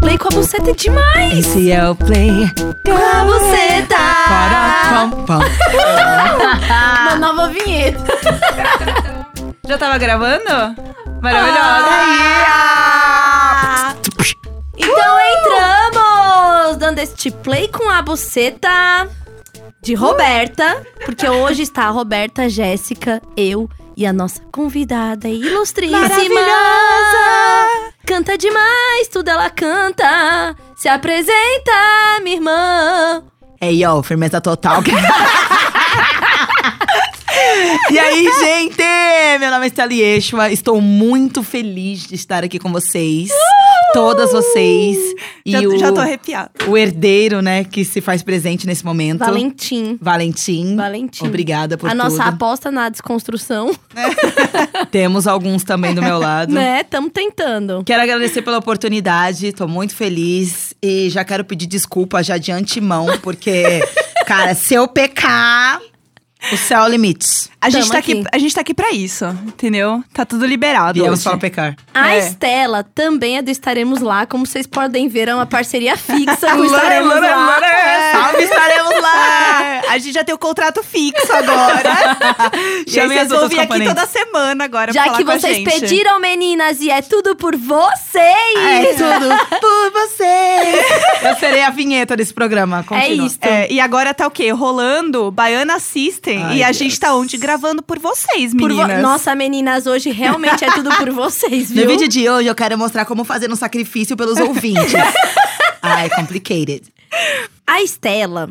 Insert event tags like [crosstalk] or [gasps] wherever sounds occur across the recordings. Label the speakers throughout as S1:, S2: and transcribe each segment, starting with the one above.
S1: Play com a buceta é demais!
S2: Esse é o play.
S1: Com a buceta!
S3: Ah!
S2: Para, pam, pam.
S1: Uma nova vinheta.
S3: [laughs] Já tava gravando?
S1: Ah! Então entramos dando este play com a buceta de Roberta, porque hoje está a Roberta, a Jéssica, eu e a nossa convidada ilustríssima. Canta demais, tudo ela canta. Se apresenta, minha irmã.
S2: Ei, ó, firmeza total. [laughs] E aí, gente? Meu nome é Steli Eshua. Estou muito feliz de estar aqui com vocês. Todas vocês. E
S3: já,
S2: o,
S3: já tô arrepiada.
S2: o herdeiro, né, que se faz presente nesse momento.
S1: Valentim.
S2: Valentim.
S1: Valentim.
S2: Obrigada por
S1: a
S2: tudo.
S1: nossa aposta na desconstrução,
S2: Temos alguns também
S3: [laughs]
S2: do meu lado.
S1: né? Estamos tentando.
S2: Quero agradecer pela oportunidade, tô muito feliz e já quero pedir desculpa já de antemão, porque, cara, se eu pecar, o céu é o limite.
S3: A gente,
S1: Tamo
S3: tá aqui,
S1: aqui.
S3: a gente tá aqui pra isso, entendeu? Tá tudo liberado.
S2: Viemos
S3: hoje.
S2: para pecar.
S1: A
S3: É.
S1: Estela também é do Estaremos Lá. Como vocês podem ver, é uma parceria
S3: [laughs]
S1: fixa com o
S3: Lora,
S1: Estaremos Lá.
S3: lora, lora.
S2: Salve, estaremos lá!
S3: É, A gente já tem o contrato
S1: [laughs]
S3: fixo agora. e aí
S2: Chamei as outras
S3: vocês vão vir aqui
S2: componentes.
S3: toda semana agora pra
S1: Já
S3: falar
S1: que
S3: com a
S1: vocês
S3: gente.
S1: pediram, meninas, e é tudo por vocês!
S2: É tudo por vocês! Eu serei a vinheta desse programa, continua.
S1: É isso.
S3: É, e agora tá o quê? Rolando, Baiana Assistem.
S2: Ai,
S3: e a
S2: Deus.
S3: gente tá onde? Gravando por vocês,
S1: Por vo-
S3: meninas.
S1: Nossa, meninas, hoje realmente é tudo por
S3: [laughs]
S1: vocês,
S2: No
S1: viu?
S2: vídeo de hoje, eu quero mostrar como fazer um sacrifício pelos ouvintes. Ai, complicated.
S1: A Estela.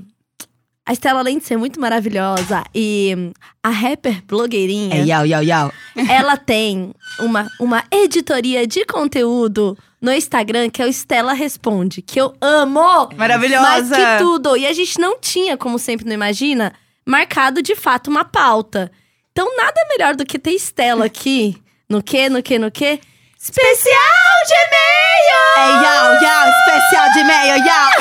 S1: A Estela, além de ser muito maravilhosa e a rapper blogueirinha,
S2: É yau, yau, yau.
S1: ela tem uma, uma editoria de conteúdo no Instagram que é o Estela Responde, que eu amo!
S3: Maravilhosa.
S1: Mais que tudo. E a gente não tinha, como sempre não imagina, marcado de fato uma pauta. Então nada melhor do que ter Estela aqui. No que, no que, no que? Especial de e-mail!
S2: É yau, yau, especial de meio, yau!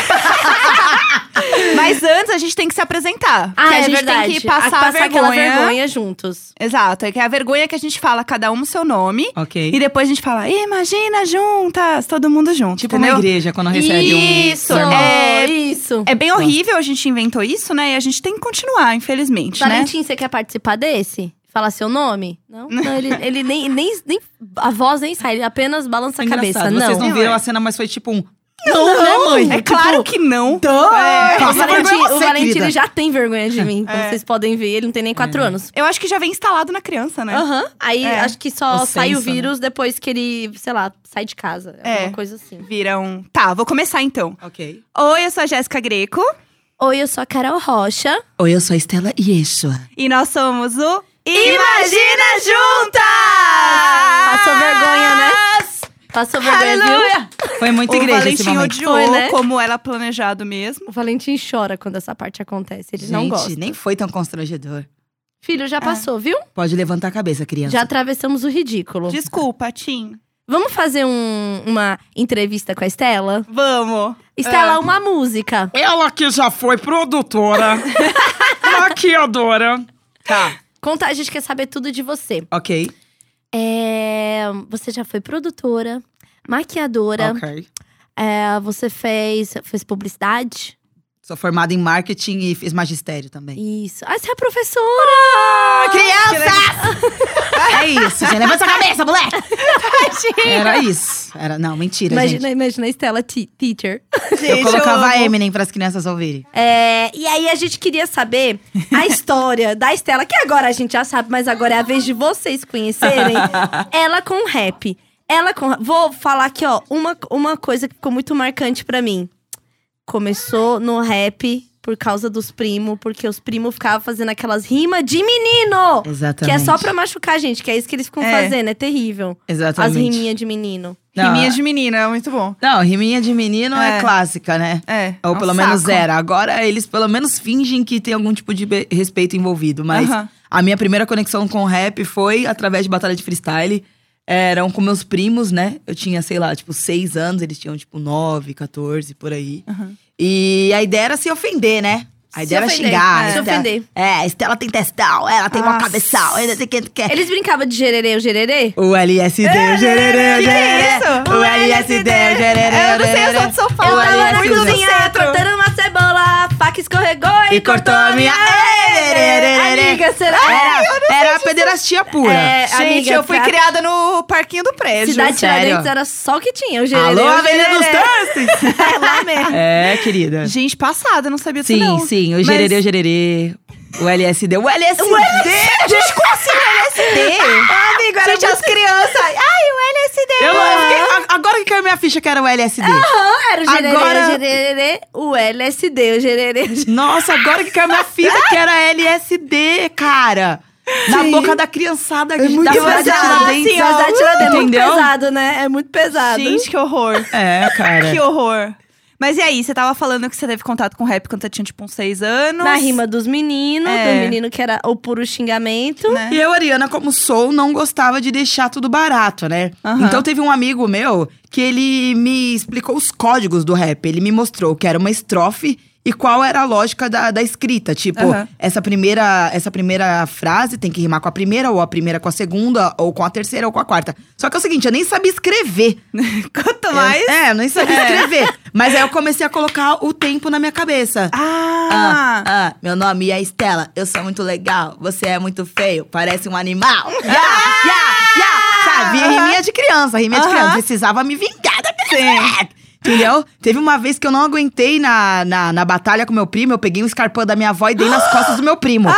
S3: Mas antes a gente tem que se apresentar.
S1: Ah,
S3: que
S1: é
S3: a gente
S1: verdade.
S3: tem que passar, a
S1: aquela vergonha juntos.
S3: Exato, é que é a vergonha que a gente fala cada um o seu nome.
S2: Ok.
S3: E depois a gente fala, imagina juntas, todo mundo junto.
S2: Tipo
S3: entendeu?
S2: uma igreja, quando recebe um
S3: Isso,
S2: sermão.
S3: É-
S1: isso.
S3: É bem horrível, a gente inventou isso, né? E a gente tem que continuar, infelizmente, né?
S1: Valentim, você quer participar desse? Falar seu nome? Não, não ele, ele nem, nem, nem. A voz nem sai, ele apenas balança a cabeça.
S2: É Engraçado,
S1: Não.
S2: Vocês não viram a cena, mas foi tipo um.
S1: Não, né, mãe?
S2: tipo,
S3: É claro que não.
S2: É,
S1: O
S2: passa
S1: Valentim,
S2: vergonha
S1: o
S2: você,
S1: Valentim,
S2: querida.
S1: ele já tem vergonha de mim.
S3: É.
S1: Como vocês podem ver, ele não tem nem
S2: É.
S1: quatro anos.
S3: Eu acho que já vem instalado na criança, né?
S1: Aham. Aí
S3: É.
S1: acho que só
S2: O
S1: sai o
S2: senso, né?
S1: vírus depois que ele, sei lá, sai de casa.
S3: É.
S1: Alguma coisa assim.
S3: Viram. Tá, vou começar então.
S2: Ok.
S3: Oi, eu sou a Jéssica Greco
S1: Oi, eu sou a Carol Rocha.
S2: Oi, eu sou a Estela é Yeshua.
S3: e nós somos o
S1: Imagina
S3: Juntas!
S1: Passou vergonha, né? Passou vergonha, viu?
S3: Aleluia!
S2: Foi muito
S3: O
S2: igreja esse
S3: Valentim
S2: momento.
S3: odiou
S1: Foi, né?
S3: como era planejado mesmo.
S1: O Valentim chora quando essa parte acontece. Ele
S2: Gente,
S1: não gosta.
S3: né?
S2: nem foi tão constrangedor.
S1: Filho,
S3: Ah.
S1: já passou, viu?
S2: Pode levantar a cabeça, criança.
S1: Já atravessamos o ridículo.
S3: Desculpa, Tim.
S1: Vamos fazer um- uma entrevista com a Estela?
S3: Vamos.
S1: Estela,
S2: Ah.
S1: uma música.
S4: Ela que já
S2: [laughs]
S4: foi produtora, maquiadora.
S2: Tá.
S1: Conta, a gente quer saber tudo de você.
S2: Ok.
S1: É, você já foi produtora, maquiadora.
S2: Ok.
S1: é, você fez, fez publicidade?
S2: Sou formada em marketing e fiz magistério também.
S1: Isso. Ah, você é professora!
S2: Crianças! é isso, gente. Levanta a cabeça, moleque! Era isso. Era, não, mentira,
S1: Imagina,
S2: gente.
S1: imagina a Estela te- teacher.
S2: Eu
S3: Gente,
S2: colocava
S3: amo.
S2: Eminem pras crianças ouvirem.
S1: É, e aí a gente queria saber
S2: [laughs]
S1: a história da Estela, que agora a gente já sabe, mas agora é a vez de vocês
S2: [laughs]
S1: conhecerem. Ela com rap. Ela com. Vou falar aqui, ó, uma, uma coisa que ficou muito marcante pra mim. Começou no rap por causa dos primos, porque os primos ficavam fazendo aquelas rimas de menino! Que
S2: Exatamente.
S1: é só pra machucar a gente, que é isso que eles ficam
S3: É.
S1: fazendo, é terrível. As
S2: Exatamente.
S1: riminhas de menino.
S2: Não,
S3: Riminha de menina, é muito bom.
S2: Não, riminha de menino é,
S3: É.
S2: clássica, né?
S3: É.
S2: Ou
S3: é um
S2: pelo menos
S3: saco.
S2: era. Agora eles pelo menos fingem que tem algum tipo de be- respeito envolvido. Mas
S3: Aham.
S2: a minha primeira conexão com o rap foi através de batalha de freestyle. Eram com meus primos, né? Eu tinha, sei lá, tipo, seis anos, eles tinham, tipo, nove, 14, por aí.
S3: Uhum.
S2: E a ideia era se ofender, né? A
S1: Se
S2: ideia era
S1: ofender,
S2: xingar.
S1: é.
S2: né?
S1: Se ofender.
S2: É, a Estela tem testal, ela tem uma
S3: Nossa.
S2: cabeçal, ainda tem que. que-
S1: Eles brincavam de gererê, o gererê?
S2: O LSD, o gererê, o
S3: que
S2: gererê.
S3: é isso?
S2: O LSD, o gererê.
S3: Eu não sei, eu
S2: gererê.
S3: sou de São
S1: Eu
S3: Paulo.
S2: Olha,
S1: tava na
S2: Suzy.
S1: é cozinha
S3: Centro.
S1: assim, cortando uma cebola, a faca escorregou e,
S2: E cortou a minha.
S1: É,
S2: É,
S1: Amiga, será?
S2: Era, era a pederastia pura.
S1: É,
S3: Gente,
S1: amiga,
S3: eu fui
S1: tá-
S3: criada no parquinho do prédio.
S1: Cidade de
S2: É, sério.
S1: Tiradentes era só o que tinha, o gererê.
S2: Alô,
S1: o
S2: Avenida dos
S1: gererê.
S2: Tances!
S3: [laughs] é lá mesmo.
S2: É, querida.
S3: Gente, passada, não sabia disso
S2: Sim,
S3: não.
S2: sim. O
S3: Mas-
S2: gererê, o gererê. O LSD. O LSD! O LSD! Gente, como assim o LSD?
S3: Ah, amigo, era
S2: Gente,
S3: muito-
S2: as crianças.
S3: [laughs]
S2: Ah, Ai, o LSD! Eu não, eu fiquei- a- agora que caiu minha ficha que era o LSD.
S1: Aham, era o gererê,
S2: Agora-
S1: o gererê, o LSD, o gererê. o gererê.
S2: Nossa, agora que caiu minha ficha que era LSD, cara. Na boca da criançada é
S3: muito
S2: da cidade
S3: pesado,
S2: de Tiradentes.
S1: Assim, ó, cidade de Tiradentes é muito
S2: Entendeu?
S1: pesado, né? É muito pesado.
S3: Gente, que horror.
S2: É, cara.
S3: Que horror. Mas e aí, você tava falando que você teve contato com rap quando você tinha, tipo, uns seis anos.
S1: Na
S3: [laughs]
S1: rima dos meninos,
S3: É.
S1: do menino que era o puro xingamento.
S3: Né?
S2: E eu, Ariana, como sou, não gostava de deixar tudo barato, né?
S3: Aham.
S2: Então teve um amigo meu que ele me explicou os códigos do rap. Ele me mostrou que era uma estrofe e qual era a lógica da, da escrita. Tipo,
S3: Aham.
S2: essa, primeira, essa primeira frase tem que rimar com a primeira, ou a primeira com a segunda, ou com a terceira, ou com a quarta. Só que é o seguinte, eu nem sabia escrever.
S3: Quanto
S2: Eu-
S3: mais...
S2: É, eu nem sabia escrever. Mas aí eu comecei a colocar o tempo na minha cabeça. Ah,
S3: Ah!
S2: ah, meu nome é Estela, eu sou muito legal, você é muito feio, parece um animal. Ya, ya, ya. Sabe,
S3: Aham.
S2: riminha de criança, riminha de
S3: Aham.
S2: criança. Precisava me vingar da criança. Entendeu? Teve uma vez que eu não aguentei na, na, na batalha com meu primo, eu peguei um escarpão da minha avó e dei nas costas do meu primo.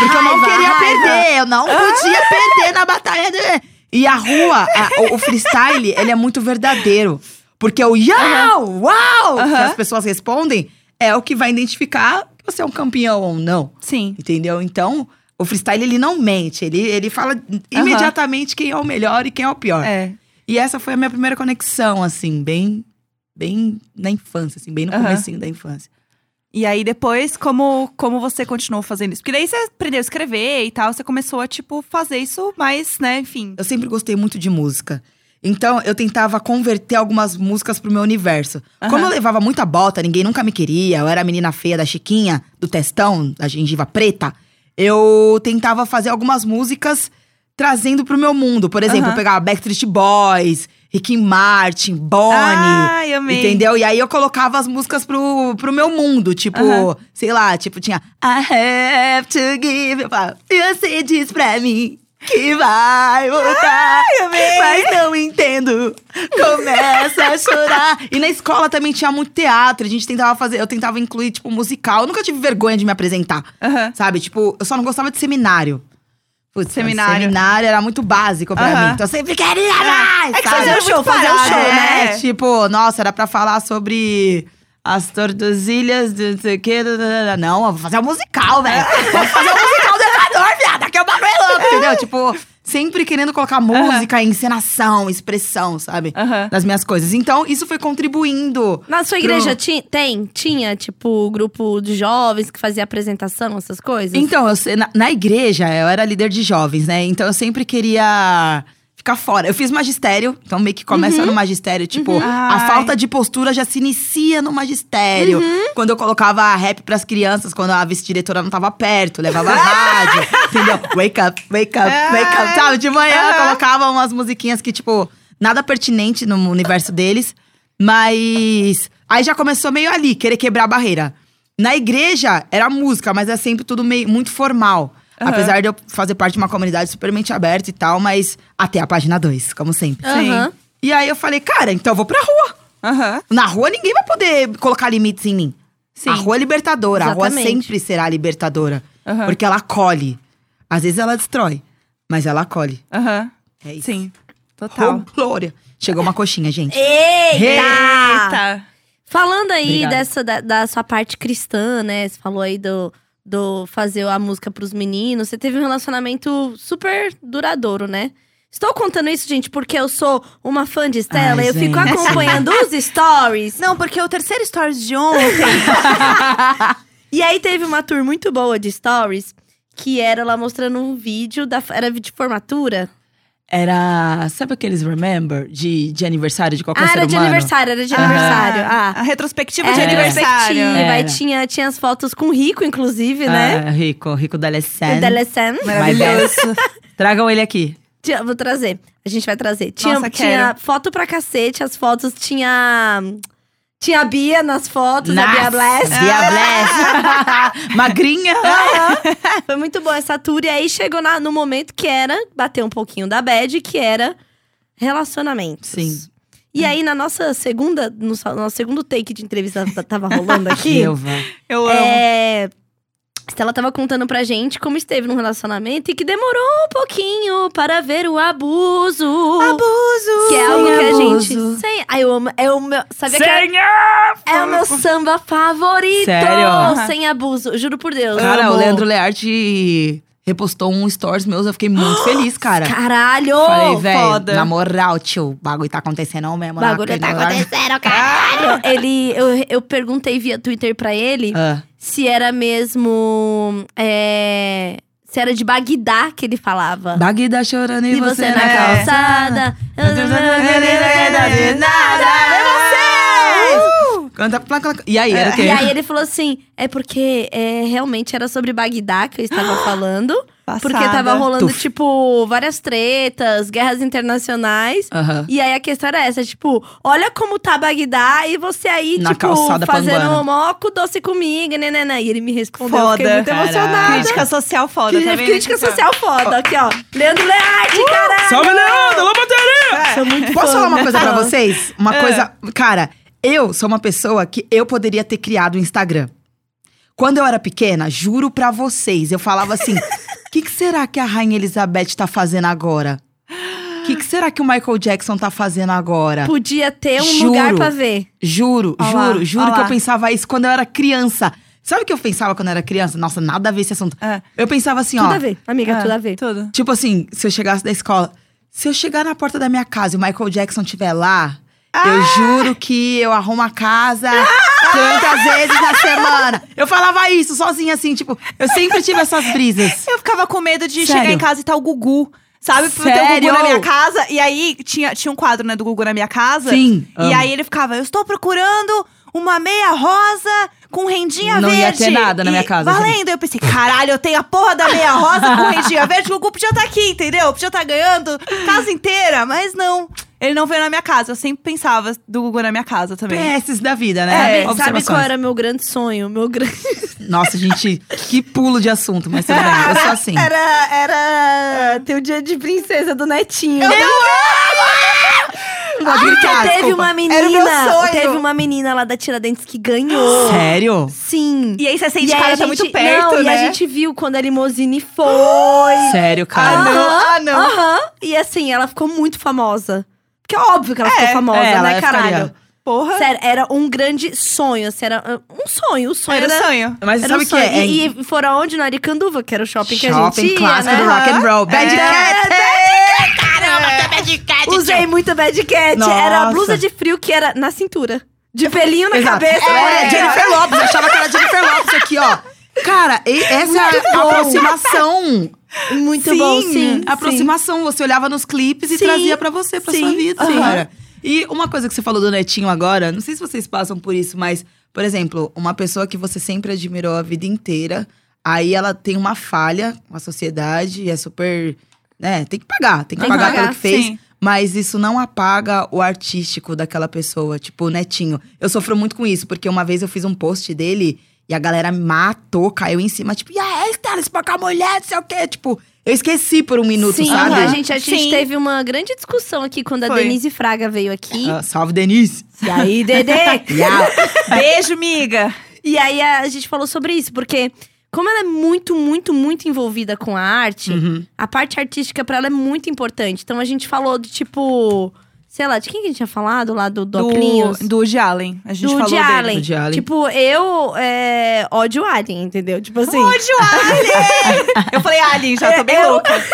S2: porque eu não
S1: Raiva,
S2: queria
S1: raiva.
S2: perder, eu não
S3: Ah!
S2: podia perder na batalha. de- E a rua, a- o, o freestyle, ele é muito verdadeiro. Porque o yau, uau, que
S3: Aham.
S2: as pessoas respondem, é o que vai identificar que você é um campeão ou não.
S3: Sim.
S2: Entendeu? Então, o freestyle, ele não mente. Ele, ele fala imediatamente quem é o melhor e quem é o pior.
S3: É.
S2: E essa foi a minha primeira conexão, assim, bem, bem na infância, assim, bem no
S3: Aham.
S2: comecinho da infância.
S3: E aí depois, como, como você continuou fazendo isso? Porque daí você aprendeu a escrever e tal, você começou a, tipo, fazer isso mais, né, enfim.
S2: Eu sempre gostei muito de música. Então, eu tentava converter algumas músicas pro meu universo.
S3: Aham.
S2: Como eu levava muita bota, ninguém nunca me queria, eu era a menina feia da Chiquinha, do Testão, da gengiva preta, eu tentava fazer algumas músicas trazendo pro meu mundo. Por exemplo,
S3: Aham.
S2: eu pegava Backstreet Boys, Ricky Martin, Bonnie.
S3: Ai, amei.
S2: Entendeu? E aí eu colocava as músicas pro, pro meu mundo. Tipo,
S3: Aham.
S2: sei lá, tipo, tinha I have to give. Eu falava, você diz pra mim que vai voltar. mas não entendo. Começa a chorar. E na escola também tinha muito teatro. A gente tentava fazer, eu tentava incluir, tipo, musical. Eu nunca tive vergonha de me apresentar.
S3: Aham.
S2: Sabe? Tipo, eu só não gostava de seminário. Putz,
S3: Seminário.
S2: Seminário era muito básico pra
S3: Aham.
S2: mim. Então eu sempre queria mais.
S3: É que
S2: sabe?
S3: fazer o show,
S1: fazer o
S2: Ah,
S3: parado,
S1: show,
S2: é,
S3: né?
S2: Tipo, nossa, era pra falar sobre as tortosilhas, de não sei o quê. da, da, da. Não, eu vou fazer um musical,
S3: [laughs]
S2: velho. Vou fazer um musical do elevador, viada, que é o bagulho é louco,
S3: [laughs]
S2: entendeu? Tipo, sempre querendo colocar música, encenação, expressão, sabe?
S3: Aham.
S2: Nas minhas coisas. Então, isso foi contribuindo.
S1: Na sua igreja ti- tem? Tinha, tipo, grupo de jovens que fazia apresentação, essas coisas?
S2: Então, eu se- na, na igreja, eu era líder de jovens, né? Então, eu sempre queria ficar fora. Eu fiz magistério, então meio que começa no magistério. Tipo, a
S3: Ai.
S2: falta de postura já se inicia no magistério. Quando eu colocava rap pras crianças, quando a vice-diretora não tava perto, levava rádio, entendeu? Wake up, wake up, wake up, sabe? De manhã, eu colocava umas musiquinhas que, tipo, nada pertinente no universo deles. Mas aí já começou meio ali, querer quebrar a barreira. Na igreja era música, mas é sempre tudo meio, muito formal.
S3: Aham.
S2: Apesar de eu fazer parte de uma comunidade super mente aberta e tal, mas até a página 2, como sempre.
S1: Aham.
S2: E aí eu falei, cara, então eu vou pra rua.
S3: Aham.
S2: Na rua ninguém vai poder colocar limites em mim. A rua é libertadora, a rua
S1: Exatamente.
S2: sempre será libertadora.
S3: Aham.
S2: Porque ela acolhe. Às vezes ela destrói, mas ela acolhe.
S3: Aham.
S2: É isso.
S3: Sim. Total.
S2: Oh, glória. Chegou uma coxinha, gente.
S1: Eita!
S3: Eita.
S1: Falando aí
S2: Obrigado.
S1: dessa, da, da sua parte cristã, né? Você falou aí do, do fazer a música pros meninos. Você teve um relacionamento super duradouro, né? Estou contando isso, gente, porque eu sou uma fã de Estela
S2: Ai,
S1: e eu fico
S2: gente.
S1: acompanhando
S2: [laughs]
S1: os stories.
S3: Não, porque o terceiro stories de ontem.
S1: E aí teve uma tour muito boa de stories, que era ela mostrando um vídeo, da, era vídeo de formatura.
S2: Era. Sabe aqueles remember de, de aniversário de qualquer
S1: Ah,
S2: é, ser
S1: era de
S2: humano?
S1: aniversário, era de
S2: Aham.
S1: aniversário. Ah.
S3: A retrospectiva
S1: Era
S3: de
S2: É.
S3: aniversário.
S1: retrospectiva,
S2: Era.
S1: e tinha, tinha as fotos com o Rico, inclusive, né?
S2: Ah, rico, rico da
S1: O Delesen.
S2: Maravilhoso. [laughs] Tragam ele aqui.
S1: Tinha- Vou trazer. A gente vai trazer. Tinha,
S3: Nossa,
S1: tinha foto pra cacete, as fotos tinha. Tinha a Bia nas fotos, a Bia Bless.
S3: É.
S2: Bia
S1: [laughs]
S2: Bless. Magrinha.
S3: [laughs]
S1: Foi muito bom essa tour. E aí chegou na- no momento que era bater um pouquinho da bad, que era relacionamentos.
S2: Sim.
S1: E aí, na nossa segunda, no sa- nosso segundo take de entrevista que tava rolando aqui.
S2: Silva.
S3: [laughs] Eu amo.
S1: É. Estela tava contando pra gente como esteve num relacionamento e que demorou um pouquinho para ver o abuso.
S3: Abuso.
S1: Que é algo que a
S2: abuso.
S1: gente. Sem, ai, eu amo. É o meu. Sabia que é,
S4: Senhor!
S1: é o meu samba favorito.
S2: Sério?
S1: Aham. Sem abuso. Juro por Deus.
S2: Cara,
S1: Amo.
S2: o Leandro Learte repostou um stories meus, eu
S1: [gasps]
S2: fiquei muito feliz, cara.
S1: Caralho!
S2: Falei, velho,
S3: foda.
S2: na moral, tio, o bagulho tá acontecendo mesmo.
S1: o bagulho tá acontecendo, caralho! Ele, eu, eu perguntei via Twitter pra ele
S2: Ah,
S1: se era mesmo. é, se era de Bagdá que ele falava.
S2: Bagdá tá chorando e,
S1: E você na
S2: né?
S1: calçada. Eu não
S2: É.
S1: quero nada. É você!
S2: Canta, placa, placa. E aí, era o quê?
S1: É. E aí ele falou assim: é porque é, realmente era sobre Bagdá que eu estava falando. Porque
S3: Passada.
S1: tava rolando,
S2: Tuf.
S1: tipo, várias tretas, guerras internacionais.
S2: Aham.
S1: E aí a questão era essa, tipo, olha como tá Bagdá e você aí,
S2: Na
S1: tipo,
S2: calçada
S1: fazendo
S2: panguana.
S1: moco doce comigo, né, né, né. E ele me respondeu, eu fiquei
S3: Foda.
S1: muito emocionada.
S3: Crítica social foda,
S1: Crítica,
S3: tá vendo?
S1: crítica social foda, aqui ó. Leandro Learte, caralho!
S4: Salve, Leandro! Alô, bateria!
S3: É.
S2: Posso falar uma coisa pra vocês? Uma coisa. Cara, eu sou uma pessoa que eu poderia ter criado o Instagram. Quando eu era pequena, juro pra vocês, eu falava assim: o que, que será que a Rainha Elizabeth tá fazendo agora? O que, que será que o Michael Jackson tá fazendo agora?
S1: Podia ter um
S2: Juro.
S1: lugar pra ver.
S2: Juro,
S3: Ó lá,
S2: juro, juro
S3: ó
S2: que eu
S3: lá.
S2: pensava isso quando eu era criança. Sabe o que eu pensava quando eu era criança? Nossa, nada a ver esse assunto.
S3: É.
S2: Eu pensava assim,
S1: Tudo
S2: ó.
S1: a ver, amiga,
S3: Ah,
S1: tudo a ver.
S3: Tudo.
S2: Tipo assim, se eu chegasse da escola, se eu chegar na porta da minha casa e o Michael Jackson estiver lá,
S1: Ah!
S2: eu juro que eu arrumo a casa tantas vezes na semana. Eu falava isso sozinha, assim, tipo, eu sempre tive essas brisas.
S3: Eu ficava com medo de
S2: Sério?
S3: chegar em casa e tá o Gugu. Sabe? Porque Tem o
S2: Sério?
S3: Gugu na minha casa. E aí tinha, tinha um quadro, né, do Gugu na minha casa.
S2: Sim,
S3: E
S2: amo.
S3: aí ele ficava, eu estou procurando uma meia rosa com rendinha
S2: Não
S3: verde.
S2: ia ter nada na
S3: E
S2: minha casa,
S3: Valendo. Eu pensei, caralho, eu tenho a porra da meia rosa com rendinha verde. O Gugu podia estar aqui, entendeu? Podia estar ganhando casa inteira, mas não. Ele não veio na minha casa. Eu sempre pensava do Gugu na minha casa também.
S2: PS da vida, né?
S1: É, Sabe, sabe
S2: Observações.
S1: qual era meu grande sonho? Meu grande.
S2: Nossa, gente, que pulo de assunto, mas tudo bem. Eu sou assim.
S1: Era, era ter Ah, o dia de princesa do netinho.
S2: Obrigada,
S1: Porque um teve
S2: desculpa.
S1: uma
S3: Era o meu
S1: menina.
S3: sonho.
S1: Teve um- uma menina lá da Tiradentes que ganhou.
S2: Sério?
S1: Sim.
S3: E aí você sente,
S1: E aí
S3: cara,
S1: a
S3: tá
S1: gente-
S3: muito perto,
S1: não,
S3: né?
S1: E a gente viu quando a limusine foi.
S2: Sério,
S3: Ah,
S2: cara.
S3: não,
S1: Aham,
S3: ah, não.
S1: aham. E assim, ela ficou muito famosa. Porque é óbvio que ela ficou famosa,
S2: é, ela
S1: né,
S2: ia ficar
S1: caralho?
S2: ali,
S3: Porra.
S1: Sério, era um grande sonho. Assim, era uh, um sonho. O sonho
S3: Era
S1: era.
S3: o sonho.
S2: Mas
S1: era
S2: sabe
S1: um
S2: o que
S1: sonho.
S2: é?
S1: E, e foram aonde? No Aricanduva, que era o shopping, que a gente
S2: Shopping
S1: ia,
S2: clássico
S1: né?
S2: do rock and roll.
S1: Então,
S2: Bad
S1: era
S2: Cat.
S1: Bad Cat. É. Usei muito Bad Cat. Era a
S2: Nossa.
S1: blusa de frio que era na cintura. De pelinho na
S2: Exato.
S1: cabeça.
S2: É,
S1: né?
S2: Jennifer Lopes, eu achava que era Jennifer Lopes aqui, ó. Cara, e- essa é a aproximação.
S1: Muito bom, sim.
S2: Aproximação. Você olhava nos clipes e
S1: Sim.
S2: trazia pra você, pra
S1: Sim,
S2: sua vida,
S1: sim.
S2: cara. E uma coisa que você falou do Netinho agora, não sei se vocês passam por isso, mas, por exemplo, uma pessoa que você sempre admirou a vida inteira, aí ela tem uma falha com a sociedade, é super. né, tem que pagar, tem que
S1: Tem que
S2: pagar,
S1: pagar,
S2: pelo que fez.
S3: sim.
S2: Mas isso não apaga o artístico daquela pessoa, tipo, o netinho. Eu sofro muito com isso, porque uma vez eu fiz um post dele e a galera me matou, caiu em cima, tipo, e aí, Estela, espanca a mulher, não sei o quê. Tipo, eu esqueci por um minuto,
S1: Sim,
S2: sabe?
S1: a gente, a gente
S3: Sim.
S1: teve uma grande discussão aqui quando a
S3: Foi.
S1: Denise Fraga veio aqui.
S2: Ah, salve, Denise!
S1: E aí, [laughs] Dedê?
S3: Beijo, miga.
S1: E aí a gente falou sobre isso, porque como ela é muito, muito, muito envolvida com a arte,
S3: Uhum.
S1: a parte artística pra ela é muito importante. Então a gente falou de tipo, sei lá, de quem que a gente tinha falado lá do Doplinhos?
S3: Do, do Woody Allen. A gente
S1: Do
S3: falou
S1: Woody
S3: dele.
S1: Allen.
S2: Woody Allen.
S1: Tipo, eu é, ódio Alien, entendeu? Tipo assim.
S3: Woody Allen! [laughs] eu falei Alien, já tô bem
S1: Eu-
S3: louca.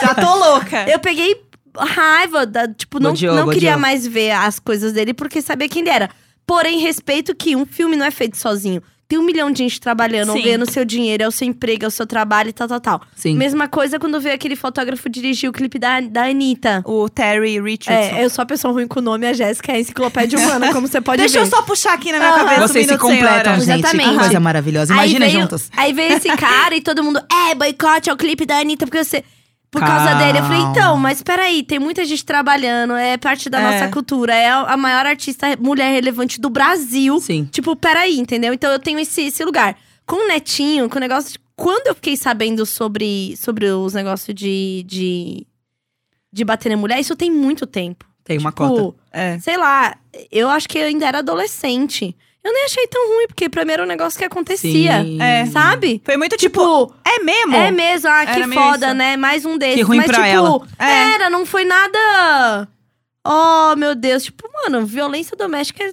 S3: Já tô louca.
S1: Eu peguei raiva, da, tipo, não,
S2: Odiou,
S1: não queria
S2: odiou.
S1: mais ver as coisas dele porque sabia quem ele era. Porém, respeito que um filme não é feito sozinho. Tem um milhão de gente trabalhando,
S3: Sim.
S1: ganhando seu dinheiro, é o seu emprego, é o seu trabalho e tal, tal, tal.
S2: Sim.
S1: Mesma coisa quando veio aquele fotógrafo dirigir o clipe da, da Anitta.
S3: O Terry Richardson.
S1: É, eu sou a pessoa ruim com o nome, a Jéssica é a enciclopédia humana, como você pode
S3: Deixa
S1: ver.
S3: eu só puxar aqui na minha
S1: Aham.
S3: cabeça
S2: Vocês
S3: um
S2: se
S3: minuto,
S2: completam,
S3: senhora.
S2: gente. Que
S1: Exatamente.
S2: coisa maravilhosa.
S1: Aí
S2: Imagina
S1: veio-
S2: juntas.
S1: Aí veio esse cara e todo mundo, é, boicote ao clipe da Anitta, porque você. Por causa
S2: Calma.
S1: dele. Eu falei, então, mas peraí, tem muita gente trabalhando, é parte da
S3: É.
S1: nossa cultura, é a a maior artista mulher relevante do Brasil.
S2: Sim.
S1: Tipo, peraí, entendeu? Então eu tenho esse, esse lugar. Com o netinho, com o negócio. De, quando eu fiquei sabendo sobre, sobre os negócios de, de. de bater na mulher, isso tem muito tempo.
S2: Tem uma
S1: Tipo,
S2: cota. né?
S3: É.
S1: sei lá, eu acho que eu ainda era adolescente. Eu nem achei tão ruim, porque pra mim era um negócio que acontecia.
S2: Sim.
S3: É.
S1: Sabe?
S3: Foi muito tipo,
S1: Tipo,
S3: é mesmo?
S1: é mesmo, ah, que
S3: Era meio
S1: foda,
S3: isso.
S1: né? Mais um desses.
S2: Que ruim
S1: Mas,
S2: pra
S1: tipo,
S2: ela.
S3: É.
S1: era, não foi nada. Oh, meu Deus. Tipo, mano, violência doméstica é.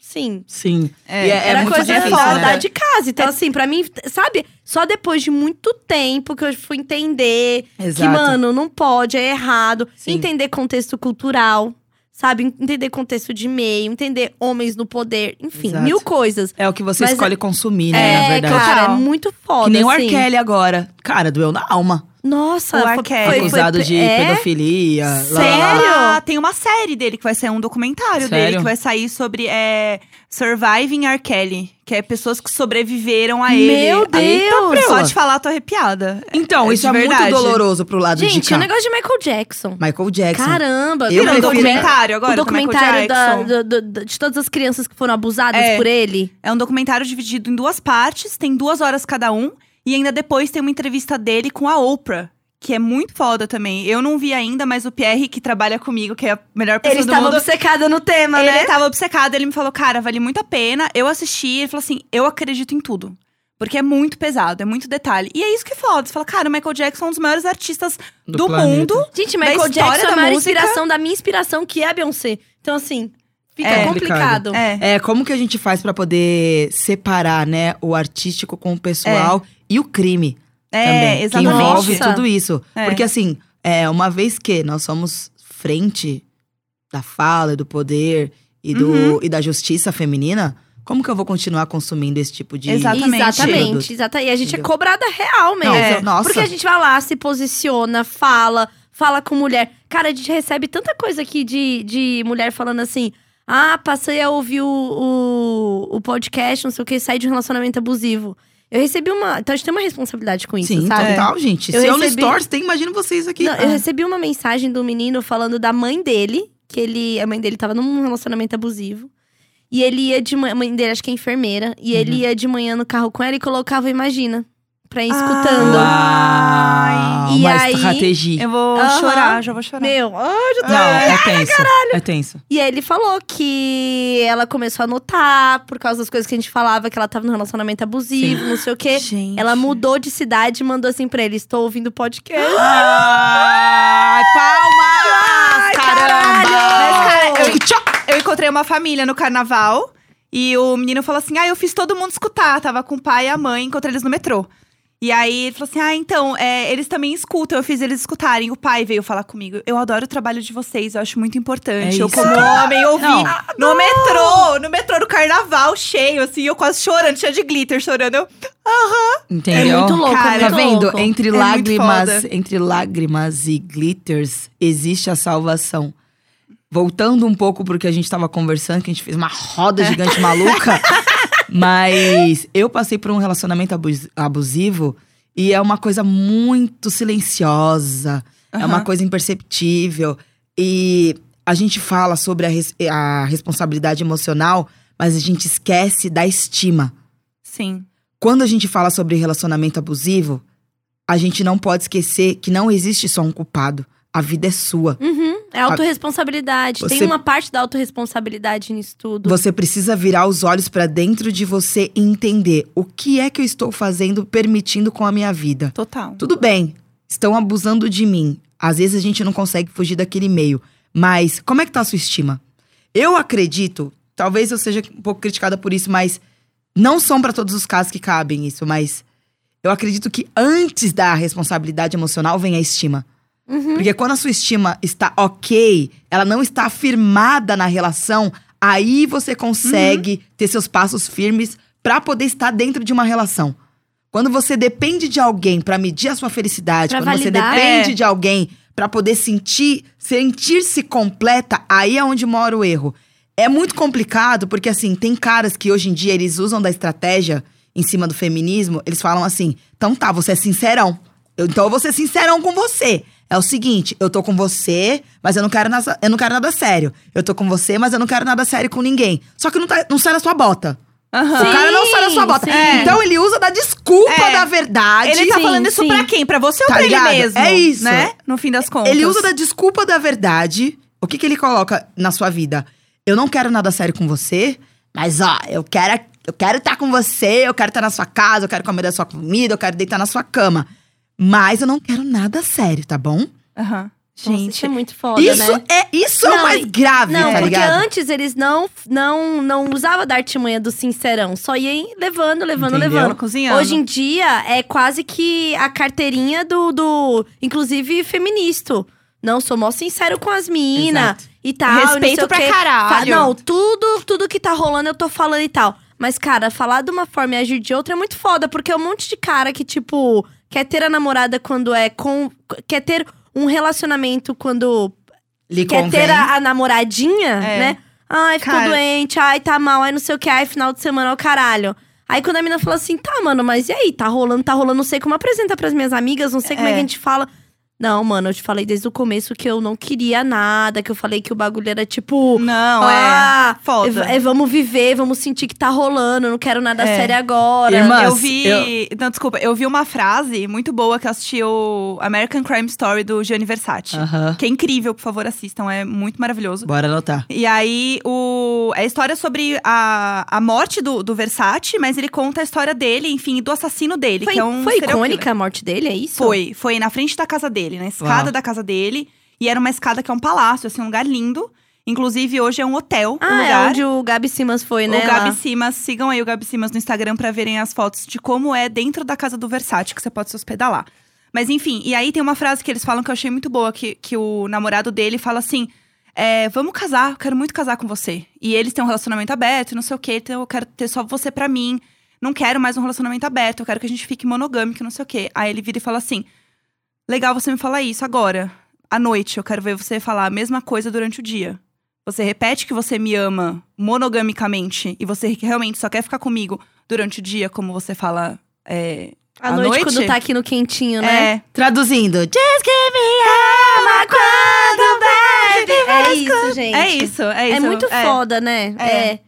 S1: Sim.
S2: Sim.
S3: É.
S2: E
S1: era
S2: muito
S1: coisa
S2: difícil,
S1: da,
S2: né?
S1: da de casa. Então, assim, pra mim, sabe? Só depois de muito tempo que eu fui entender
S2: Exato.
S1: que, mano, não pode, é errado.
S2: Sim.
S1: Entender contexto cultural, sabe? Entender contexto de meio, entender homens no poder, enfim,
S2: Exato.
S1: mil coisas.
S2: É o que você
S1: Mas-
S2: escolhe consumir, né? na
S1: É,
S2: verdade.
S1: cara, é
S3: Total.
S1: muito foda.
S2: que nem o R.
S1: assim.
S2: Kelly agora. Cara, doeu na alma.
S1: Nossa,
S3: O
S1: foi-
S3: R. Kelly.
S1: foi- foi-
S2: Acusado de
S1: é?
S2: pedofilia. lá, lá, lá.
S1: Sério?
S3: Ah, tem uma série dele que vai ser um documentário dele
S2: Sério?
S3: que vai sair sobre é, Surviving R. Kelly, que é pessoas que sobreviveram a
S1: Meu
S3: ele.
S1: é Deus!
S3: Só de falar, tô arrepiada.
S2: tá Então,
S3: É,
S2: isso
S3: de
S2: é
S3: verdade.
S2: muito doloroso pro lado de
S1: Gente, um
S2: cá.
S1: o negócio de Michael Jackson.
S2: Michael Jackson.
S1: Caramba,
S2: Eu
S1: viu
S3: Virou um
S1: o
S2: prefiro-
S1: documentário,
S3: documentário agora
S1: o
S3: do Michael
S1: documentário da-
S3: Jackson.
S1: do- do- de todas as crianças que foram abusadas
S3: É.
S1: por ele.
S3: É um documentário dividido em duas partes, tem duas horas cada um. E ainda depois tem uma entrevista dele com a Oprah, que é muito foda também. Eu não vi ainda, mas o Pierre, que trabalha comigo, que é a melhor pessoa
S1: Ele
S3: do
S1: estava
S3: mundo,
S1: obcecado no tema,
S3: ele
S1: né?
S3: tava obcecado, ele me falou, cara, vale muito a pena. Eu assisti, ele falou assim, eu acredito em tudo. Porque é muito pesado, é muito detalhe. E é isso que é foda. Você fala, cara, o Michael Jackson é um dos maiores artistas do,
S2: Do planeta.
S3: mundo.
S1: Gente,
S3: Da
S1: Michael
S3: história
S1: Jackson é
S3: da
S1: a maior
S3: música.
S1: inspiração da minha inspiração, que é a Beyoncé. Então, assim, fica
S3: É
S1: complicado.
S2: complicado.
S3: É.
S2: É, como que a gente faz pra poder separar, né, o artístico com o pessoal e o crime
S3: É,
S2: também,
S3: exatamente.
S2: que envolve
S1: Nossa.
S2: tudo isso.
S3: É.
S2: Porque assim, é, uma vez que nós somos frente da fala, e do poder e, do,
S1: Uhum.
S2: e da justiça feminina, como que eu vou continuar consumindo esse tipo de...
S3: Exato. Exatamente.
S1: Exatamente, exata- E a gente é
S2: Entendeu?
S1: cobrada real mesmo.
S2: Não, é, nossa.
S1: Porque a gente vai lá, se posiciona, fala, fala com mulher. Cara, a gente recebe tanta coisa aqui de, de mulher falando assim. Ah, passei a ouvir o, o, o podcast, não sei o que, saí de um relacionamento abusivo. Eu recebi uma. Então a gente tem uma responsabilidade com isso,
S2: Sim,
S1: sabe?
S2: total, gente.
S1: Eu
S2: Se eu no
S1: recebi-
S2: Stories, tem, imagino vocês aqui.
S1: Não, eu recebi uma mensagem do menino falando da mãe dele, que ele, a mãe dele tava num relacionamento abusivo. E ele ia de manhã, a mãe dele acho que é enfermeira, e
S2: Uhum.
S1: ele ia de manhã no carro com ela e colocava Imagina pra ir escutando.
S2: Ah,
S1: E
S2: uma
S1: aí-
S2: estratégia.
S3: Eu vou
S1: Aham.
S3: chorar, já vou chorar.
S1: Meu, ah, já tô-
S2: Não, é tenso. É tenso.
S1: E aí ele falou que ela começou a notar por causa das coisas que a gente falava, que ela tava num relacionamento abusivo, não sei o quê.
S3: Gente.
S1: Ela mudou de cidade e mandou assim pra ele: Estou ouvindo podcast.
S2: [gasps] Ai, palmas!
S3: caramba! Mas, cara, eu-
S2: Tchau!
S3: Eu encontrei uma família no carnaval e o menino falou assim: Ah, eu fiz todo mundo escutar. Tava com o pai e a mãe, encontrei eles no metrô. E aí ele falou assim: Ah, então, é, eles também escutam, eu fiz eles escutarem. O pai veio falar comigo. Eu adoro o trabalho de vocês, eu acho muito importante.
S2: É
S3: eu,
S2: isso.
S3: como homem, ouvi
S2: Não.
S3: no metrô, no metrô do carnaval, cheio, assim, eu quase chorando, cheia de glitter, chorando. Eu,
S2: Entendeu?
S1: É muito louco,
S3: Cara,
S1: é
S2: Tá
S1: muito
S2: vendo?
S1: louco.
S2: Entre
S3: muito
S2: lágrimas,
S3: foda.
S2: entre lágrimas e glitters existe a salvação. Voltando um pouco pro que a gente tava conversando, que a gente fez uma roda gigante maluca, mas eu passei por um relacionamento abus- abusivo e é uma coisa muito silenciosa, é uma
S3: Aham.
S2: coisa imperceptível e a gente fala sobre a res- a responsabilidade emocional, mas a gente esquece da estima
S3: Sim.
S2: quando a gente fala sobre relacionamento abusivo, a gente não pode esquecer que não existe só um culpado. A vida é sua.
S1: Uhum, é autorresponsabilidade. Tem
S2: Você-
S1: uma parte da autorresponsabilidade nisso tudo.
S2: Você precisa virar os olhos pra dentro de você e entender o que é que eu estou fazendo, permitindo com a minha vida.
S3: Total.
S2: Tudo bem, estão abusando de mim. Às vezes a gente não consegue fugir daquele meio. Mas como é que tá a sua estima? Eu acredito, talvez eu seja um pouco criticada por isso, mas não são pra todos os casos que cabem isso, mas eu acredito que antes da responsabilidade emocional vem a estima.
S1: Uhum.
S2: Porque quando a sua estima está ok, ela não está firmada na relação, aí você consegue ter seus passos firmes pra poder estar dentro de uma relação. Quando você depende de alguém pra medir a sua felicidade,
S1: Pra
S2: quando
S1: validar.
S2: você depende
S3: É.
S2: de alguém pra poder sentir, sentir-se completa, aí é onde mora o erro. É muito complicado porque assim, tem caras que hoje em dia eles usam da estratégia em cima do feminismo, eles falam assim: "Então tá, você é sincerão. Eu- então eu vou ser sincerão com você. É o seguinte, eu tô com você, mas eu não quero nada, eu não quero nada sério. Eu tô com você, mas eu não quero nada sério com ninguém. Só que não tá, não sai da sua bota.
S3: Aham.
S1: Sim,
S2: O cara não sai da sua bota.
S1: sim.
S2: Então ele usa da desculpa
S3: É.
S2: da verdade.
S3: Ele tá
S1: Sim,
S3: falando isso
S1: sim.
S3: pra quem? Pra você ou
S2: Tá
S3: pra ele
S2: ligado?
S3: mesmo?
S2: É isso.
S3: Né? No fim das contas.
S2: Ele usa da desculpa da verdade. O que, que ele coloca na sua vida? Eu não quero nada sério com você, mas ó, eu quero eu quero estar com você, eu quero estar na sua casa, eu quero comer da sua comida, eu quero deitar na sua cama. Mas eu não quero nada sério, tá bom?
S3: Aham.
S1: Nossa,
S3: Gente,
S1: isso é muito foda,
S2: isso
S1: né?
S2: é isso é
S1: Não,
S2: o mais
S1: e-
S2: grave,
S1: Não,
S2: tá
S1: porque
S2: ligado?
S1: antes eles não, não, não usavam da artimanha do sincerão. Só iam levando, levando,
S2: Entendeu?
S1: levando.
S3: cozinhando.
S1: Hoje em dia é quase que a carteirinha do, do inclusive feminista. Não, sou mó sincero com as minas
S2: Exato.
S1: e tal. e não sei
S3: Respeito
S1: o
S3: pra
S1: quê. Fa-
S3: caralho.
S1: Não, tudo, tudo que tá rolando eu tô falando e tal. Mas, cara, falar de uma forma e agir de outra é muito foda, porque é um monte de cara que, tipo, quer ter a namorada quando é com. Quer ter um relacionamento quando
S2: Lhe
S1: quer
S2: convém.
S1: ter a, a namoradinha,
S3: É.
S1: né? Ai, ficou
S3: Cara.
S1: doente, ai, tá mal, ai, não sei o que, ai, final de semana, ó, caralho. Aí quando a menina falou assim, tá, mano, mas e aí? Tá rolando, tá rolando, não sei como apresenta pras minhas amigas, não sei como é que
S3: É.
S1: a gente fala. Não, mano, eu te falei desde o começo que eu não queria nada, que eu falei que o bagulho era tipo.
S3: Não,
S1: ah,
S3: é. Foda.
S1: é, é, vamos viver, vamos sentir que tá rolando, não quero nada
S3: É.
S1: sério agora.
S2: Irmã,
S3: eu
S2: Mas
S3: vi.
S2: eu-
S3: Não, desculpa, eu vi uma frase muito boa que eu assisti o American Crime Story do Gianni Versace.
S2: Aham.
S3: Que é incrível, por favor, assistam, é muito maravilhoso.
S2: Bora anotar.
S3: E aí, o... é a história sobre a, a morte do, do Versace, mas ele conta a história dele, enfim, do assassino dele.
S1: foi
S3: que é um
S1: foi
S3: serial killer.
S1: icônica a morte dele, é isso?
S3: Foi, foi na frente da casa dele, na escada
S2: Uau.
S3: da casa dele. E era uma escada que é um palácio, assim, um lugar lindo. Inclusive, hoje é um hotel, o
S1: Ah, é
S3: lugar.
S1: onde o Gabi Simas foi, né?
S3: o Gabi
S1: lá.
S3: Simas, sigam aí o Gabi Simas no Instagram pra verem as fotos de como é dentro da casa do Versace, que você pode se hospedar lá. Mas enfim, e aí tem uma frase que eles falam que eu achei muito boa, que, que o namorado dele fala assim: é, vamos casar, eu quero muito casar com você. E eles têm um relacionamento aberto, não sei o quê, então eu quero ter só você pra mim. Não quero mais um relacionamento aberto, eu quero que a gente fique monogâmico, não sei o quê. Aí ele vira e fala assim: legal você me falar isso agora, à noite, eu quero ver você falar a mesma coisa durante o dia. Você repete que você me ama monogamicamente e você realmente só quer ficar comigo durante o dia, como você fala. É,
S1: À
S3: à
S1: noite,
S3: noite?
S1: quando tá aqui no quentinho, né?
S3: é,
S2: Traduzindo.
S1: Ama quando bebe. É isso, gente.
S3: é isso, é isso.
S1: É muito
S3: é,
S1: foda, né? É.
S3: É.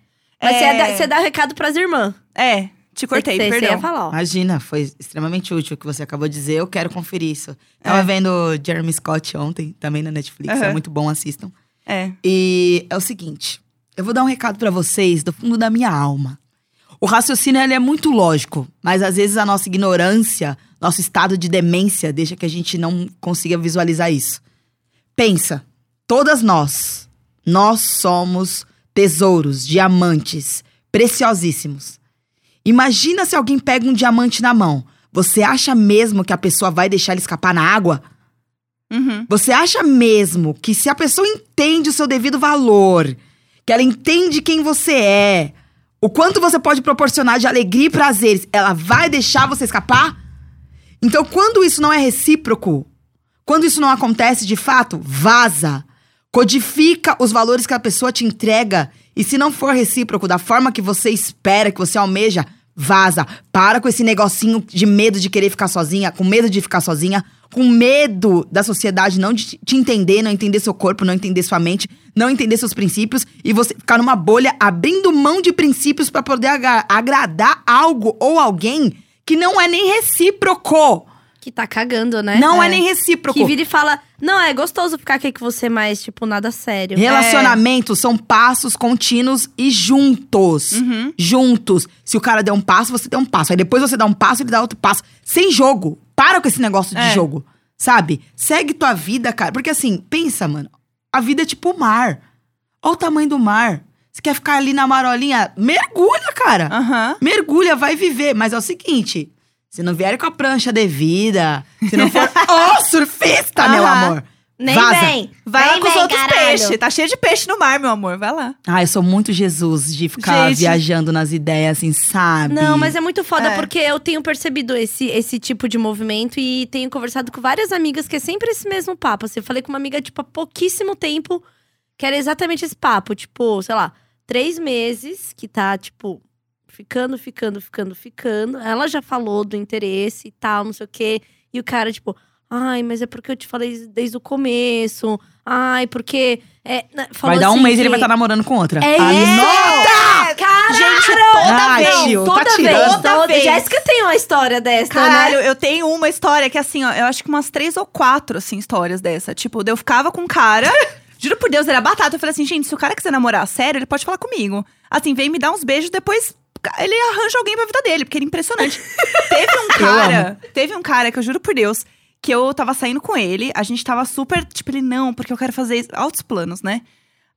S1: Mas
S3: É.
S1: você dá, você dá recado pras irmãs.
S3: É, te cortei,
S1: você, Você
S3: perdão.
S1: ia falar, ó.
S2: Imagina, foi extremamente útil o que você acabou de dizer. Eu quero conferir isso. Tava
S3: É.
S2: vendo Jeremy Scott ontem, também na Netflix. É
S3: Aham.
S2: muito bom, assistam.
S3: É.
S2: E é o seguinte, eu vou dar um recado pra vocês do fundo da minha alma. O raciocínio ele é muito lógico, mas às vezes a nossa ignorância, nosso estado de demência deixa que a gente não consiga visualizar isso. Pensa, todas nós, nós somos tesouros, diamantes, preciosíssimos. Imagina se alguém pega um diamante na mão. Você acha mesmo que a pessoa vai deixar ele escapar na água?
S3: Uhum.
S2: Você acha mesmo que se a pessoa entende o seu devido valor, que ela entende quem você é, o quanto você pode proporcionar de alegria e prazeres, ela vai deixar você escapar? Então, quando isso não é recíproco, quando isso não acontece de fato, vaza. Codifica os valores que a pessoa te entrega. E se não for recíproco da forma que você espera, que você almeja, vaza. Para com esse negocinho de medo de querer ficar sozinha, com medo de ficar sozinha, com medo da sociedade não te te entender, não entender seu corpo, não entender sua mente, não entender seus princípios e você ficar numa bolha abrindo mão de princípios pra poder aga- agradar algo ou alguém que não é nem recíproco.
S1: Que tá cagando, né?
S2: Não é, nem recíproco.
S1: Que vira e fala, não, é gostoso ficar aqui com você, mas, tipo, nada sério.
S2: Relacionamentos são passos contínuos e juntos. Juntos. Se o cara der um passo, você dá um passo. Aí depois você dá um passo, ele dá outro passo. Sem jogo. Para com esse negócio de
S3: É.
S2: jogo. Sabe? Segue tua vida, cara. Porque assim, pensa, mano. A vida é tipo o mar. Olha o tamanho do mar. Você quer ficar ali na marolinha? Mergulha, cara.
S3: Aham.
S2: Mergulha, vai viver. Mas é o seguinte: se não vier com a prancha devida, se não for o surfista, meu
S3: Aham.
S2: amor,
S1: Nem
S2: Vaza.
S1: vem.
S3: Vai
S1: Vem,
S3: lá com os
S1: vem,
S3: outros
S1: caralho.
S3: peixes. Tá cheio de peixe no mar, meu amor. Vai lá.
S2: Ah, eu sou muito Jesus de ficar
S3: Gente.
S2: viajando nas ideias, assim, sabe?
S1: Não, mas é muito foda
S3: É.
S1: porque eu tenho percebido esse, esse tipo de movimento e tenho conversado com várias amigas que é sempre esse mesmo papo. Assim, eu falei com uma amiga, tipo, há pouquíssimo tempo que era exatamente esse papo. Tipo, sei lá, três meses que tá, tipo, ficando, ficando, ficando, ficando. Ela já falou do interesse e tal, não sei o quê. E o cara, tipo, ai, mas é porque eu te falei desde o começo. Ai, porque. É, né,
S2: Vai
S1: falou
S2: dar um
S1: assim
S2: mês e ele
S1: que-
S2: vai estar namorando com outra.
S1: É
S2: Ah,
S1: isso!
S3: Nota!
S1: Caralho!
S3: Gente, toda
S2: Ai,
S3: vez.
S2: tio,
S1: toda
S2: tá
S1: vez,
S2: tirando.
S1: toda
S3: Toda
S1: vez.
S3: vez.
S1: Jéssica tem uma história dessa,
S3: Caralho,
S1: né?
S3: eu tenho uma história que, assim, ó, eu acho que umas três ou quatro, assim, histórias dessa. Tipo, eu ficava com um cara. Juro por Deus, era batata. Eu falei assim, gente, se o cara quiser namorar sério, ele pode falar comigo. Assim, vem me dar uns beijos, depois ele arranja alguém pra vida dele, porque ele é impressionante. teve um cara, teve um cara que eu juro por Deus, que eu tava saindo com ele, a gente tava super, tipo, ele, não, porque eu quero fazer isso", altos planos, né?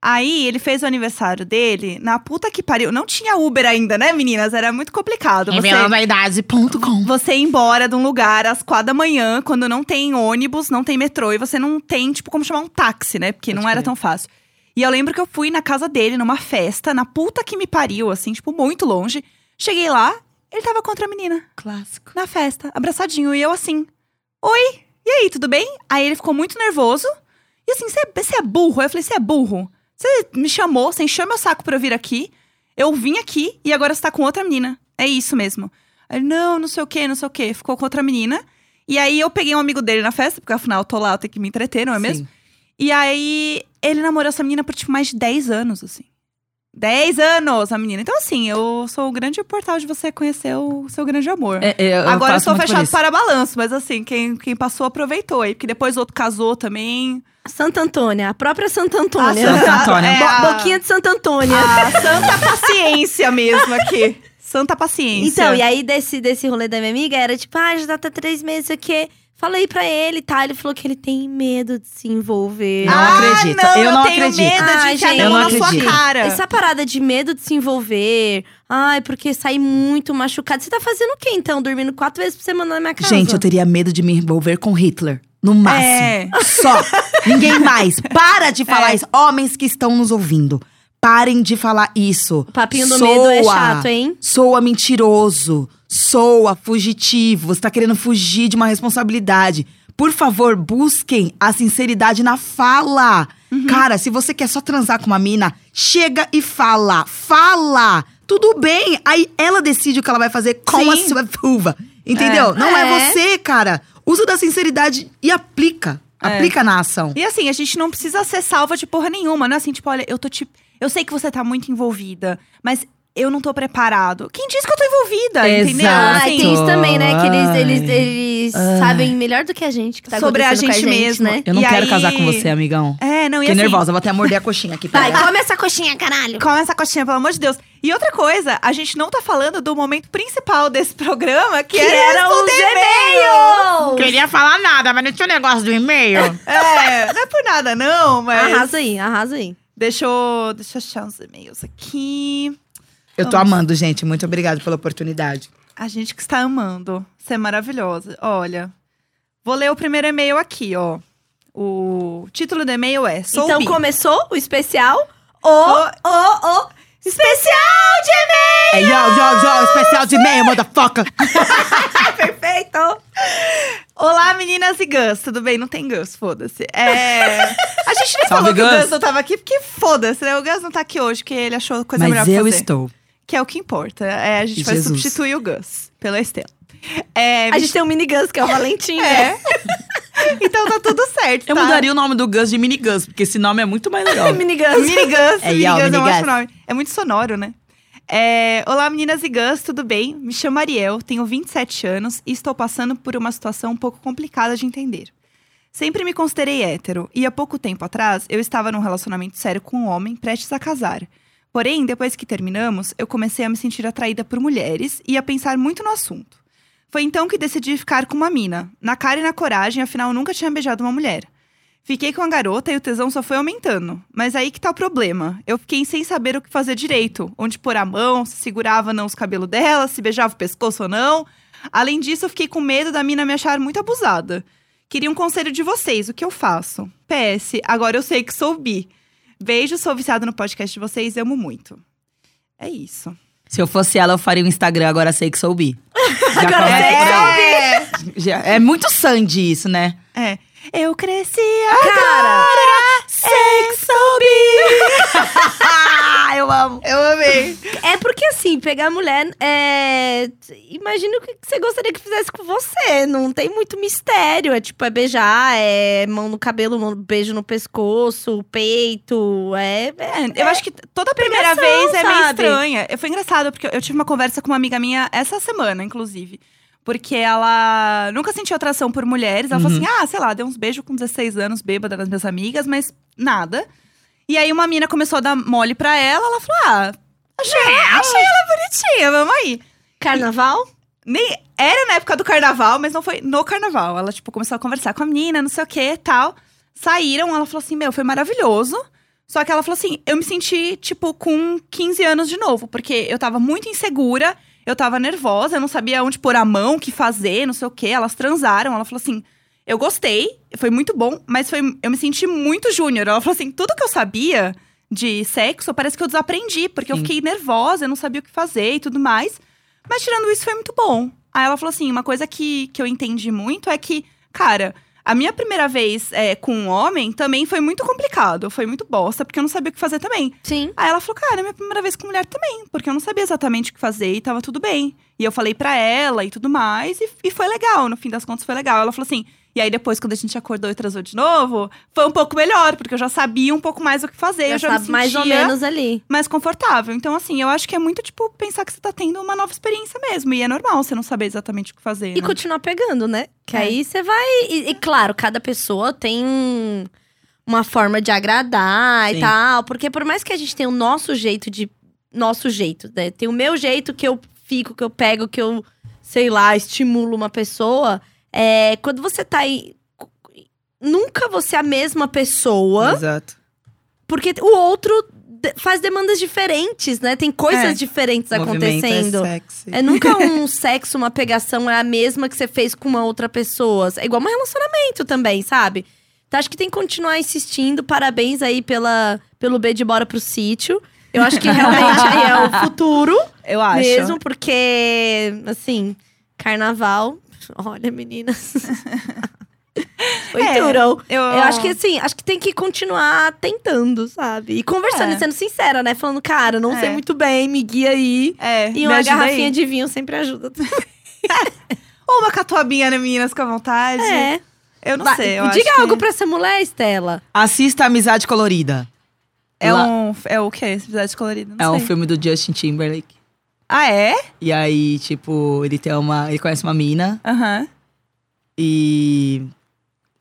S3: Aí ele fez o aniversário dele na puta que pariu. Não tinha Uber ainda, né, meninas? Era muito complicado. você-
S2: Revelandoidade.com.
S3: você ir embora de um lugar às quatro da manhã, quando não tem ônibus, não tem metrô, e você não tem, tipo, como chamar um táxi, né? Porque não era tão fácil. E eu lembro que eu fui na casa dele, numa festa, na puta que me pariu, assim, tipo, muito longe. Cheguei lá, ele tava contra a menina
S2: Clássico.
S3: na festa, abraçadinho. E eu assim, oi, e aí, tudo bem? Aí ele ficou muito nervoso. E assim, você é, cê é burro? Aí eu falei, você é burro? Você me chamou, você encheu meu saco pra eu vir aqui. Eu vim aqui e agora você tá com outra menina. É isso mesmo. Aí, ele, não, não sei o que, não sei o que. Ficou com outra menina. E aí eu peguei um amigo dele na festa, porque afinal eu tô lá, eu tenho que me entreter, não é mesmo? E aí, ele namorou essa menina por, tipo, mais de 10 anos, assim. 10 anos a menina. Então, assim, eu sou o grande portal de você conhecer o seu grande amor.
S2: É, é, eu
S3: Agora eu
S2: passo
S3: sou
S2: muito por
S3: fechado
S2: isso.
S3: para balanço, mas assim, quem, quem passou aproveitou aí, porque depois outro casou também.
S1: Santa Antônia, a própria Santa
S3: A Ah,
S1: Antônia.
S2: Santa Antônia.
S1: Bo-
S3: é, a-
S1: Boquinha de Santa Antônia.
S3: A santa paciência mesmo aqui. Santa paciência.
S1: Então, e aí desse, desse rolê da minha amiga era tipo, ah, já dá até três meses aqui. Falei pra ele, tá? Ele falou que ele tem medo de se envolver.
S2: Não
S3: ah,
S2: acredito,
S3: Não,
S2: eu não
S3: tenho
S2: acredito.
S3: medo de
S1: Ai,
S3: enfiar
S1: gente.
S3: a
S2: Eu
S3: mão
S2: não
S3: na sua
S2: acredito. é
S3: cara.
S1: Essa parada de medo de se envolver. Ai, porque sai muito machucado. Você tá fazendo o quê então? Dormindo quatro vezes por semana na minha casa?
S2: Gente, eu teria medo de me envolver com Hitler. No
S3: É.
S2: máximo. Só. Ninguém mais. Para de
S1: É.
S2: falar isso. Homens que estão nos ouvindo. Parem de falar isso.
S1: O papinho do medo é
S2: Soa.
S1: chato, hein?
S2: Soa mentiroso. Soa fugitivo. Você tá querendo fugir de uma responsabilidade. Por favor, busquem a sinceridade na fala.
S3: Uhum.
S2: Cara, se você quer só transar com uma mina, chega e fala. Fala! Tudo bem. Aí ela decide o que ela vai fazer com a
S3: Sim.
S2: sua vulva. Entendeu? Não
S1: É.
S2: é você, cara. Usa da sinceridade e aplica.
S3: É.
S2: Aplica na ação.
S3: E assim, a gente não precisa ser salva de porra nenhuma. Não é assim, tipo, olha, eu tô te. Eu sei que você tá muito envolvida, mas eu não tô preparado. Quem diz que eu tô envolvida, entendeu?
S1: Ah,
S2: Exato.
S3: Assim,
S1: tem isso também, né? Que eles, eles,
S2: Ai.
S1: eles
S2: Ai.
S1: sabem melhor do que a gente que tá
S3: Sobre a
S1: acontecendo com
S3: gente mesmo.
S1: né?
S2: Eu não
S3: E
S2: quero
S3: aí-
S2: casar com você, amigão.
S3: É, não, e
S2: Fiquei
S3: assim,
S2: nervosa, vou até morder a coxinha aqui.
S1: Vai,
S2: peraí.
S1: come essa coxinha, caralho.
S3: Come essa coxinha, pelo amor de Deus. E outra coisa, a gente não tá falando do momento principal desse programa, que, era
S1: um
S3: o
S1: e-mail!
S2: Queria falar nada, mas não tinha o negócio do
S3: [laughs]
S2: e-mail.
S3: É, não é por nada não, mas...
S1: Arrasa aí, arrasa aí.
S3: Deixa eu, deixa eu achar uns e-mails aqui.
S2: Eu tô amando, gente. Muito obrigada pela oportunidade.
S3: A gente que está amando. Você é maravilhosa. Olha, vou ler o primeiro e-mail aqui, ó. O título do e-mail é... Sou
S1: então
S3: bi.
S1: começou o especial. O, o, o. Especial de e-mail!
S2: É yo, yo, yo, especial de e-mail, motherfucker.
S3: Perfeito! Olá, meninas e Gus. Tudo bem? Não tem Gus, foda-se. É... A gente
S2: [laughs] Salve,
S3: nem falou que o
S2: Gus.
S3: Gus não tava aqui, porque foda-se, né? O Gus não tá aqui hoje, porque ele achou coisa melhor
S2: Mas
S3: pra
S2: eu
S3: fazer.
S2: estou.
S3: Que é o que importa. É, a gente
S2: E
S3: vai
S2: Jesus.
S3: substituir o Gus pela Estela. É,
S1: A gente tem um miniguns que é o Valentim. né?
S3: é. então tá tudo
S2: [laughs]
S3: certo,
S2: Eu
S3: tá?
S2: mudaria o nome do Gus de Mini Gus, porque esse nome é muito mais [laughs] legal.
S3: [laughs]
S1: miniguns.
S3: Mini Gus,
S2: É,
S3: Mini
S2: yo,
S3: Gus é um
S2: mini
S3: ótimo
S2: Gus.
S3: nome. É muito sonoro, né? É, Olá, meninas e Gus, tudo bem? Me chamo Ariel, tenho 27 anos e estou passando por uma situação um pouco complicada de entender. Sempre me considerei hétero e há pouco tempo atrás eu estava num relacionamento sério com um homem prestes a casar. Porém, depois que terminamos, eu comecei a me sentir atraída por mulheres e a pensar muito no assunto. Foi então que decidi ficar com uma mina, na cara e na coragem, afinal eu nunca tinha beijado uma mulher. Fiquei com a garota e o tesão só foi aumentando. Mas aí que tá o problema. Eu fiquei sem saber o que fazer direito. Onde pôr a mão, se segurava ou não os cabelos dela, se beijava o pescoço ou não. Além disso, eu fiquei com medo da mina me achar muito abusada. Queria um conselho de vocês, o que eu faço? PS, agora eu sei que sou bi. Beijo, sou viciado no podcast de vocês, amo muito. É isso.
S2: Se eu fosse ela, eu faria um Instagram, agora sei que sou [laughs] bi. Já
S1: Agora
S2: começa
S1: sei que
S2: por aí. Já- É muito Sandy isso, né?
S3: É. Eu cresci
S1: Cara,
S2: Ah, eu amo.
S3: Eu amei.
S1: é porque assim, pegar mulher é. Imagina o que você gostaria que fizesse com você. Não tem muito mistério. É tipo, é beijar, é mão no cabelo, mão- beijo no pescoço, peito. É. é-
S3: eu acho que toda a primeira vez é meio
S1: sabe?
S3: estranha. Eu, foi engraçado, porque eu- eu tive uma conversa com uma amiga minha essa semana, inclusive. Porque ela nunca sentiu atração por mulheres. Ela
S1: Uhum.
S3: falou assim: ah, sei lá, deu uns beijos com 16 anos, bêbada nas minhas amigas, mas nada. E aí uma mina começou a dar mole pra ela, ela falou: ah, achei,
S1: É.
S3: achei ela bonitinha, vamos aí.
S1: Carnaval?
S3: Nem, era na época do carnaval, mas não foi no carnaval. Ela, tipo, começou a conversar com a menina, não sei o que tal. Saíram, ela falou assim: Meu, foi maravilhoso. Só que ela falou assim: Eu me senti, tipo, com 15 anos de novo, porque eu tava muito insegura, eu tava nervosa, eu não sabia onde pôr a mão, o que fazer, não sei o que. Elas transaram, ela falou assim. Eu gostei, foi muito bom, mas foi, eu me senti muito júnior. Ela falou assim: tudo que eu sabia de sexo parece que eu desaprendi, porque eu
S2: Sim.
S3: fiquei nervosa, eu não sabia o que fazer e tudo mais. Mas tirando isso, foi muito bom. Aí ela falou assim: uma coisa que, que eu entendi muito é que, cara, a minha primeira vez é, com um homem também foi muito complicado. Foi muito bosta, porque eu não sabia o que fazer também.
S1: Sim.
S3: Aí ela falou, cara, é minha primeira vez com mulher também, porque eu não sabia exatamente o que fazer e tava tudo bem. E eu falei pra ela e tudo mais, e, e foi legal, no fim das contas foi legal. Ela falou assim, e aí depois, quando a gente acordou e transou de novo, foi um pouco melhor, porque eu já sabia um pouco mais o que fazer, eu já me
S1: sabe
S3: sentia
S1: mais ou menos ali.
S3: mais confortável. Então, assim, eu acho que é muito, tipo, pensar que você tá tendo uma nova experiência mesmo. E é normal você não saber exatamente o que fazer.
S1: E
S3: né?
S1: continuar pegando, né? Que
S3: É.
S1: aí você vai. E, e claro, cada pessoa tem um- uma forma de agradar e
S2: Sim.
S1: tal. Porque por mais que a gente tenha o nosso jeito de. Nosso jeito, né? Tem o meu jeito que eu fico, que eu pego, que eu, sei lá, estimulo uma pessoa. É, quando você tá aí. Nunca você é a mesma pessoa.
S2: Exato.
S1: Porque o outro de- faz demandas diferentes, né? Tem coisas
S3: É.
S1: diferentes
S2: O movimento
S1: acontecendo.
S2: Tá É sexy.
S1: É nunca um sexo, uma pegação é a mesma que você fez com uma outra pessoa. É igual um relacionamento também, sabe? Então acho que tem que continuar insistindo. Parabéns aí pela, pelo B de bora pro sítio. Eu acho que realmente aí é
S3: [laughs]
S1: o futuro
S3: Eu acho.
S1: mesmo, porque, assim, carnaval. Olha,
S3: [laughs]
S1: meninas. Oi,
S3: É, Ah.
S1: Turão.
S3: Eu,
S1: Eu acho que assim, acho que tem que continuar tentando, sabe? E conversando
S3: É.
S1: e sendo sincera, né? Falando, cara, não sei
S3: É.
S1: muito bem, me guia aí.
S3: É,
S1: E
S3: me
S1: uma
S3: ajuda aí.
S1: garrafinha de vinho sempre ajuda.
S3: Ou uma catuabinha, né, meninas, com a vontade.
S1: É.
S3: Eu não
S1: Vai,
S3: sei. Eu
S1: diga
S3: acho
S1: algo
S3: que
S1: pra essa mulher, Estela.
S2: Assista Amizade Colorida.
S3: É,
S2: Lá-
S3: um, é o quê? Cidade colorida? Não
S2: É um
S3: sei.
S2: filme do Justin Timberlake.
S3: Ah, é?
S2: E aí, tipo, ele tem uma. Ele conhece uma mina
S3: Aham.
S2: e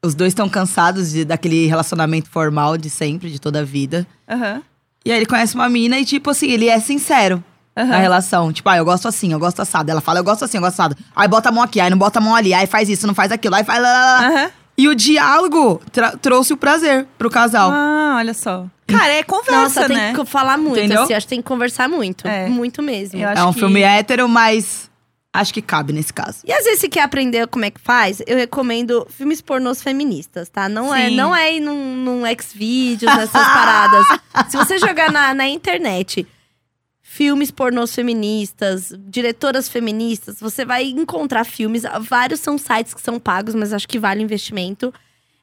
S2: os dois estão cansados de, daquele relacionamento formal de sempre, de toda a vida.
S3: Aham.
S2: E aí ele conhece uma mina e, tipo assim, ele é sincero na
S3: Aham.
S2: relação. Tipo, ah, eu gosto assim, eu gosto assado. Ela fala, eu gosto assim, eu gosto assado. Aí bota a mão aqui, aí não bota a mão ali, aí faz isso, não faz aquilo, aí faz. Lá, lá, lá.
S3: Aham.
S2: E o diálogo tra- trouxe o prazer pro casal.
S3: Ah, olha só. Cara, é conversa,
S1: Nossa, tem
S3: né?
S1: que falar muito,
S2: Entendeu?
S1: assim. Acho que tem que conversar muito.
S3: É.
S1: Muito mesmo.
S3: Eu acho
S2: é um
S3: que-
S2: filme hétero, mas acho que cabe nesse caso.
S1: E às vezes se quer aprender como é que faz, eu recomendo filmes pornôs feministas, tá? Não é,
S3: Sim.
S1: não é ir num, num X-Videos, nessas paradas.
S3: [laughs]
S1: Se você jogar na, na internet filmes pornôs feministas, diretoras feministas, você vai encontrar filmes. Vários são sites que são pagos, mas acho que vale o investimento.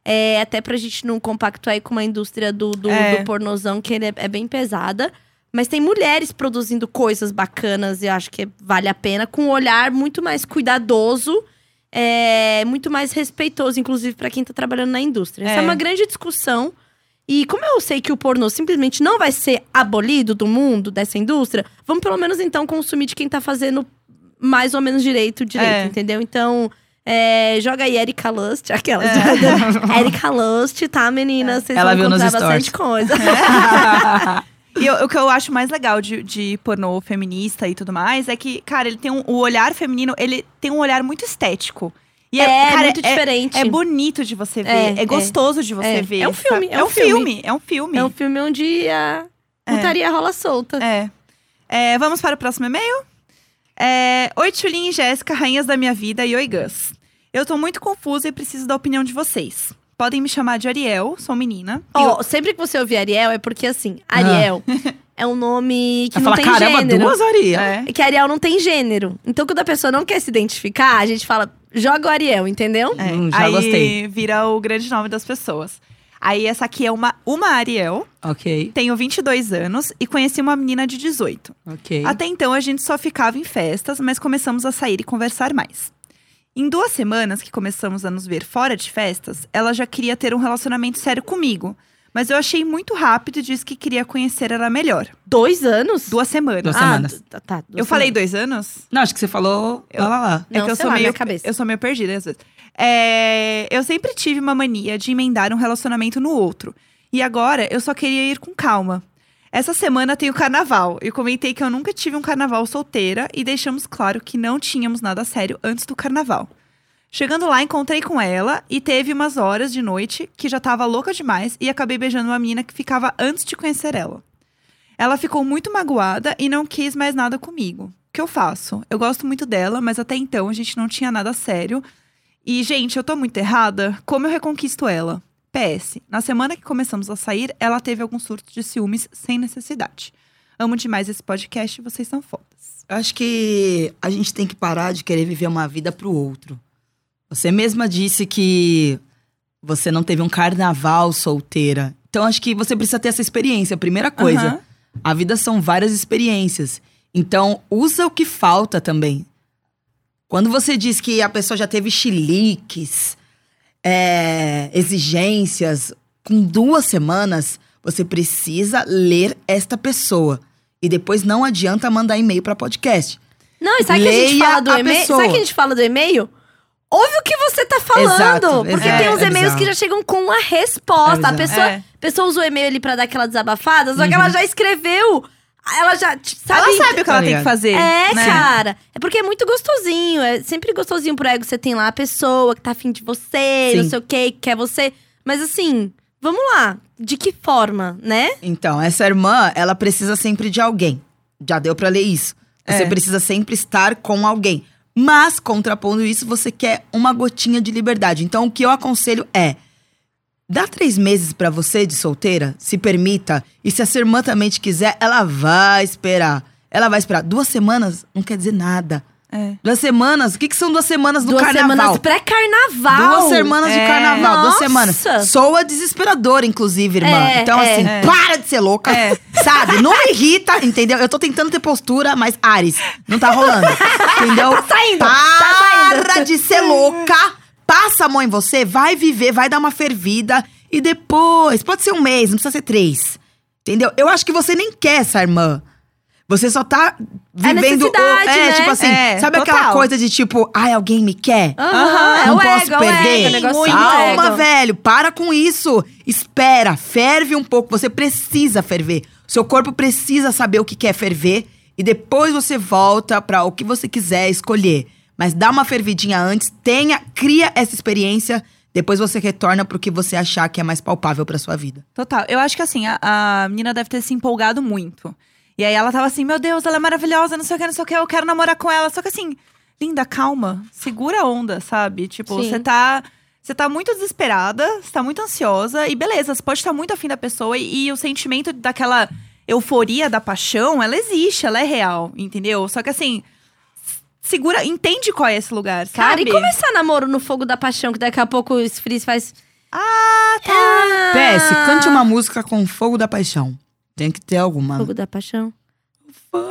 S1: É, até pra gente não compactuar aí com uma indústria do, do,
S3: É.
S1: do pornozão, que ele é, é bem pesada. Mas tem mulheres produzindo coisas bacanas e eu acho que vale a pena, com um olhar muito mais cuidadoso, é, muito mais respeitoso, inclusive, pra quem tá trabalhando na indústria. Essa é
S3: É.
S1: uma grande discussão. E como eu sei que o pornô simplesmente não vai ser abolido do mundo, dessa indústria, vamos pelo menos então consumir de quem tá fazendo mais ou menos direito, direito,
S3: É.
S1: entendeu? Então, é, joga aí Erika Lust, aquela. É. Erika Lust, tá, meninas? Vocês
S2: Ela
S1: vão
S2: viu nos
S1: encontrar bastante
S2: stories.
S1: coisa.
S3: E eu- o que eu acho mais legal de, de pornô feminista e tudo mais é que, cara, ele tem um, o olhar feminino, ele tem um olhar muito estético. E
S1: É,
S3: cara,
S1: muito diferente.
S3: É bonito de você ver,
S1: É,
S3: é,
S1: é.
S3: gostoso de você
S1: É.
S3: ver.
S1: É um
S3: sabe?
S1: filme, é um
S3: é um filme.
S1: É um filme onde a putaria rola solta.
S3: É. É, vamos para o próximo e-mail? É, Oi, Tchulin e Jéssica, rainhas da minha vida, e oi, Gus. Eu tô muito confusa e preciso da opinião de vocês. Podem me chamar de Ariel, sou menina.
S1: Ó, sempre que você ouvir Ariel, é porque assim, Ariel [laughs] é um nome que
S2: Vai
S1: não
S2: falar,
S1: tem
S2: caramba,
S1: gênero.
S2: duas Ariel.
S3: É.
S1: Que Ariel não tem gênero. Então, quando a pessoa não quer se identificar, a gente fala, joga o Ariel, entendeu?
S3: É,
S2: Hum, já
S3: aí
S2: gostei.
S3: vira o grande nome das pessoas. Aí essa aqui é uma, uma Ariel,
S2: Ok,
S3: tenho 22 anos e conheci uma menina de 18.
S2: ok.
S3: Até então a gente só ficava em festas, mas começamos a sair e conversar mais. Em duas semanas que começamos a nos ver fora de festas, ela já queria ter um relacionamento sério comigo. Mas eu achei muito rápido e disse que queria conhecer ela melhor.
S1: Dois anos?
S3: Duas semanas.
S2: Duas
S1: ah,
S2: semanas.
S1: d- Tá, tá, duas
S3: eu falei
S1: semanas.
S3: dois anos?
S2: Não, acho que você falou. Lá, lá, lá.
S1: Não,
S3: é que eu
S1: sei
S3: sou
S1: lá,
S3: meio.
S1: minha cabeça.
S3: Eu sou meio perdida às vezes. É, eu sempre tive uma mania de emendar um relacionamento no outro. E agora eu só queria ir com calma. Essa semana tem o carnaval. Eu comentei que eu nunca tive um carnaval solteira e deixamos claro que não tínhamos nada sério antes do carnaval. Chegando lá, encontrei com ela e teve umas horas de noite que já tava louca demais e acabei beijando uma menina que ficava antes de conhecer ela. Ela ficou muito magoada e não quis mais nada comigo. O que eu faço? Eu gosto muito dela, mas até então a gente não tinha nada sério. E, gente, eu tô muito errada. Como eu reconquisto ela? PS, na semana que começamos a sair, ela teve algum surto de ciúmes sem necessidade. Amo demais esse podcast, vocês são fodas.
S2: Eu acho que a gente tem que parar de querer viver uma vida pro outro. Você mesma disse que você não teve um carnaval solteira. Então acho que você precisa ter essa experiência, primeira coisa.
S3: Aham.
S2: A vida são várias experiências. Então, usa o que falta também. Quando você diz que a pessoa já teve chiliques, é, exigências, com duas semanas, você precisa ler esta pessoa. E depois não adianta mandar e-mail para podcast.
S1: Não, e sabe o que a gente
S2: Leia
S1: fala do
S2: a
S1: e-mail?
S2: pessoa.
S1: Sabe o que a gente fala do e-mail? Ouve o que você tá falando.
S2: Exato,
S1: porque
S2: exato.
S1: tem uns
S2: É
S1: e-mails
S2: bizarro.
S1: que já chegam com a
S2: É
S1: resposta. a
S2: bizarro.
S1: pessoa,
S3: É.
S1: a pessoa usa o e-mail ali pra dar aquela desabafada, só que ela já escreveu. Ela já t- sabe.
S3: Ela sabe o que
S2: Tá
S3: ela tem
S2: ligado.
S3: que fazer.
S1: É,
S3: né?
S1: cara. É porque é muito gostosinho. É sempre gostosinho pro ego que você tem lá a pessoa que tá afim de você, não
S2: Sim.
S1: sei o quê, que quer você. Mas assim, vamos lá. De que forma, né?
S2: Então, essa irmã, ela precisa sempre de alguém. Já deu pra ler isso. Você
S3: É.
S2: precisa sempre estar com alguém. Mas, contrapondo isso, você quer uma gotinha de liberdade. Então, o que eu aconselho é. Dá três meses pra você de solteira, se permita. E se essa irmã também te quiser, ela vai esperar. Ela vai esperar. Duas semanas não quer dizer nada.
S3: É.
S2: Duas semanas? O que, que são duas semanas do
S1: Duas
S2: carnaval?
S1: semanas pré-carnaval.
S2: Duas semanas de
S3: É.
S2: carnaval, duas
S1: Nossa.
S2: semanas. Soa desesperador, inclusive, irmã.
S1: É,
S2: então,
S1: é.
S2: assim,
S3: É.
S2: para de ser louca.
S3: É.
S2: Sabe? Não me irrita, entendeu? Eu tô tentando ter postura, mas Ares, não tá rolando. Entendeu? Tá
S1: saindo,
S2: Para
S1: tá saindo.
S2: de ser louca. Passa a mão em você, vai viver, vai dar uma fervida. E depois, pode ser um mês, não precisa ser três. Entendeu? Eu acho que você nem quer essa irmã. Você só tá vivendo. o-
S1: É necessidade,
S2: é,
S1: né?
S2: tipo assim,
S3: É,
S2: sabe aquela
S3: total.
S2: coisa de tipo, ai, alguém me quer?
S1: Aham, é
S2: não
S1: o ego,
S2: posso
S1: é o
S2: perder.
S1: ego, o negócio
S3: Muito
S1: do ego.
S2: Calma, velho, para com isso. Espera, ferve um pouco. Você precisa ferver. Seu corpo precisa saber o que quer ferver e depois você volta pra o que você quiser escolher. Mas dá uma fervidinha antes, tenha, cria essa experiência, depois você retorna pro que você achar que é mais palpável pra sua vida.
S3: Total. Eu acho que assim, a, a menina deve ter se empolgado muito. E aí ela tava assim, meu Deus, ela é maravilhosa, não sei o que, não sei o que, eu quero namorar com ela. Só que assim, linda, calma, segura a onda, sabe? Tipo,
S1: Sim.
S3: você tá. Você tá muito desesperada, você tá muito ansiosa, e beleza, você pode estar muito afim da pessoa, e, e o sentimento daquela euforia da paixão, ela existe, ela é real, entendeu? Só que assim, s- segura, entende qual é esse lugar, sabe?
S1: Cara, e começar namoro no fogo da paixão, que daqui a pouco esfriz faz. Ah, tá.
S2: PS, cante uma música com fogo da paixão. Tem que ter alguma.
S1: Fogo da paixão.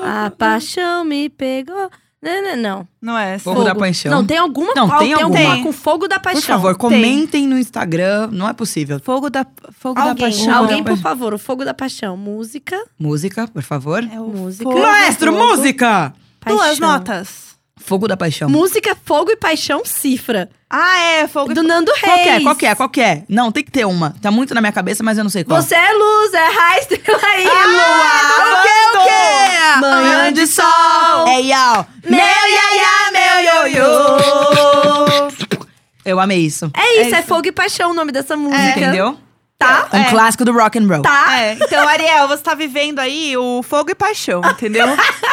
S1: A paixão me pegou. Não, não, não.
S3: Não é?
S2: Fogo da paixão.
S1: Não, tem alguma
S2: Não,
S1: qual-
S2: tem alguma.
S1: com fogo da
S2: Por
S1: paixão.
S2: favor, comentem no Instagram. Não é possível.
S3: Fogo da, fogo da
S1: Alguém,
S3: paixão.
S1: alguém
S2: da
S1: por
S2: paixão.
S1: favor, o fogo da paixão. Música,
S2: Música, por favor.
S3: É o
S1: Música.
S3: fogo-
S2: Maestro,
S1: fogo.
S2: música!
S1: paixão.
S3: Duas notas.
S2: Fogo da paixão.
S1: Música, fogo e paixão, cifra.
S3: Ah, é, fogo
S1: Do Nando Reis.
S2: Qual que é? Qual que é? Qual que é? Não, tem que ter uma. Tá muito na minha cabeça, mas eu não sei qual.
S1: Você é luz, é raio, estrela aí,
S2: Ah, o que, o que?
S1: é Manhã de sol.
S2: É iau. Meu iaiá, meu ioiô. Eu amei isso. É.
S1: É isso, é,
S3: É isso.
S1: fogo e paixão o nome dessa música.
S2: Entendeu? [laughs]
S3: Tá?
S2: Um clássico do rock and roll.
S1: É. Tá?
S3: É,
S1: [laughs]
S3: então, Ariel, você tá vivendo aí o fogo e paixão, entendeu?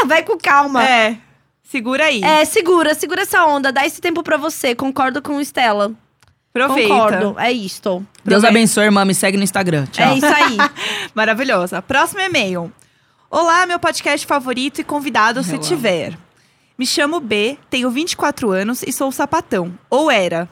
S1: Vai com calma.
S3: é. Segura aí.
S1: É, segura, segura essa onda, dá esse tempo pra você. Concordo com Estela.
S3: Aproveita.
S1: Concordo, é isto.
S2: Deus
S3: Aproveita.
S2: abençoe, irmã. Me segue no Instagram. Tchau.
S1: É isso aí.
S3: Maravilhosa. Próximo e-mail. Olá, meu podcast favorito e convidado se
S2: Eu amo.
S3: tiver. Me chamo B, tenho 24 anos e sou sapatão. Ou era.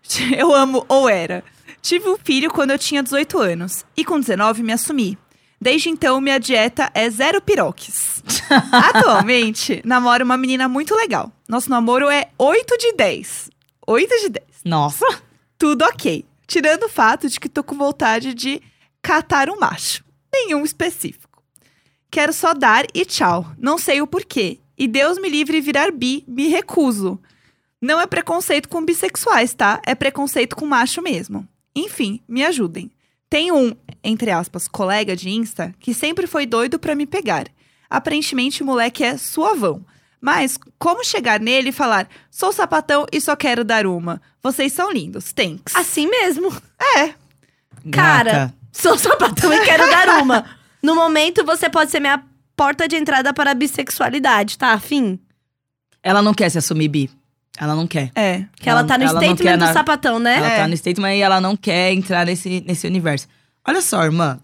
S3: [laughs] Eu amo ou era. Tive um filho quando eu tinha 18 anos e com 19 me assumi. Desde então, minha dieta é
S2: [laughs]
S3: zero piroques. Atualmente, namoro uma menina muito legal. Nosso namoro é 8 de 10. 8 de 10
S2: Nossa.
S3: tudo ok. Tirando o fato de que tô com vontade de catar um macho. Nenhum específico. Quero só dar e tchau. Não sei o porquê. E Deus me livre virar bi, me recuso. Não é preconceito com bissexuais, tá? É preconceito com macho mesmo. Enfim, me ajudem. Tem um, entre aspas, colega de Insta que sempre foi doido pra me pegar. Aparentemente o moleque é suavão. Mas como chegar nele e falar: sou sapatão e só quero dar uma? Vocês são lindos, thanks.
S1: Assim mesmo.
S2: Gata.
S1: Cara. Sou sapatão e quero dar uma. No momento, você pode ser minha porta de entrada para a bissexualidade, tá? Afim?
S2: Ela não quer se assumir bi. Ela não quer.
S3: É.
S1: Que ela,
S2: Ela-
S1: tá no
S2: ela não
S1: statement
S2: quer
S1: do
S2: na-
S1: sapatão, né?
S2: Ela
S3: É.
S2: tá no statement e ela não quer entrar nesse, nesse universo. Olha só, irmã.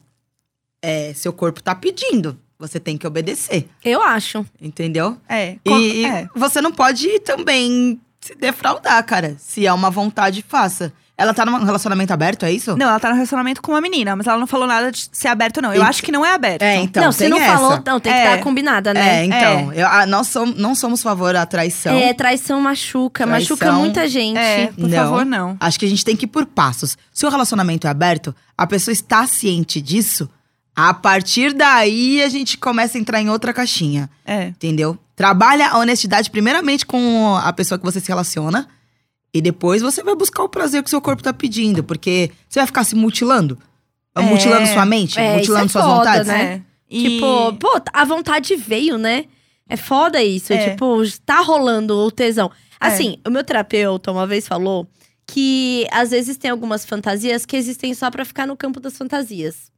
S2: É, seu corpo tá pedindo. Você tem que obedecer.
S1: Eu acho.
S2: Entendeu?
S3: É.
S2: E,
S3: Co-
S2: e
S3: é.
S2: você não pode também se defraudar, cara. Se é uma vontade, faça. Ela tá num relacionamento aberto, é isso?
S3: Não, ela tá no relacionamento com uma menina, mas ela não falou nada de ser aberto, não. Eu
S2: Ent-
S3: acho que não é aberto.
S2: É, então.
S1: não, se
S2: tem
S1: não
S2: essa.
S1: falou, não, tem que
S3: É.
S1: estar combinada,
S2: É,
S1: né?
S2: então. eu- ah, nós som- não somos favor à traição.
S1: É, traição machuca, machuca
S2: Traição-
S1: muita gente.
S3: É, por
S2: Não.
S3: favor, não.
S2: Acho que a gente tem que ir por passos. Se o relacionamento é aberto, a pessoa está ciente disso. A partir daí, a gente começa a entrar em outra caixinha,
S3: É.
S2: entendeu? Trabalha a honestidade primeiramente com a pessoa que você se relaciona. E depois você vai buscar o prazer que seu corpo tá pedindo. Porque você vai ficar se mutilando.
S3: É.
S2: Mutilando sua mente,
S1: É,
S2: mutilando
S1: isso é
S2: suas
S1: foda,
S2: vontades.
S1: né?
S3: É. E-
S1: Tipo, pô, a vontade veio, né? É foda isso.
S3: É.
S1: Tipo, tá rolando o tesão.
S3: É.
S1: Assim, o meu terapeuta uma vez falou que às vezes tem algumas fantasias que existem só pra ficar no campo das fantasias.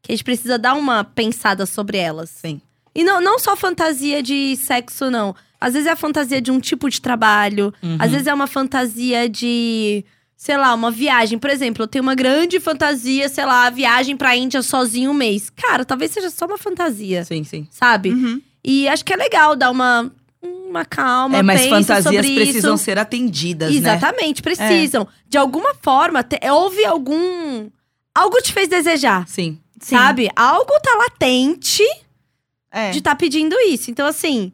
S1: Que a gente precisa dar uma pensada sobre elas.
S2: Sim.
S1: E não, não só fantasia de sexo, não. Às vezes é a fantasia de um tipo de trabalho,
S2: Uhum.
S1: às vezes é uma fantasia de, sei lá, uma viagem. Por exemplo, eu tenho uma grande fantasia, sei lá, a viagem pra Índia sozinho um mês. Cara, talvez seja só uma fantasia,
S2: Sim, sim.
S1: sabe?
S3: Uhum.
S1: E acho que é legal dar uma, uma calma,
S2: é, mas
S1: pensa
S2: fantasias
S1: sobre
S2: precisam
S1: isso.
S2: ser atendidas, né?
S1: Exatamente, precisam. De alguma forma, te- houve algum... Algo te fez desejar,
S2: Sim.
S1: sabe? Algo tá latente
S3: É.
S1: de estar pedindo isso. Então, assim.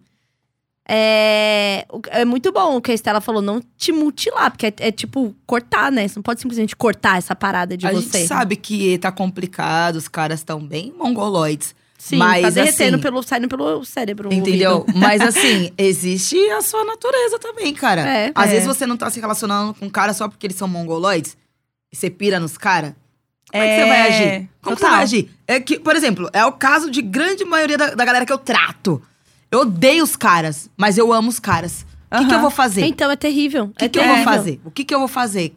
S1: É, o- é muito bom o que a Estela falou, não te mutilar, porque é, é tipo cortar, né? Você não pode simplesmente cortar essa parada de
S2: a
S1: você.
S2: gente sabe que tá complicado, os caras estão bem mongoloides.
S1: Sim,
S2: mas
S1: tá derretendo
S2: assim,
S1: pelo, saindo pelo cérebro. o
S2: Entendeu?
S1: [laughs] ouvido.
S2: Mas assim, existe a sua natureza também, cara.
S1: É.
S2: Às
S3: É.
S2: vezes você não tá se relacionando com um cara só porque eles são mongoloides e você pira nos caras. Como é, que você vai agir? Como que você
S3: total.
S2: vai agir? É que, por exemplo, é o caso de grande maioria da, da galera que eu trato. Eu odeio os caras, mas eu amo os caras. O que, que eu
S3: Aham.
S2: vou fazer? O
S1: Então é terrível.
S2: que,
S1: é
S2: que eu vou
S1: terrível.
S2: fazer? O que, que eu vou fazer?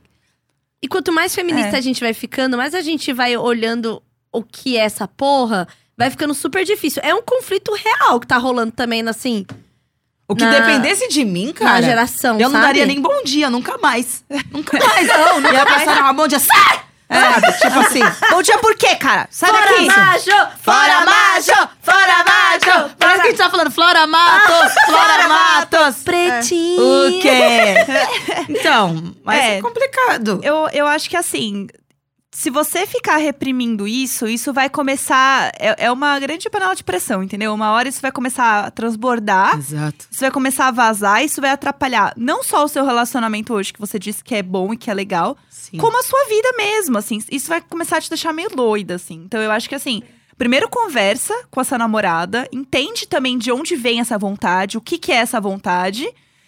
S1: E quanto mais feminista
S3: É.
S1: a gente vai ficando, mais a gente vai olhando o que é essa porra, vai ficando super difícil. É um conflito real que tá rolando também, assim,
S2: O que
S1: Na-
S2: dependesse de mim, cara.
S1: na geração.
S2: Eu não
S1: sabe?
S2: daria nem bom dia, nunca mais. [laughs] Nunca mais, não. Nunca e a pessoa dava bom um dia, sai! Sabe? Tipo assim.
S3: Bom dia por quê, cara? Sai
S1: Fora
S3: daqui!
S1: macho! Fora macho! Fora macho!
S2: Parece que a gente tá falando Flora Matos, [laughs] Flora Matos.
S1: Pretinho!
S2: O quê? Então, mas é,
S3: É.
S2: complicado.
S3: Eu, eu acho que assim, se você ficar reprimindo isso, isso vai começar. É, é uma grande panela de pressão, entendeu? Uma hora isso vai começar a
S2: Ah.
S3: transbordar,
S2: Exato.
S3: isso vai começar a vazar, isso vai atrapalhar não só o seu relacionamento hoje, que você disse que é bom e que é legal,
S2: Sim.
S3: como a sua vida mesmo, assim. Isso vai começar a te deixar meio doida, assim. Então eu acho que assim. Primeiro conversa com essa namorada, entende também de onde vem essa vontade, o que, que é essa vontade.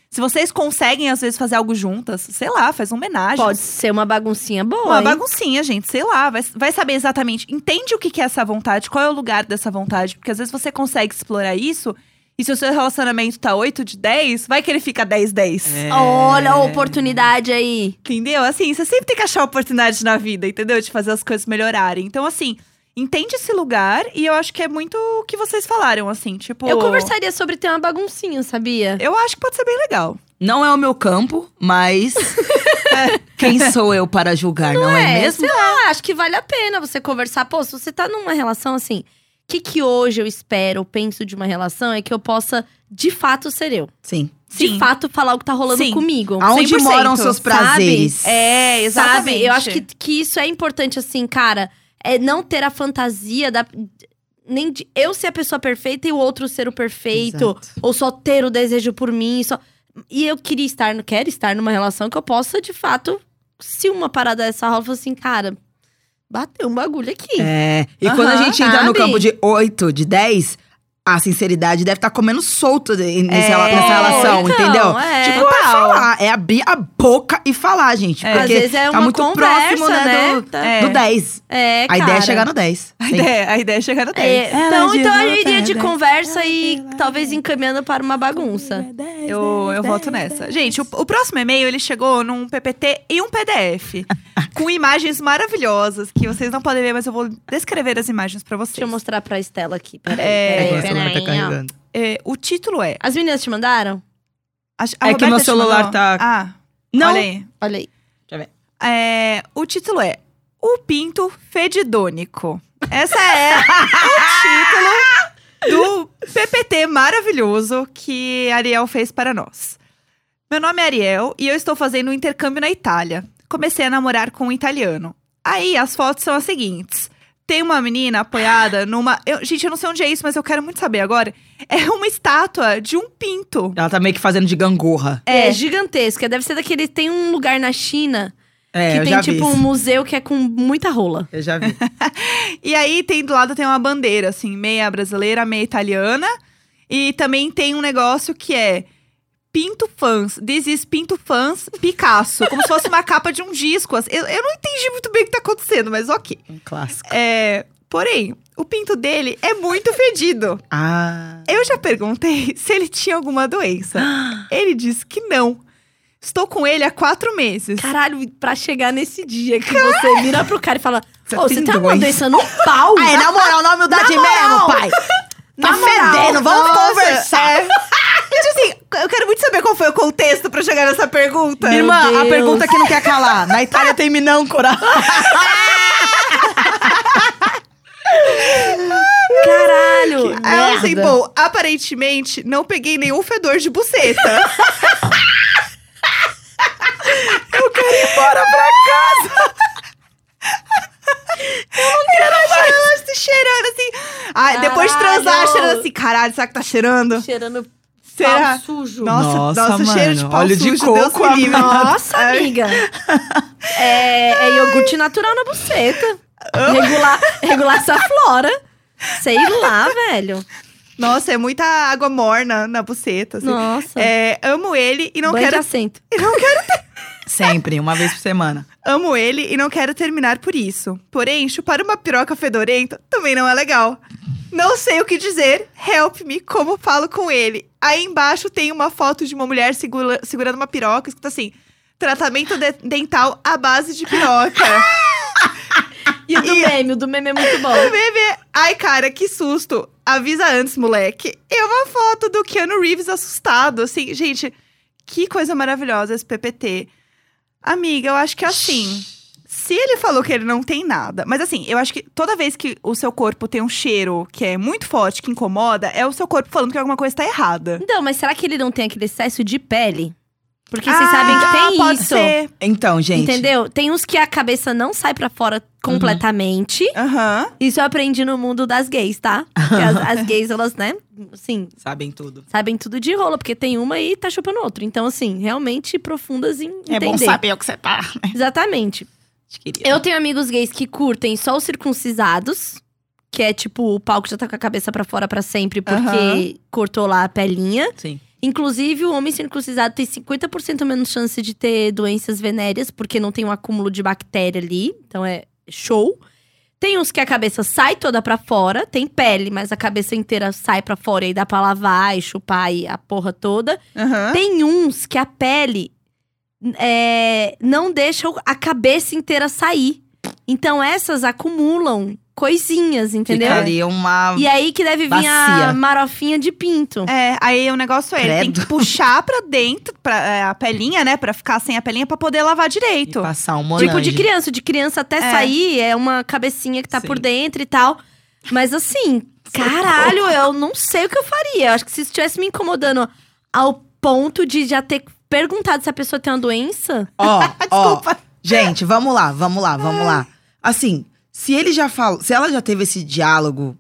S3: Se vocês conseguem, às vezes, fazer algo juntas, sei lá, faz uma homenagem.
S1: Pode ser uma baguncinha boa.
S3: Uma
S1: hein?
S3: baguncinha, gente, sei lá, vai, vai saber exatamente. Entende o que, que é essa vontade, qual é o lugar dessa vontade, porque às vezes você consegue explorar isso, e se o seu relacionamento tá 8 de 10, vai que ele fica 10-10.
S1: É. Olha
S2: É.
S1: a oportunidade aí.
S3: Entendeu? Assim, você sempre tem que achar oportunidade na vida, entendeu? De fazer as coisas melhorarem. Então, assim, entende esse lugar e eu acho que é muito o que vocês falaram, assim, tipo.
S1: Eu conversaria sobre ter uma baguncinha, sabia?
S3: Eu acho que pode ser bem legal.
S2: Não é o meu campo, [laughs] mas. Quem sou eu para julgar, não, é, mesmo?
S1: Sei lá, acho que vale a pena você conversar. Pô, se você tá numa relação assim, o que, que hoje eu espero, penso de uma relação é que eu possa, de fato, ser eu.
S2: Sim.
S1: De
S3: Sim.
S1: fato, falar o que tá rolando
S3: Sim.
S1: comigo.
S2: Aonde
S3: 100%,
S2: moram seus
S1: sabe?
S2: prazeres?
S3: É,
S1: Sabe? Eu acho que, que isso é importante, assim, cara. É não ter a fantasia da. Nem de eu ser a pessoa perfeita e o outro ser o perfeito.
S2: Exato.
S1: Ou só ter o desejo por mim. Só... E eu queria estar, no- quero estar numa relação que eu possa, de fato, se uma parada dessa rola, eu falo assim, cara, bateu um bagulho aqui.
S2: É. E quando a
S3: Aham,
S2: gente entra no
S1: sabe?
S2: campo de 8, de 10, a sinceridade deve estar comendo solto de- nesse
S3: É,
S2: rela- nessa relação,
S1: então,
S2: entendeu?
S1: é.
S2: tipo, é falar. É abrir a boca e falar, gente.
S3: É.
S2: Porque
S1: Às vezes é
S2: tá
S1: uma
S2: muito
S1: conversa,
S2: próximo, né,
S1: né?
S2: do,
S1: Tá.
S3: É.
S2: do 10.
S1: É,
S2: a
S1: cara.
S2: ideia é chegar no 10.
S3: A
S2: Sim.
S3: ideia, a ideia é chegar no 10.
S1: É, então,
S2: de
S1: então eu
S2: volta,
S1: iria de
S2: né?
S1: conversa e talvez encaminhando para uma bagunça.
S3: Eu, eu voto nessa. Gente, o, o próximo e-mail ele chegou num PPT e um PDF. com imagens maravilhosas que vocês não podem ver, mas eu vou descrever as imagens pra vocês.
S1: Deixa eu mostrar pra Estela aqui. Peraí,
S3: É,
S2: É,
S1: peraí,
S2: que meu celular tá
S1: peraí, ó.
S2: carregando.
S3: É, o título é.
S1: As meninas te mandaram?
S3: a- a
S2: É que
S3: Roberta
S2: meu
S3: te
S2: celular
S3: mandou?
S2: tá-
S3: Ah,
S2: Não.
S3: olha aí.
S1: Olha aí.
S3: É, o título é O Pinto Fedidônico. Essa é o título do PPT maravilhoso que Ariel fez para nós. Meu nome é Ariel e eu estou fazendo um intercâmbio na Itália. Comecei a namorar com um italiano. Aí as fotos são as seguintes. Tem uma menina apoiada numa. eu- gente, eu não sei onde é isso, mas eu quero muito saber agora. É uma estátua de um pinto.
S2: Ela tá meio que fazendo de gangorra.
S1: É. gigantesca. Deve ser daquele. Tem um lugar na China
S2: É,
S1: que
S2: eu
S1: tem
S2: já
S1: tipo
S2: vi.
S1: um
S2: isso.
S1: museu que é com muita rola.
S2: Eu já vi.
S3: E aí tem do lado tem uma bandeira, assim, meia brasileira, meia italiana. E também tem um negócio que é Pinto Fans. This is Pinto Fans Picasso. Como se fosse uma [laughs] capa de um disco. assim. Eu, eu não entendi muito bem o que tá acontecendo, mas ok.
S2: Um
S1: [laughs]
S2: clássico.
S3: É, porém, o pinto dele é muito fedido.
S2: Ah.
S3: Eu já perguntei [laughs] se ele tinha alguma doença. Ele disse que não. Estou com ele há quatro meses.
S1: Caralho, pra chegar nesse dia que você vira pro cara e fala:
S2: Você
S1: Ô, você
S2: tem
S1: tá
S2: dois."
S1: uma doença [laughs] no pau.
S2: Aí, na moral, na humildade
S1: Na
S2: mesmo,
S1: moral. [laughs]
S2: pai. Tá
S1: moral.
S2: fedendo, vamos
S3: Nossa,
S2: conversar.
S3: é. Tipo assim, eu quero muito saber qual foi o contexto pra chegar nessa pergunta.
S1: Meu
S2: Irmã, a
S1: Deus.
S2: pergunta que não quer calar.
S1: [laughs]
S2: Na Itália tem minâncora.
S1: Caralho. Né?
S3: Aí ela assim, bom, aparentemente não peguei nenhum fedor de buceta. eu
S1: [laughs]
S3: quero ir embora pra casa. Eu não quero mais. Ela se cheirando assim. Ah, depois de transar,
S1: Caralho.
S3: cheirando assim, caralho, será que tá cheirando?
S1: Cheirando
S3: Será?
S1: pau sujo.
S3: Nossa,
S2: Nossa,
S3: nossa, cheiro de
S2: mano,
S3: pau
S2: óleo de
S3: sujo, Deus
S2: coco,
S3: me livre.
S1: Nossa,
S3: Ai.
S1: amiga. [laughs] É, é iogurte natural na buceta. Regular, regular essa flora. Sei lá, velho.
S3: Nossa, é muita água morna na buceta. assim.
S1: Nossa.
S3: É, amo ele e não
S1: Banho de
S3: quero
S1: assento.
S2: Sempre, uma vez por semana.
S3: Amo ele e não quero terminar por isso. Porém, chupar uma piroca fedorenta também não é legal. Não sei o que dizer. Help me, como falo com ele? Aí embaixo tem uma foto de uma mulher segura- segurando uma piroca, escrito assim: tratamento de- dental à base de piroca.
S1: E o do meme, o do meme é muito bom.
S3: Bebê, ai cara, que susto. Avisa antes, moleque. É uma foto do Keanu Reeves assustado, assim. Gente, que coisa maravilhosa esse PPT. Amiga, eu acho que assim. Se ele falou que ele não tem nada, mas assim, eu acho que toda vez que o seu corpo tem um cheiro que é muito forte, que incomoda, é o seu corpo falando que alguma coisa tá errada.
S1: Então, mas será que ele não tem aquele excesso de pele? Porque vocês
S3: Ah,
S1: sabem que tem
S3: pode
S1: isso.
S3: ser.
S2: Então, gente.
S1: Entendeu? Tem uns que a cabeça não sai pra fora completamente.
S3: Aham.
S1: Isso eu aprendi no mundo das gays, tá? Porque as, as gays, elas, né? Assim,
S2: Sabem tudo.
S1: sabem tudo de rola, porque tem uma e tá chupando outro. Então, assim, realmente profundas em
S2: É
S1: entender.
S2: o que você tá.
S1: Exatamente. Eu tenho amigos gays que curtem só os circuncisados, que é tipo o pau que já tá com a cabeça pra fora pra sempre porque
S3: Aham.
S1: cortou lá a pelinha.
S2: Sim.
S1: Inclusive, o homem circuncisado tem 50% menos chance de ter doenças venéreas, porque não tem um acúmulo de bactéria ali. Então é show. Tem uns que a cabeça sai toda pra fora, tem pele, mas a cabeça inteira sai pra fora e dá pra lavar e chupar e a porra toda.
S3: Aham.
S1: Tem uns que a pele é, não deixa a cabeça inteira sair. Então essas acumulam coisinhas, entendeu?
S2: Ficaria uma...
S1: E é aí que deve vir a
S2: Bacia.
S1: marofinha de pinto.
S3: É, aí o negócio é, ele tem
S2: Credo.
S3: que puxar pra dentro pra, é, a pelinha, né? Pra ficar sem a pelinha pra poder lavar
S2: e
S3: direito.
S2: passar um monange.
S1: Tipo de criança, de criança até sair é uma cabecinha que tá por
S2: Sim.
S1: dentro e tal. Mas assim, caralho, eu não sei o que eu faria. Eu acho que se estivesse me incomodando ao ponto de já ter perguntado se a pessoa tem uma doença. [laughs]
S2: Ó, ó. Gente, vamos lá, vamos lá,
S1: É.
S2: vamos lá. Assim, se ele já falou, se ela já teve esse diálogo,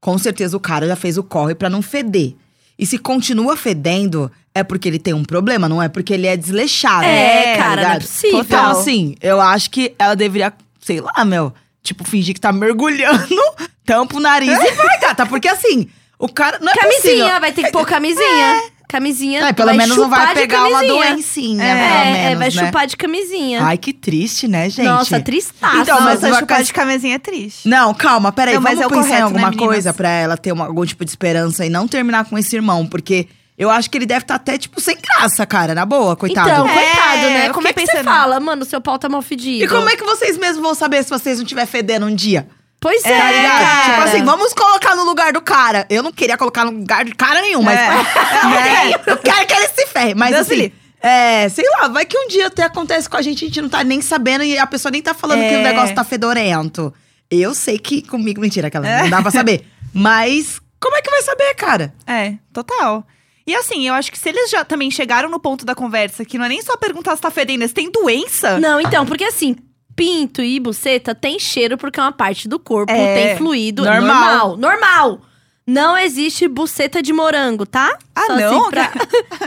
S2: com certeza o cara já fez o corre pra não feder. E se continua fedendo, é porque ele tem um problema, não é porque ele é desleixado.
S1: É,
S2: tá
S1: cara, não é
S2: ligado?
S1: possível.
S2: Então, assim, eu acho que ela deveria, sei lá, meu, tipo, fingir que tá mergulhando, [laughs] tampa o nariz e vai, gata. Porque assim, o cara. Não é
S1: camisinha,
S2: possível.
S1: vai ter que pôr camisinha. Camisinha.
S2: É, pelo
S1: vai
S2: menos não
S1: chupar
S2: vai
S1: de
S2: pegar uma
S1: camisinha.
S2: doencinha,
S1: É,
S2: pelo menos,
S1: é, vai
S2: né?
S1: chupar de camisinha.
S2: Ai, que triste, né, gente?
S1: Nossa, tristaça.
S2: Então, mas
S3: Nossa,
S2: uma
S3: chupar
S2: coisa-
S3: de camisinha é triste.
S2: Não, calma, peraí,
S3: Não, mas
S2: vamos
S3: é
S2: pensar em
S3: o correto, né,
S2: alguma
S3: meninas?
S2: coisa pra ela ter uma- algum tipo de esperança e não terminar com esse irmão, porque eu acho que ele deve estar até, tipo, sem graça, cara, na boa, coitado.
S1: Então,
S3: É,
S1: coitado, né?
S3: eu
S1: Como é que
S3: fiquei
S1: você
S3: pensando.
S1: fala, mano, seu pau tá mal fedido?
S2: E como é que vocês mesmos vão saber se vocês não estiver fedendo um dia?
S1: Pois é,
S2: Tá ligado?
S1: cara.
S2: Tipo assim, vamos colocar no lugar do cara. Eu não queria colocar no lugar de cara nenhum, mas. [laughs]
S3: É.
S2: né?
S3: [laughs]
S2: Eu quero que ele se ferre. Mas
S3: Deus me
S2: assim.
S3: livre.
S2: É, sei lá, vai que um dia até acontece com a gente, a gente não tá nem sabendo e a pessoa nem tá falando que o
S3: É.
S2: negócio tá fedorento. Eu sei que comigo, mentira, aquela,
S1: [laughs]
S2: não dá pra saber. Mas como é que vai saber, cara?
S3: É, total. E assim, eu acho que se eles já também chegaram no ponto da conversa, que não é nem só perguntar se tá fedendo, se tem doença.
S1: Não, então, porque assim, pinto e buceta tem cheiro porque é uma parte do corpo,
S3: É,
S1: tem fluido.
S2: normal.
S1: Normal. normal. Não existe buceta de morango, tá?
S3: Ah,
S1: só
S3: não?
S1: assim
S3: [laughs]
S1: pra,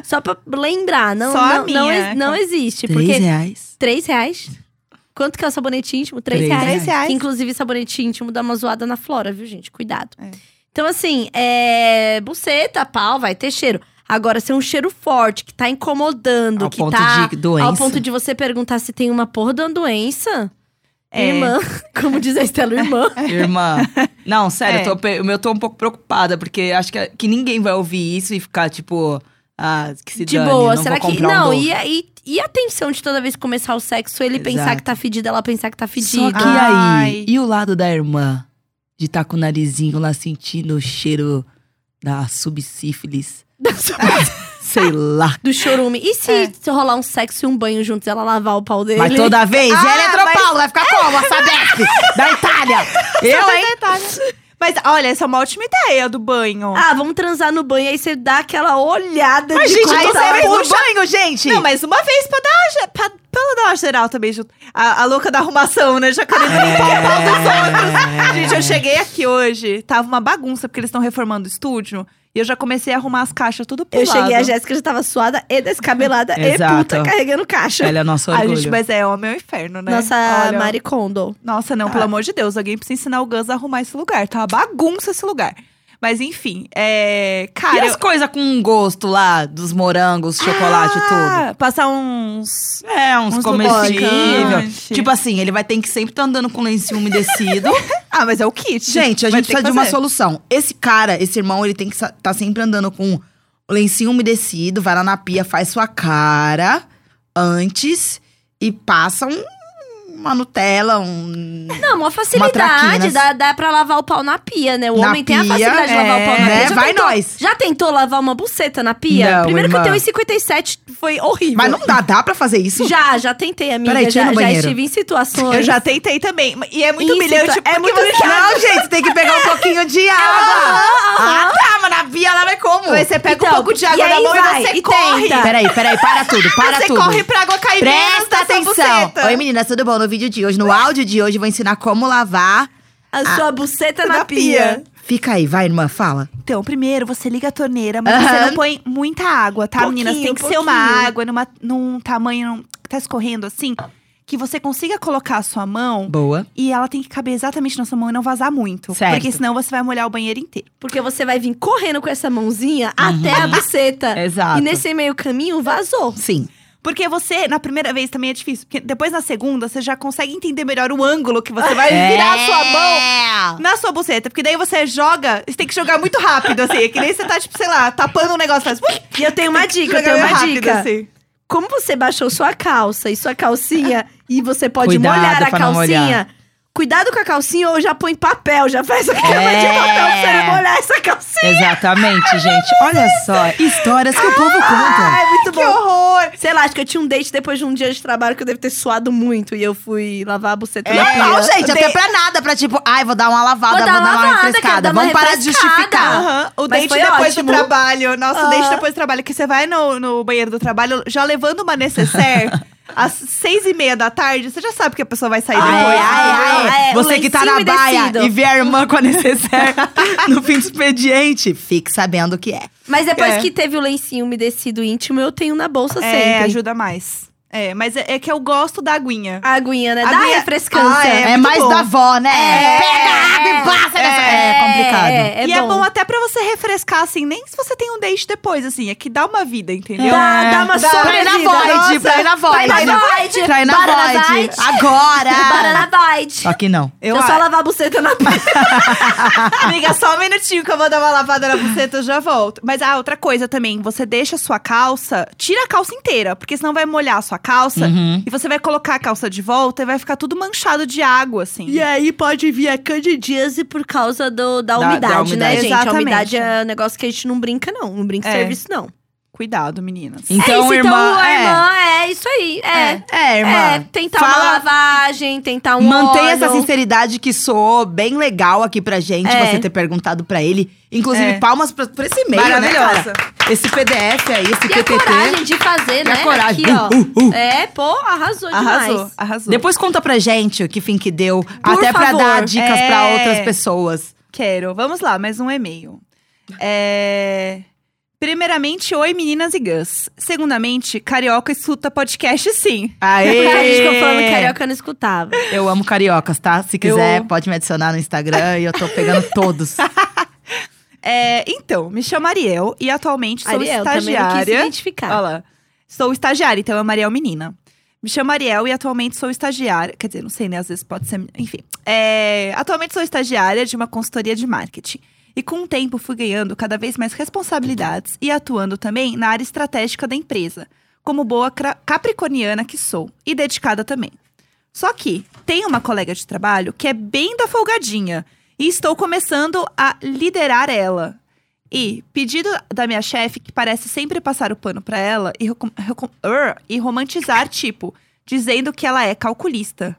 S1: só pra lembrar. Não,
S3: Só a
S1: não, não,
S3: minha.
S1: ex- não existe.
S2: Três
S1: Porque
S2: reais.
S1: três reais. Quanto que é o sabonete íntimo? Três
S2: Três
S1: reais.
S3: reais. Três reais.
S1: Que, inclusive, sabonete íntimo dá uma zoada na flora, viu, gente? Cuidado.
S3: É.
S1: Então, assim, é... buceta, pau, vai ter cheiro. Agora, se é um cheiro forte, que tá incomodando,
S2: Ao
S1: que
S2: ponto
S1: tá...
S2: de doença.
S1: Ao ponto de você perguntar se tem uma porra de uma doença.
S3: É.
S1: Irmã, [laughs] como diz a Estela, [laughs] irmã.
S2: Irmã. Não, sério,
S3: É.
S2: eu, tô, pe- eu tô um pouco preocupada, porque acho que, que ninguém vai ouvir isso e ficar, tipo, ah, que se
S1: De
S2: dane,
S1: boa,
S2: não
S1: será
S2: vou
S1: que.
S2: comprar um
S1: Não,
S2: novo.
S1: e, a- e, e a tensão de toda vez que começar o sexo, ele pensar
S2: Exato.
S1: que tá fedido, ela pensar que tá
S2: Só
S1: fedido.
S2: que
S3: Ai.
S2: aí, e o lado da irmã? De estar com o narizinho lá sentindo o cheiro da subsífilis. [laughs] Sei lá.
S1: Do chorume. E se rolar um sexo e um banho juntos e ela lavar o pau dele?
S2: Mas toda vez,
S3: Ah,
S2: Eletropaulo vai ficar como? A
S3: [laughs]
S2: Sabesp da Itália. Eu, hein?
S3: é Mas olha, essa é uma ótima ideia do banho.
S1: Ah, vamos transar no banho, aí você dá aquela olhada
S2: Mas,
S1: de
S2: gente,
S1: coisa.
S2: eu tô sabendo
S1: boa.
S2: do banho, gente.
S3: Não, mas uma vez pra dar, uma ge- pra, pra ela dar uma geral também junto. A, a louca da arrumação, né? Já querendo
S2: É.
S3: limpar o pau dos outros. Gente, eu cheguei aqui hoje, tava uma bagunça, porque eles estão reformando o estúdio. E eu já comecei a arrumar as caixas tudo pro
S1: Eu
S3: lado.
S1: cheguei, a Jéssica já tava suada e descabelada e
S3: é
S2: Exato.
S1: puta, carregando caixa.
S2: Ah, tá. Ela é nosso
S3: Ai,
S2: orgulho.
S3: gente, mas é homem é o inferno, né?
S1: Nossa,
S3: Olha,
S1: Mari Ah. Kondo.
S3: Nossa, não,
S2: Tá.
S3: pelo amor de Deus. Alguém precisa ensinar o Gus a arrumar esse lugar. Tá uma bagunça esse lugar. Mas enfim, é. Cara.
S2: E
S3: eu-
S2: as coisas com um gosto lá, dos morangos, chocolate e tudo.
S3: Ah, Passar uns.
S2: É, uns,
S3: Uns
S2: comestíveis.
S3: lubrificantes.
S2: Tipo assim, ele vai ter que sempre estar andando com lencinho umedecido.
S3: Ah, mas é o kit.
S2: Gente, a
S3: Vai
S2: gente
S3: ter que
S2: precisa de uma
S3: fazer.
S2: solução. Esse cara, esse irmão, ele tem que estar sempre andando com o lencinho umedecido, vai lá na pia, faz sua cara antes e passa um- uma Nutella,
S3: [laughs]
S2: um.
S1: Não, uma facilidade.
S2: traquinas.
S1: Dá, dá pra lavar o pau na pia, né? O
S2: Na
S1: homem tem a
S2: pia,
S1: facilidade de lavar o pau na
S2: é,
S1: pia. Já
S2: vai
S1: tentou,
S2: nós.
S1: Já tentou lavar uma buceta na pia?
S2: Não,
S1: Primeiro
S2: irmã.
S1: que eu tenho 57 foi horrível.
S2: Mas não dá, dá pra fazer isso?
S1: Já, já tentei, amiga.
S2: Peraí, deixa eu ir
S1: já,
S2: no
S1: já
S2: banheiro.
S1: estive em situações.
S3: Eu já tentei também. E é muito
S1: Isso,
S3: humilhante.
S1: então, é
S3: porque
S1: muito
S3: você-
S2: Não, gente, tem que pegar um pouquinho de água. Ah, tá, mas na pia lá vai como?
S3: Mas Você pega um
S1: Então,
S3: pouco de água
S1: e
S3: na
S1: aí
S3: mão
S1: vai,
S3: e você
S1: e
S3: corre.
S1: tenta.
S2: Peraí, peraí, para tudo, para
S3: você
S2: tudo.
S3: corre pra água cair menos
S2: Presta
S3: da sua
S2: atenção.
S3: buceta.
S2: Oi, meninas, tudo bom? No vídeo de hoje, no áudio de hoje, eu vou ensinar como lavar.
S1: A sua buceta na,
S3: na
S1: pia.
S3: pia.
S2: Fica aí, vai, irmã, fala.
S3: Então, primeiro você liga a torneira, mas você
S2: Aham.
S3: não põe muita água, tá,
S1: Pouquinho,
S3: meninas? Tem que ser uma
S1: pouquinho.
S3: água numa, num tamanho num- que tá escorrendo assim, que você consiga colocar a sua mão
S2: Boa.
S3: e ela tem que caber exatamente na sua mão e não vazar muito.
S2: Certo.
S3: Porque senão você vai molhar o banheiro inteiro.
S1: Porque você vai vir correndo com essa mãozinha até a
S2: [laughs]
S1: buceta.
S2: Exato.
S1: E nesse meio caminho vazou.
S2: Sim.
S3: Porque você, na primeira vez também é difícil, porque depois na segunda você já consegue entender melhor o ângulo que você vai
S2: É.
S3: virar a sua mão
S2: mão.
S3: na sua buceta, porque daí você joga, você tem que jogar muito rápido, assim. É que nem você tá, tipo, sei lá, tapando um negócio, faz. ui,
S1: E eu [laughs] tenho uma dica, eu
S3: joga
S1: tenho uma
S3: meio rápido,
S1: dica.
S3: assim.
S1: Como você baixou sua calça e sua calcinha e você pode
S2: Cuidado
S1: molhar a
S2: pra não
S1: calcinha,
S2: molhar.
S1: cuidado com a calcinha ou já põe papel, já faz aquela de
S2: É.
S1: papel pra você não molhar essa calcinha.
S2: Exatamente, gente. Olha só, histórias que o povo conta.
S1: Ai, muito
S3: Que
S1: bom.
S3: horror!
S1: Sei lá, acho que eu tinha um date depois de um dia de trabalho que eu devo ter suado muito e eu fui lavar a
S2: É.
S1: buceta na pia.
S2: Não, gente, até pra nada, pra tipo, ai, vou dar uma lavada, vou
S1: Vou dar
S2: dar uma,
S1: lavada, quero
S2: refrescada.
S1: dar uma
S2: Vamos parar de
S1: refrescada.
S2: justificar.
S3: Aham, O
S1: Mas
S3: dente
S1: foi
S3: depois
S1: ótimo.
S3: do trabalho. Nossa, o
S1: Aham.
S3: dente depois do trabalho. Que você vai no, no banheiro do trabalho já levando
S1: [laughs]
S3: uma necessaire às seis e meia da tarde, você já sabe que a pessoa vai sair
S2: Ai,
S3: depois.
S2: ai, ai.
S1: Ah, É,
S2: Você
S1: um
S2: que tá na
S1: lencinho
S2: baia
S1: umedecido.
S2: e vê a irmã com a necessaire [laughs] no fim do expediente, fique sabendo o que é.
S1: Mas depois
S3: É.
S1: que teve o lencinho umedecido íntimo, eu tenho na bolsa
S3: É,
S1: sempre.
S3: ajuda mais. É, mas é, é que eu gosto da aguinha.
S1: A aguinha, né?
S3: Aguinha-
S1: Dá refrescância.
S3: Ah, é.
S2: É,
S3: muito
S2: mais
S3: bom.
S2: da avó, né?
S1: É.
S2: Pega a água e passa nessa. É, complicado.
S1: É, é
S3: e
S1: bom.
S3: é bom até pra você refrescar, assim, nem se você tem um date depois, assim, é que dá uma vida, entendeu?
S1: Dá, dá uma
S2: Dá pra ir na
S1: sobrevida.
S2: void,
S1: nossa.
S2: pra ir na void.
S1: Pra ir na void.
S2: Pra ir na
S1: Bora na
S2: void.
S1: void. [laughs] Bora
S2: Agora!
S1: na void.
S2: Só que não.
S1: Eu só lavar a buceta na pia.
S3: Amiga, só um minutinho que eu vou dar uma lavada na buceta, eu já volto. Mas, ah, outra coisa também, você deixa a sua calça, tira a calça inteira, porque senão vai molhar a sua calça
S1: Hum.
S2: Uhum.
S3: e você vai colocar a calça de volta e vai ficar tudo manchado de água, assim.
S1: aí pode vir a candidíase por causa do, da,
S2: Da-
S1: umidade,
S2: da
S1: né,
S2: umidade.
S1: gente? A
S3: Exatamente.
S1: umidade é um negócio que a gente não brinca, não. Não brinca em
S3: É.
S1: serviço, não.
S3: Cuidado, meninas.
S1: é isso,
S2: Então,
S1: então,
S2: irmã.
S1: a
S2: é.
S1: irmã, é. isso aí. É.
S2: É, é, irmã.
S1: É, tentar
S2: Fala-
S1: uma lavagem, tentar um
S2: Mantém
S1: óleo.
S2: essa sinceridade que soou bem legal aqui pra gente,
S1: É.
S2: você ter perguntado pra ele. Inclusive,
S3: É.
S2: palmas pra, pra esse e-mail, né,
S3: Maravilhosa.
S2: cara? Esse PDF aí, esse
S1: E a
S2: PTT.
S1: coragem de fazer,
S2: E a
S1: né?
S2: coragem.
S1: Aqui, ó.
S2: Uh, uh, uh.
S1: É, pô, arrasou,
S3: Arrasou,
S1: demais.
S3: arrasou.
S2: Depois conta pra gente o que fim que deu, até pra
S1: favor.
S2: dar dicas
S3: É.
S2: pra outras pessoas.
S3: Quero. Vamos lá, mais um e-mail. É... Primeiramente, oi meninas e gãs. Segundamente, carioca escuta podcast sim.
S2: Aê!
S1: Porque a gente ficou falando que carioca não escutava.
S2: Eu amo cariocas, tá? Se quiser,
S3: Eu-
S2: pode me adicionar no Instagram e eu tô pegando todos.
S3: É, então, me chamo Ariel e atualmente sou
S1: Ariel também não quis se
S3: estagiária. Olha
S1: identificar.
S3: lá. Sou estagiária, então é uma Ariel menina. Me chamo Ariel e atualmente sou estagiária. Quer dizer, não sei, né? Às vezes pode ser. Enfim. É, atualmente sou estagiária de uma consultoria de marketing. E com o tempo fui ganhando cada vez mais responsabilidades e atuando também na área estratégica da empresa, como boa cra- capricorniana que sou e dedicada também. Só que tem uma colega de trabalho que é bem da folgadinha e estou começando a liderar ela. E pedido da minha chefe que parece sempre passar o pano pra ela e, recom- recom- er, e romantizar, tipo, dizendo que ela é calculista.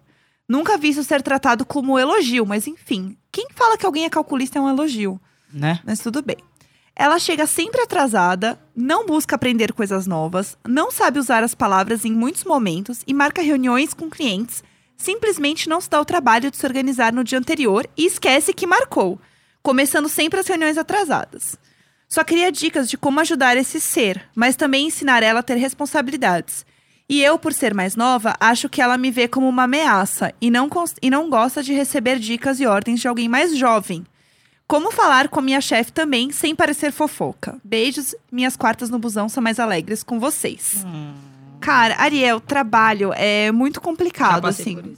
S3: Nunca vi isso ser tratado como elogio, mas enfim. Quem fala que alguém é calculista é um elogio?
S2: né?
S3: mas tudo bem. Ela chega sempre atrasada, não busca aprender coisas novas, não sabe usar as palavras em muitos momentos e marca reuniões com clientes, simplesmente não se dá o trabalho de se organizar no dia anterior e esquece que marcou, começando sempre as reuniões atrasadas. Só queria dicas de como ajudar esse ser, mas também ensinar ela a ter responsabilidades. E eu, por ser mais nova, acho que ela me vê como uma ameaça e não, cons- e não gosta de receber dicas e ordens de alguém mais jovem. Como falar com a minha chefe também, sem parecer fofoca? Beijos, minhas quartas no busão são mais alegres com vocês. Cara, Ariel, trabalho é muito complicado, assim.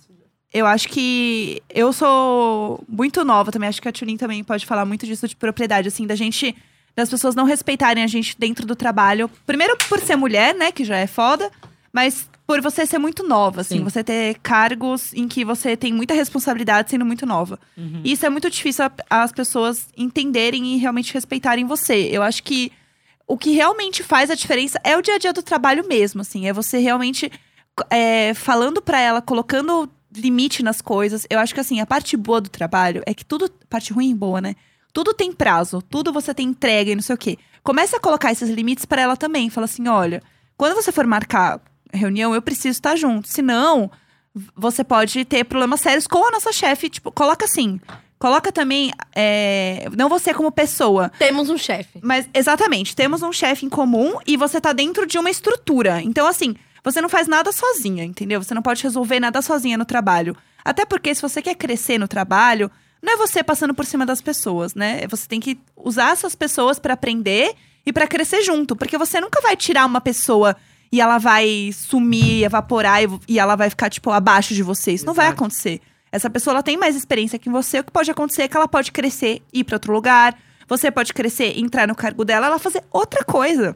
S3: Eu acho que eu sou muito nova também, acho que a Tulin também pode falar muito disso de propriedade, assim, da gente, das pessoas não respeitarem a gente dentro do trabalho. Primeiro por ser mulher, né, que já é foda, mas por você ser muito nova, assim,
S2: Sim.
S3: você ter cargos em que você tem muita responsabilidade sendo muito nova. E Isso é muito difícil a- as pessoas entenderem e realmente respeitarem você. Eu acho que o que realmente faz a diferença é o dia a dia do trabalho mesmo, assim. É você realmente co- é, falando pra ela, colocando limite nas coisas. Eu acho que, assim, a parte boa do trabalho é que tudo... Parte ruim e boa, né? Tudo tem prazo, tudo você tem entrega e não sei o quê. Começa a colocar esses limites pra ela também. Fala assim, olha, quando você for marcar reunião, eu preciso estar junto. Senão, v- você pode ter problemas sérios com a nossa chefe. Tipo, coloca assim. Coloca também, é, não você como pessoa,
S1: Temos um chefe.
S3: mas, exatamente, temos um chefe em comum e você tá dentro de uma estrutura. Então, assim, você não faz nada sozinha, entendeu? Você não pode resolver nada sozinha no trabalho. Até porque, se você quer crescer no trabalho, não é você passando por cima das pessoas, né? Você tem que usar essas pessoas pra aprender e pra crescer junto. Porque você nunca vai tirar uma pessoa e ela vai sumir, evaporar e, e ela vai ficar, tipo, abaixo de você. Isso não vai acontecer. Essa pessoa ela tem mais experiência que você. O que pode acontecer é que ela pode crescer, ir pra outro lugar. Você pode crescer, entrar no cargo dela, ela fazer outra coisa.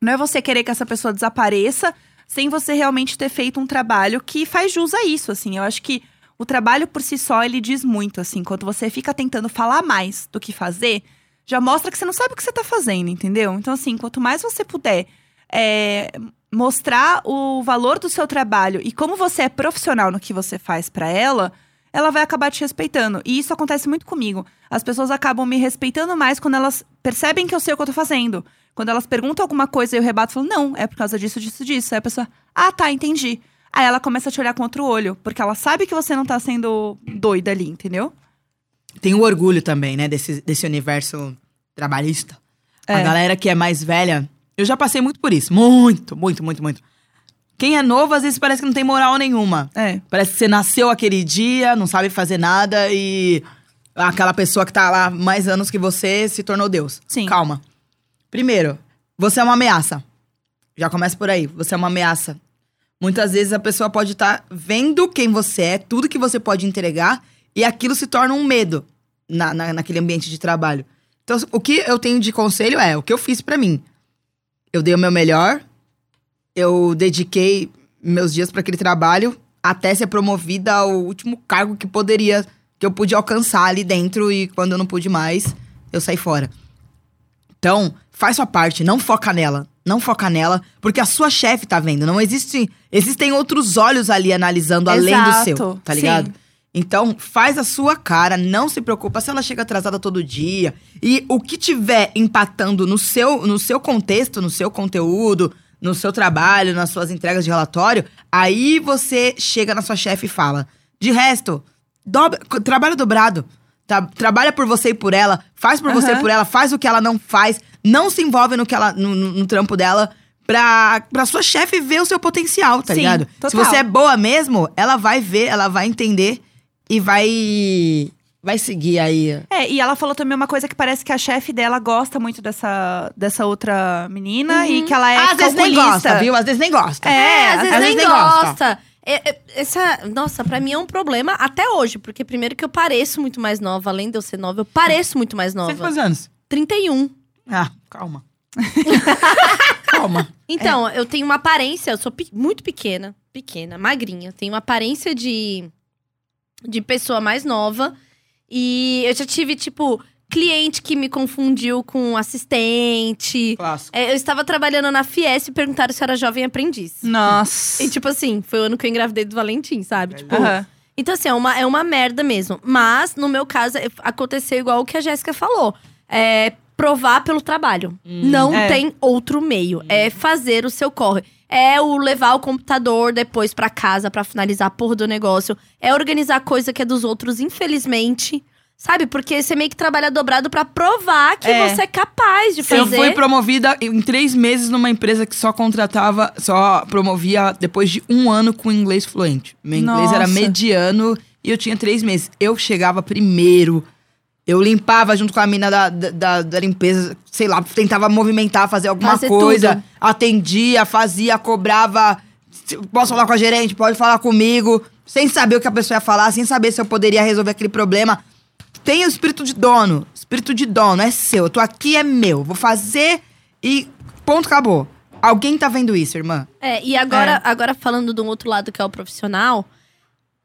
S3: Não é você querer que essa pessoa desapareça sem você realmente ter feito um trabalho que faz jus a isso, assim. Eu acho que o trabalho por si só, ele diz muito, assim. Quando você fica tentando falar mais do que fazer, já mostra que você não sabe o que você tá fazendo, entendeu? Então, assim, quanto mais você puder é, mostrar o valor do seu trabalho e como você é profissional no que você faz pra ela, ela vai acabar te respeitando. E isso acontece muito comigo. As pessoas acabam me respeitando mais quando elas percebem que eu sei o que eu tô fazendo. Quando elas perguntam alguma coisa e eu rebato, falo, não, é por causa disso, disso, disso. Aí a pessoa, ah, tá, entendi. Aí ela começa a te olhar com outro olho, porque ela sabe que você não tá sendo doida ali, entendeu?
S2: Tem o orgulho também, né, desse, desse universo trabalhista. A galera que é mais velha, eu já passei muito por isso. Muito, muito, muito, muito. Quem é novo, às vezes parece que não tem moral nenhuma.
S3: É.
S2: Parece que você nasceu aquele dia, não sabe fazer nada e aquela pessoa que tá lá mais anos que você se tornou Deus.
S3: Sim.
S2: Calma. Primeiro, você é uma ameaça. Já começa por aí. Você é uma ameaça. Muitas vezes a pessoa pode estar vendo quem você é, tudo que você pode entregar, e aquilo se torna um medo na, na- naquele ambiente de trabalho. Então, o que eu tenho de conselho é o que eu fiz pra mim. Eu dei o meu melhor, eu dediquei meus dias para aquele trabalho até ser promovida ao último cargo que poderia, que eu pude alcançar ali dentro e quando eu não pude mais, eu saí fora. Então, faz sua parte, não foca nela. Não foca nela, porque a sua chefe tá vendo. Não existe. Existem outros olhos ali analisando além do
S3: Exato,
S2: seu. Tá
S3: sim.
S2: ligado? Então, faz a sua cara, não se preocupa se ela chega atrasada todo dia. E o que tiver impactando no seu, no seu contexto, no seu conteúdo, no seu trabalho, nas suas entregas de relatório, aí você chega na sua chefe e fala. De resto, dobra, co- trabalho dobrado. Tá? Trabalha por você e por ela, faz por você e
S3: Aham.
S2: por ela, faz o que ela não faz, não se envolve no que ela no, no- no trampo dela. Pra, pra sua chefe ver o seu potencial, tá
S3: Sim,
S2: ligado? Se
S3: total.
S2: você é boa mesmo, ela vai ver, ela vai entender e vai vai seguir aí.
S3: É, e ela falou também uma coisa que parece que a chefe dela gosta muito dessa, dessa outra menina e que ela é
S2: Às vezes nem
S3: calculista.
S2: gosta, viu? Às vezes nem gosta.
S1: É, às vezes
S2: às
S1: nem
S2: vezes nem
S1: gosta.
S2: gosta.
S1: É, é, Essa, nossa, pra mim é um problema até hoje, porque primeiro que eu pareço muito mais nova, além de eu ser nova, eu pareço muito mais
S2: Você tem
S1: nova.
S2: quantos anos?
S1: 31.
S2: Ah, [laughs] calma. calma.
S1: Então, eu tenho uma aparência, eu sou pe- muito pequena, pequena, magrinha. Tenho uma aparência de, de pessoa mais nova. E eu já tive, tipo, cliente que me confundiu com assistente.
S2: Clássico.
S1: É, eu estava trabalhando na Fiesp e perguntaram se eu era jovem aprendiz.
S3: Nossa. Uhum.
S1: E, tipo assim, foi o ano que eu engravidei do Valentim, sabe? Tipo,
S3: Aham.
S1: Então, assim, é uma, é uma merda mesmo. Mas, no meu caso, é- aconteceu igual o que a Jéssica falou. É provar pelo trabalho. Não
S3: É. Hum.
S1: tem outro meio. É fazer o seu corre. É o levar o computador depois pra casa pra finalizar a porra do negócio. É organizar coisa que é dos outros, infelizmente. Sabe? Porque você meio que trabalha dobrado pra provar que
S3: É.
S1: você é capaz de fazer.
S2: Eu fui promovida em três meses numa empresa que só contratava, só promovia depois de um ano com inglês fluente. Meu inglês era
S3: Nossa.
S2: mediano e eu tinha três meses. Eu chegava primeiro, eu limpava junto com a mina da, da, da- da limpeza, sei lá, tentava movimentar, fazer alguma
S1: Fazer
S2: coisa.
S1: tudo.
S2: Atendia, fazia, cobrava. Se- Posso falar com a gerente? Pode falar comigo. Sem saber o que a pessoa ia falar, sem saber se eu poderia resolver aquele problema. Tem o espírito de dono. Espírito de dono, é seu. Eu tô aqui, é meu. Vou fazer e. Ponto, acabou. Alguém tá vendo isso, irmã?
S1: É, e agora, agora falando do outro lado que é o profissional,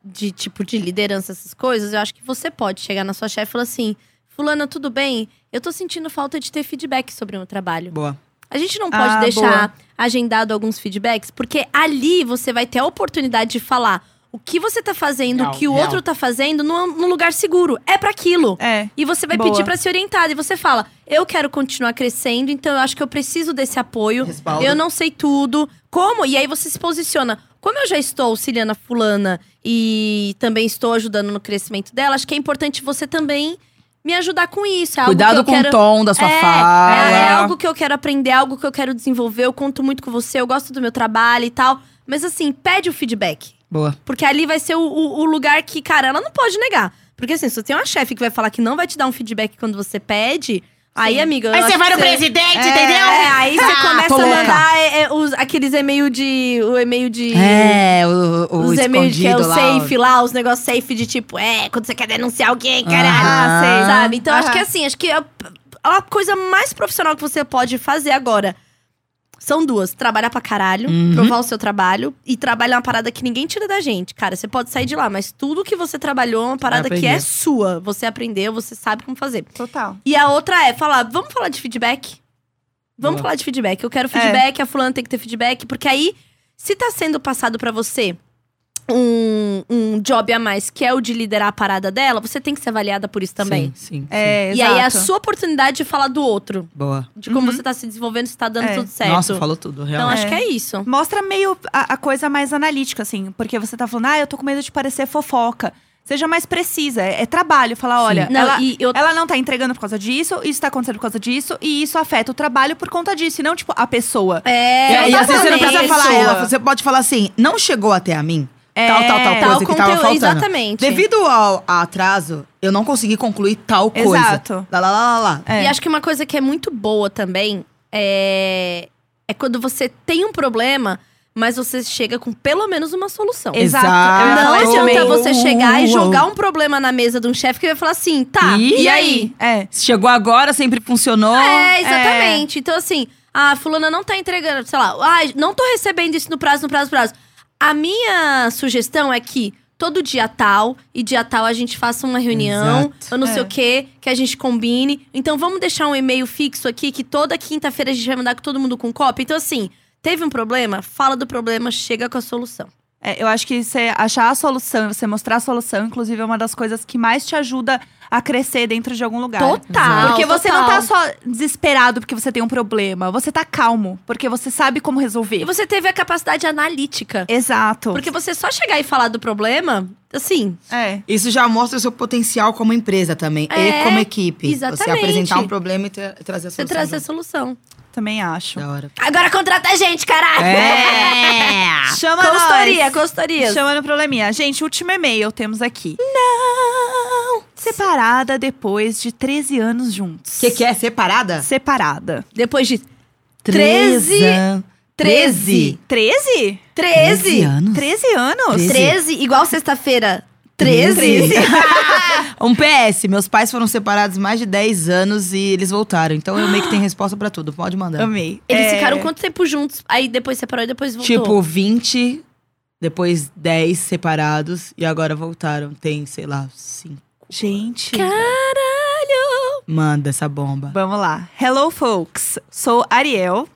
S1: de tipo de liderança, essas coisas, eu acho que você pode chegar na sua chefe e falar assim: Fulana, tudo bem? Eu tô sentindo falta de ter feedback sobre o meu trabalho.
S2: Boa.
S1: A gente não pode
S3: Ah,
S1: deixar
S3: boa.
S1: agendado alguns feedbacks, porque ali você vai ter a oportunidade de falar o que você tá fazendo,
S2: Real,
S1: o que o
S2: real.
S1: outro tá fazendo num, num lugar seguro. É pra aquilo.
S3: É.
S1: E você vai
S3: Boa.
S1: pedir pra ser orientada. E você fala: Eu quero continuar crescendo, então eu acho que eu preciso desse apoio.
S2: Respaldo.
S1: Eu não sei tudo. Como? E aí você se posiciona. Como eu já estou auxiliando a fulana e também estou ajudando no crescimento dela, acho que é importante você também me ajudar com isso. É algo que
S2: Cuidado
S1: eu
S2: com
S1: quero...
S2: o tom da sua
S1: é,
S2: fala.
S1: É, é algo que eu quero aprender, algo que eu quero desenvolver. Eu conto muito com você, eu gosto do meu trabalho e tal. Mas assim, pede o feedback.
S2: Boa.
S1: Porque ali vai ser o, o- o lugar que, cara, ela não pode negar. Porque assim, se você tem uma chefe que vai falar que não vai te dar um feedback quando você pede, aí, amiga. eu
S2: Aí você
S1: acho
S2: vai
S1: que
S2: no presidente,
S1: É,
S2: entendeu?
S1: é, aí você
S2: Ah, tô
S1: começa a
S2: louca.
S1: mandar é, é, os- aqueles e-mail de. O e-mail de.
S2: É, o, o
S1: os e-mails
S2: escondido
S1: que é o
S2: lá.
S1: safe lá, os negócios safe de tipo, é, quando você quer denunciar alguém, caralho.
S2: Aham.
S3: sei.
S1: Sabe? Então acho
S3: Aham.
S1: que assim, acho que a, a coisa mais profissional que você pode fazer agora. são duas: trabalhar pra caralho,
S2: Uhum.
S1: provar o seu trabalho e trabalhar uma parada que ninguém tira da gente. Cara, você pode sair de lá, mas tudo que você trabalhou é uma parada que
S2: aprendi.
S1: é sua. Você aprendeu, você sabe como fazer.
S3: Total.
S1: E a outra é falar, vamos falar de feedback? Vamos falar de feedback. Eu
S2: É.
S1: quero feedback, a fulana tem que ter feedback, porque aí, se tá sendo passado pra você um, um job a mais, que é o de liderar a parada dela, você tem que ser avaliada por isso também.
S2: Sim, sim.
S3: É,
S1: E aí é a
S3: exato.
S1: sua oportunidade de falar do outro,
S2: Boa.
S1: de como
S3: Uhum.
S1: você tá se desenvolvendo, se tá dando
S3: É.
S1: tudo certo.
S2: Nossa, falou tudo,
S1: então
S2: realmente.
S1: acho que é isso.
S3: Mostra meio a, a coisa mais analítica, assim. Porque você tá falando, ah, eu tô com medo de parecer fofoca. Seja mais precisa. É, é trabalho. Falar, olha,
S1: Não,
S3: ela,
S1: e eu-
S3: ela não tá entregando por causa disso, isso tá acontecendo por causa disso, e isso afeta o trabalho por conta disso. E não, tipo, a pessoa.
S1: É,
S2: e às vezes você não precisa
S1: exatamente.
S2: falar
S3: Pessoa.
S2: ela. Você pode falar assim, não chegou até a mim. tal, tal, tal
S3: É,
S2: coisa que
S1: Tal
S2: tava
S1: conteúdo,
S2: faltando.
S1: exatamente.
S2: Devido ao atraso, eu não consegui concluir tal coisa.
S3: Exato.
S2: Lá, lá, lá, lá, lá.
S3: É.
S1: E acho que uma coisa que é muito boa também é, é quando você tem um problema, mas você chega com pelo menos uma solução.
S3: Exato. Eu ia
S1: Não
S3: falar isso
S1: adianta
S3: também.
S1: você chegar e jogar um problema na mesa de um chefe que vai falar assim, tá,
S2: E
S1: e,
S2: aí?
S1: aí?
S3: É.
S2: Chegou agora, sempre funcionou.
S1: É, exatamente. Então, assim, a fulana não tá entregando, sei lá, ah, não tô recebendo isso no prazo, no prazo, no prazo. A minha sugestão é que todo dia tal e dia tal a gente faça uma reunião,
S2: Exato.
S1: ou não sei
S3: É.
S1: o quê, que a gente combine. Então, vamos deixar um e-mail fixo aqui que toda quinta-feira a gente vai mandar com todo mundo com cópia. Então, assim, teve um problema? Fala do problema, chega com a solução.
S3: É, eu acho que você achar a solução, você mostrar a solução, inclusive, é uma das coisas que mais te ajuda a crescer dentro de algum lugar.
S1: Total.
S3: Porque você não
S1: total.
S3: tá só desesperado porque você tem um problema. Você tá calmo, porque você sabe
S1: E
S3: como resolver.
S1: você teve a capacidade analítica.
S3: Exato.
S1: Porque você só chegar e falar do problema, assim,
S3: É.
S2: Isso já mostra o seu potencial como empresa também.
S1: É,
S2: e como equipe. Você
S1: exatamente.
S2: apresentar um problema e tra- trazer a
S1: você
S2: solução.
S1: traz a
S2: junto.
S1: solução.
S3: Também acho.
S2: Da hora.
S1: Agora contrata a gente, caralho! [laughs]
S2: É!
S3: Chama
S1: Consultoria,
S3: nós.
S1: consultoria.
S3: Chama no probleminha. Gente, último e-mail temos aqui. Não! Separada depois de 13 anos juntos.
S2: O [laughs] que, que é? Separada?
S3: Separada.
S1: Depois de
S2: Treze.
S1: Treze.
S3: 13?
S1: 13.
S2: anos.
S3: 13 anos?
S1: 13, igual sexta-feira. 13.
S2: Treze. um PS. Meus pais foram separados mais de 10 anos e eles voltaram. Então eu meio que tenho resposta pra tudo. Pode mandar.
S3: Amei.
S1: [laughs] Eles
S3: É,
S1: ficaram quanto tempo juntos? Aí depois separou e depois voltou.
S2: Tipo, 20, depois 10 separados e agora voltaram. Tem, sei lá, 5.
S3: Gente.
S2: Manda essa bomba.
S3: Vamos lá. Hello, folks. Sou Ariel,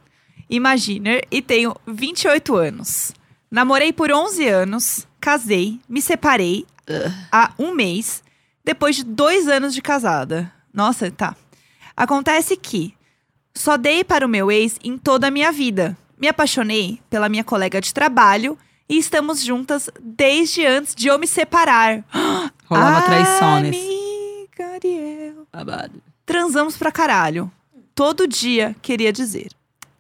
S3: imaginer, e tenho 28 anos. Namorei por 11 anos, casei, me separei há um mês, depois de dois anos de casada. Nossa, tá. Acontece que só dei para o meu ex em toda a minha vida. Me apaixonei pela minha colega de trabalho e estamos juntas desde antes de eu me separar.
S2: Rolava traição nesse.
S3: Amiga Ariel.
S2: babado.
S3: Transamos pra caralho. Todo dia, queria dizer.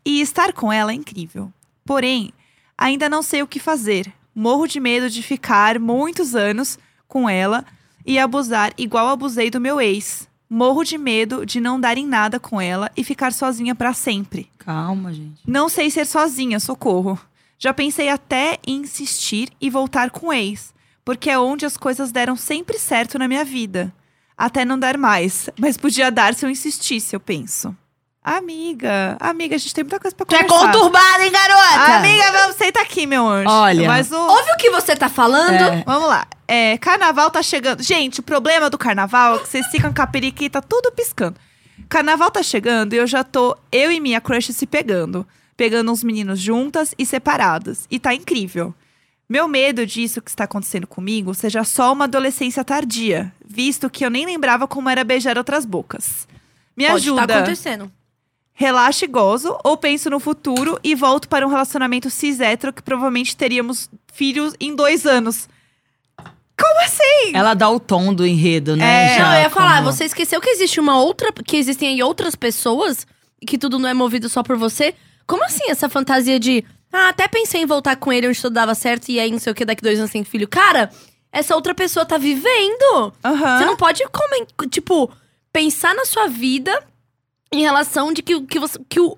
S3: E estar com ela é incrível. Porém, ainda não sei o que fazer. Morro de medo de ficar muitos anos com ela e abusar igual abusei do meu ex. Morro de medo de não dar em nada com ela e ficar sozinha pra sempre.
S2: Calma, gente.
S3: Não sei ser sozinha, socorro. Já pensei até em insistir e voltar com o ex, porque é onde as coisas deram sempre certo na minha vida. Até não dar mais, mas podia dar se eu insistisse, eu penso. Amiga, amiga, a gente tem muita coisa pra
S2: Tu é
S3: conversar.
S2: conturbada, hein, garota?
S3: Amiga, vamos, senta aqui, meu anjo. um.
S2: Olha.
S3: Mas o...
S1: Ouve o que você tá falando?
S2: É.
S3: Vamos lá. É, carnaval tá chegando. Gente, o problema do carnaval é que vocês ficam com a periquita tá tudo piscando. Carnaval tá chegando e eu já tô, eu e minha crush se pegando. Pegando uns meninos juntas e separadas. E tá incrível. Meu medo disso que está acontecendo comigo seja só uma adolescência tardia, visto que eu nem lembrava como era beijar outras bocas. Me
S1: Pode
S3: ajuda.
S1: tá acontecendo.
S3: Relaxo e gozo, ou penso no futuro e volto para um relacionamento cis hétero que provavelmente teríamos filhos em dois anos. Como assim?
S2: Ela dá o tom do enredo, né?
S3: É,
S2: já,
S1: não, eu ia falar,
S2: como-
S1: você esqueceu que existe uma outra, que existem aí outras pessoas e que tudo não é movido só por você? Como assim essa fantasia de, ah, até pensei em voltar com ele onde tudo dava certo e aí não sei o que, daqui dois anos tem filho? Cara, essa outra pessoa tá vivendo.
S3: Aham.
S1: Você não pode, comen- tipo, pensar na sua vida em relação de que, que você. Que o,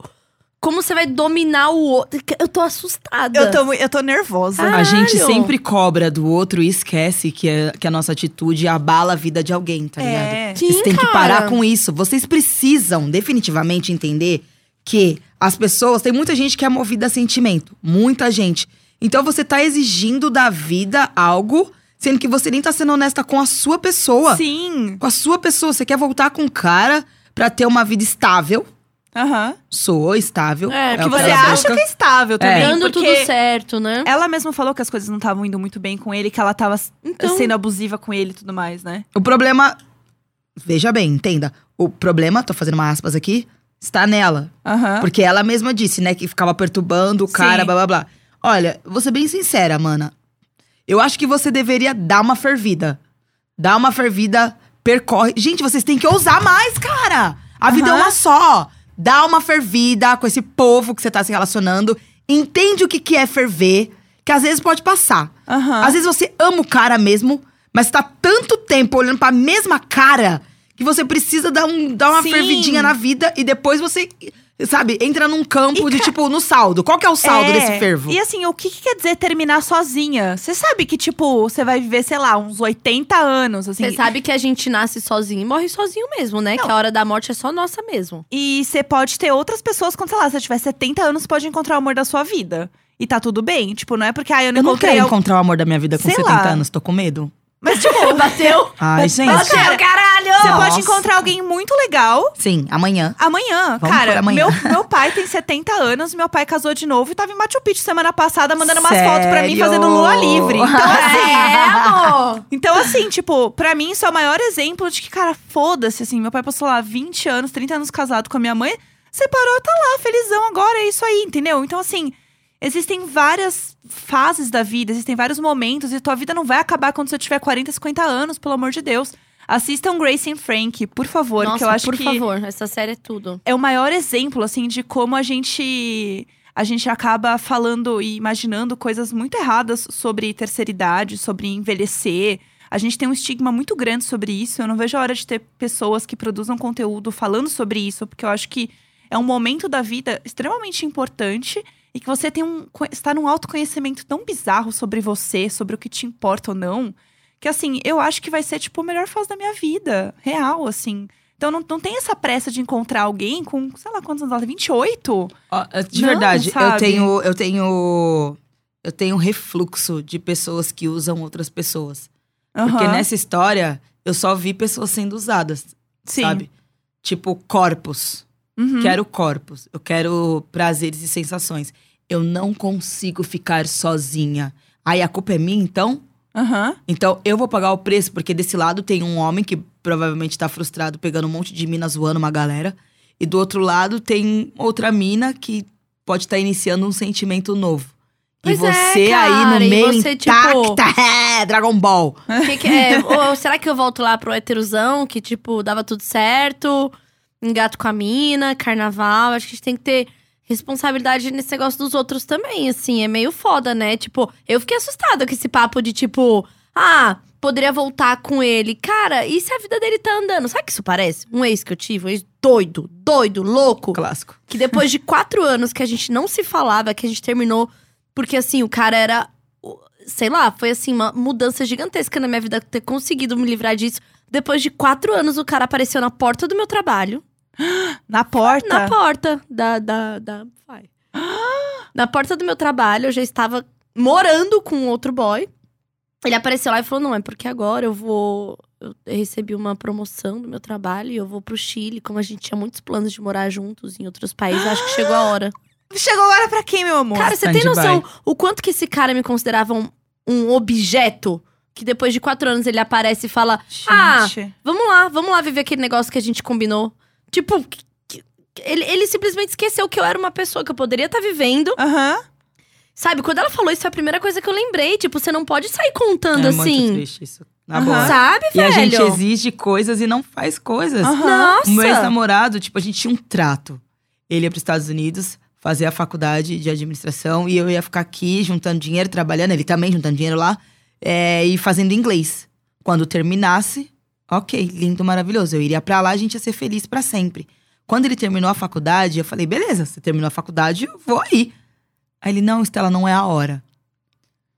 S1: como você vai dominar o outro. Eu tô assustada.
S3: Eu tô, mui- eu tô nervosa.
S1: Ah.
S2: A gente
S1: Caralho.
S2: sempre cobra do outro e esquece que, é- que a nossa atitude abala a vida de alguém, tá ligado?
S3: É.
S1: Sim,
S2: Vocês têm que
S1: cara.
S2: parar com isso. Vocês precisam definitivamente entender que as pessoas. Tem muita gente que é movida a sentimento. Muita gente. Então você tá exigindo da vida algo, sendo que você nem tá sendo honesta com a sua pessoa.
S3: Sim.
S2: Com a sua pessoa. Você quer voltar com o cara pra ter uma vida estável.
S3: Aham.
S2: Sou estável.
S1: É,
S2: o
S1: porque
S3: Você
S1: Ela
S2: ela
S3: acha
S2: busca.
S3: que é estável também.
S1: Dando
S3: porque
S1: tudo certo, né?
S3: Ela mesma falou que as coisas não estavam indo muito bem com ele, que ela tava s-
S1: Então.
S3: sendo abusiva com ele e tudo mais, né?
S2: O problema. Veja bem, entenda. O problema, tô fazendo uma aspas aqui, está nela.
S3: Aham.
S2: Porque ela mesma disse, né, que ficava perturbando o cara,
S3: Sim.
S2: blá blá blá. Olha, vou ser bem sincera, mana. Eu acho que você deveria dar uma fervida. Dar uma fervida, percorre. Gente, vocês têm que ousar mais, cara! A vida é
S3: Aham.
S2: uma só. Dá uma fervida com esse povo que você tá se relacionando. Entende o que, que é ferver, que às vezes pode passar.
S3: Aham.
S2: Às vezes você ama o cara mesmo, mas tá tanto tempo olhando pra mesma cara que você precisa dar, um, dar uma
S3: Sim.
S2: fervidinha na vida e depois você, sabe, entra num campo de tipo, no saldo. Qual que é o saldo
S3: É.
S2: desse fervo?
S3: E assim, o que, que quer dizer terminar sozinha? Você sabe que, tipo, você vai viver, sei lá, uns 80 anos, assim.
S1: Você sabe que a gente nasce sozinho e morre sozinho mesmo, né? Que a hora da morte é só nossa mesmo.
S3: E você pode ter outras pessoas quando, sei lá, você tiver 70 anos, pode encontrar o amor da sua vida. E tá tudo bem. Tipo, não é porque, ah, eu não
S2: Eu não
S3: encontrei.
S2: quero
S3: al-
S2: encontrar o amor da minha vida com
S3: Sei
S2: 70
S3: lá.
S2: anos, tô com medo.
S3: Mas, tipo,
S1: [laughs]
S3: bateu.
S2: Ai, gente.
S1: Bateu, caralho!
S3: Você
S2: Nossa.
S3: pode encontrar alguém muito legal
S2: Sim, amanhã.
S3: amanhã.
S2: Vamos por
S3: Cara,
S2: amanhã.
S3: Meu, meu pai tem 70 anos, meu pai casou de novo e tava em Machu Picchu semana passada mandando umas
S2: Sério?
S3: fotos pra mim fazendo lua livre.
S2: [laughs]
S3: Então, assim.
S1: É, amor!
S3: Então, assim, tipo, pra mim, isso é o maior exemplo de que, cara, foda-se, assim. Meu pai passou lá 20 anos, 30 anos casado com a minha mãe, separou, tá lá, felizão agora, é isso aí, entendeu? Então, assim, existem várias fases da vida, existem vários momentos, e tua vida não vai acabar quando você tiver 40, 50 anos, pelo amor de Deus. Assistam Grace and Frank, por favor,
S1: Nossa,
S3: que eu acho
S1: por
S3: que
S1: favor, essa série é tudo.
S3: é o maior exemplo, assim, de como a gente. A gente acaba falando e imaginando coisas muito erradas sobre terceira idade, sobre envelhecer. A gente tem um estigma muito grande sobre isso. Eu não vejo a hora de ter pessoas que produzam conteúdo falando sobre isso, porque eu acho que é um momento da vida extremamente importante e que você tem um, co- está num autoconhecimento tão bizarro sobre você, sobre o que te importa ou não, que assim, eu acho que vai ser tipo a melhor fase da minha vida, real, assim. Então não, não tem essa pressa de encontrar alguém com, sei lá, quantos anos ela tem? 28?
S2: é De
S3: Não,
S2: verdade, eu
S3: sabe?
S2: tenho. Eu tenho. Eu tenho um refluxo de pessoas que usam outras pessoas. Porque né,
S3: Aham.
S2: nessa história, eu só vi pessoas sendo usadas,
S3: Sim.
S2: sabe? Tipo, corpos.
S3: Uhum.
S2: Quero corpos, eu quero prazeres e sensações. Eu não consigo ficar sozinha. Aí a culpa é minha, então?
S3: Aham.
S2: Então eu vou pagar o preço, porque desse lado tem um homem que provavelmente tá frustrado pegando um monte de mina zoando uma galera. E do outro lado tem outra mina que pode estar iniciando um sentimento novo. e
S1: Pois é,
S2: você aí
S1: cara,
S2: no
S1: e
S2: meio
S1: você, tipo-
S2: intacta, [laughs] é, Dragon Ball.
S1: [laughs] Que que é? Ou será que eu volto lá pro heterosão, que, tipo, dava tudo certo, engato com a mina, carnaval? Acho que a gente tem que ter responsabilidade nesse negócio dos outros também, assim. É meio foda, né? Tipo, eu fiquei assustada com esse papo de, tipo, ah, poderia voltar com ele. Cara, e se a vida dele tá andando? Sabe o que isso parece? Um ex que eu tive, um ex doido, doido, louco.
S2: Clássico.
S1: Que depois de quatro anos que a gente não se falava, que a gente terminou, porque assim, o cara era. o- Sei lá, foi assim, uma mudança gigantesca na minha vida ter conseguido me livrar disso. Depois de quatro anos, o cara apareceu na porta do meu trabalho.
S3: Na porta.
S1: Na porta da. da, da vai. na porta do meu trabalho, eu já estava morando com outro boy. Ele apareceu lá e falou: Não, é porque agora eu vou. Eu recebi uma promoção do meu trabalho e eu vou pro Chile. Como a gente tinha muitos planos de morar juntos em outros países, eu acho que chegou a hora.
S3: Chegou a hora pra quem, meu amor?
S1: Cara, você tem
S2: stand-by.
S1: noção o quanto que esse cara me considerava um, um objeto? Que depois de quatro anos ele aparece e fala: Ah,
S3: Gente.
S1: Vamos lá, vamos lá viver aquele negócio que a gente combinou. Tipo, que- que- ele, ele simplesmente esqueceu que eu era uma pessoa que eu poderia estar vivendo.
S3: Aham.
S1: Sabe, quando ela falou isso, foi a primeira coisa que eu lembrei. Tipo, você não pode sair contando
S2: é muito
S1: assim.
S2: triste isso. Na
S3: Aham.
S2: boa.
S1: Sabe,
S2: E a
S1: velho?
S2: gente exige coisas e não faz coisas.
S3: Aham.
S1: Nossa!
S2: O meu ex-namorado, tipo, a gente tinha um trato. Ele ia para os Estados Unidos fazer a faculdade de administração e eu ia ficar aqui juntando dinheiro, trabalhando, ele também juntando dinheiro lá é, e fazendo inglês. Quando terminasse, ok, lindo, maravilhoso. Eu iria para lá, a gente ia ser feliz para sempre. Quando ele terminou a faculdade, eu falei, beleza, você terminou a faculdade, eu vou aí. Aí ele, não, Estela, não é a hora.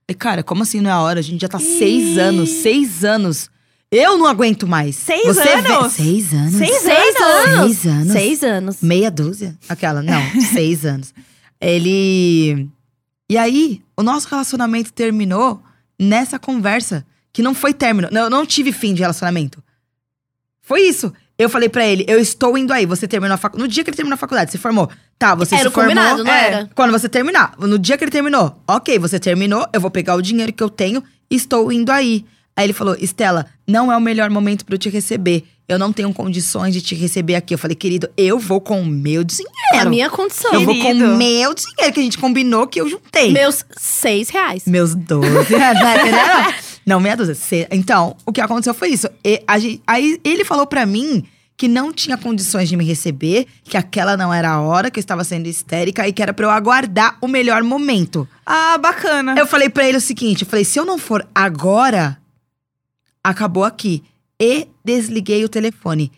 S2: E, cara, como assim não é a hora? A gente já tá seis anos, seis anos Eu não aguento mais.
S3: Seis
S2: Você
S3: anos?
S2: Vê... Seis anos.
S3: Seis
S1: Seis
S2: anos?
S1: anos.
S2: Seis anos.
S1: Seis anos.
S2: Meia dúzia?
S1: [laughs]
S2: Aquela, não, seis anos. Ele. E aí, o nosso relacionamento terminou nessa conversa, que não foi término. Não, eu não tive fim de relacionamento. Foi isso. Eu falei pra ele, eu estou indo aí. Você terminou a faculdade. No dia que ele terminou a faculdade, se formou. Tá, você
S1: Era
S2: se
S1: o
S2: formou.
S1: combinado, não
S2: é,
S1: era?
S2: Quando você terminar. No dia que ele terminou, ok, você terminou, eu vou pegar o dinheiro que eu tenho e estou indo aí. Aí ele falou: Estela, não é o melhor momento pra eu te receber. Eu não tenho condições de te receber aqui. Eu falei, querido, eu vou com o meu dinheiro.
S1: É a minha condição.
S2: Eu vou com
S3: Querido.
S2: o meu dinheiro que a gente combinou que eu juntei.
S1: Meus seis reais.
S2: Meus 12. né, entendeu? não, meia dúzia. Se- Então, o que aconteceu foi isso. E a gen- aí ele falou pra mim que não tinha condições de me receber, que aquela não era a hora, que eu estava sendo histérica e que era pra eu aguardar o melhor momento.
S3: Ah, bacana.
S2: Eu falei pra ele o seguinte, eu falei, se eu não for agora, acabou aqui. E desliguei o telefone.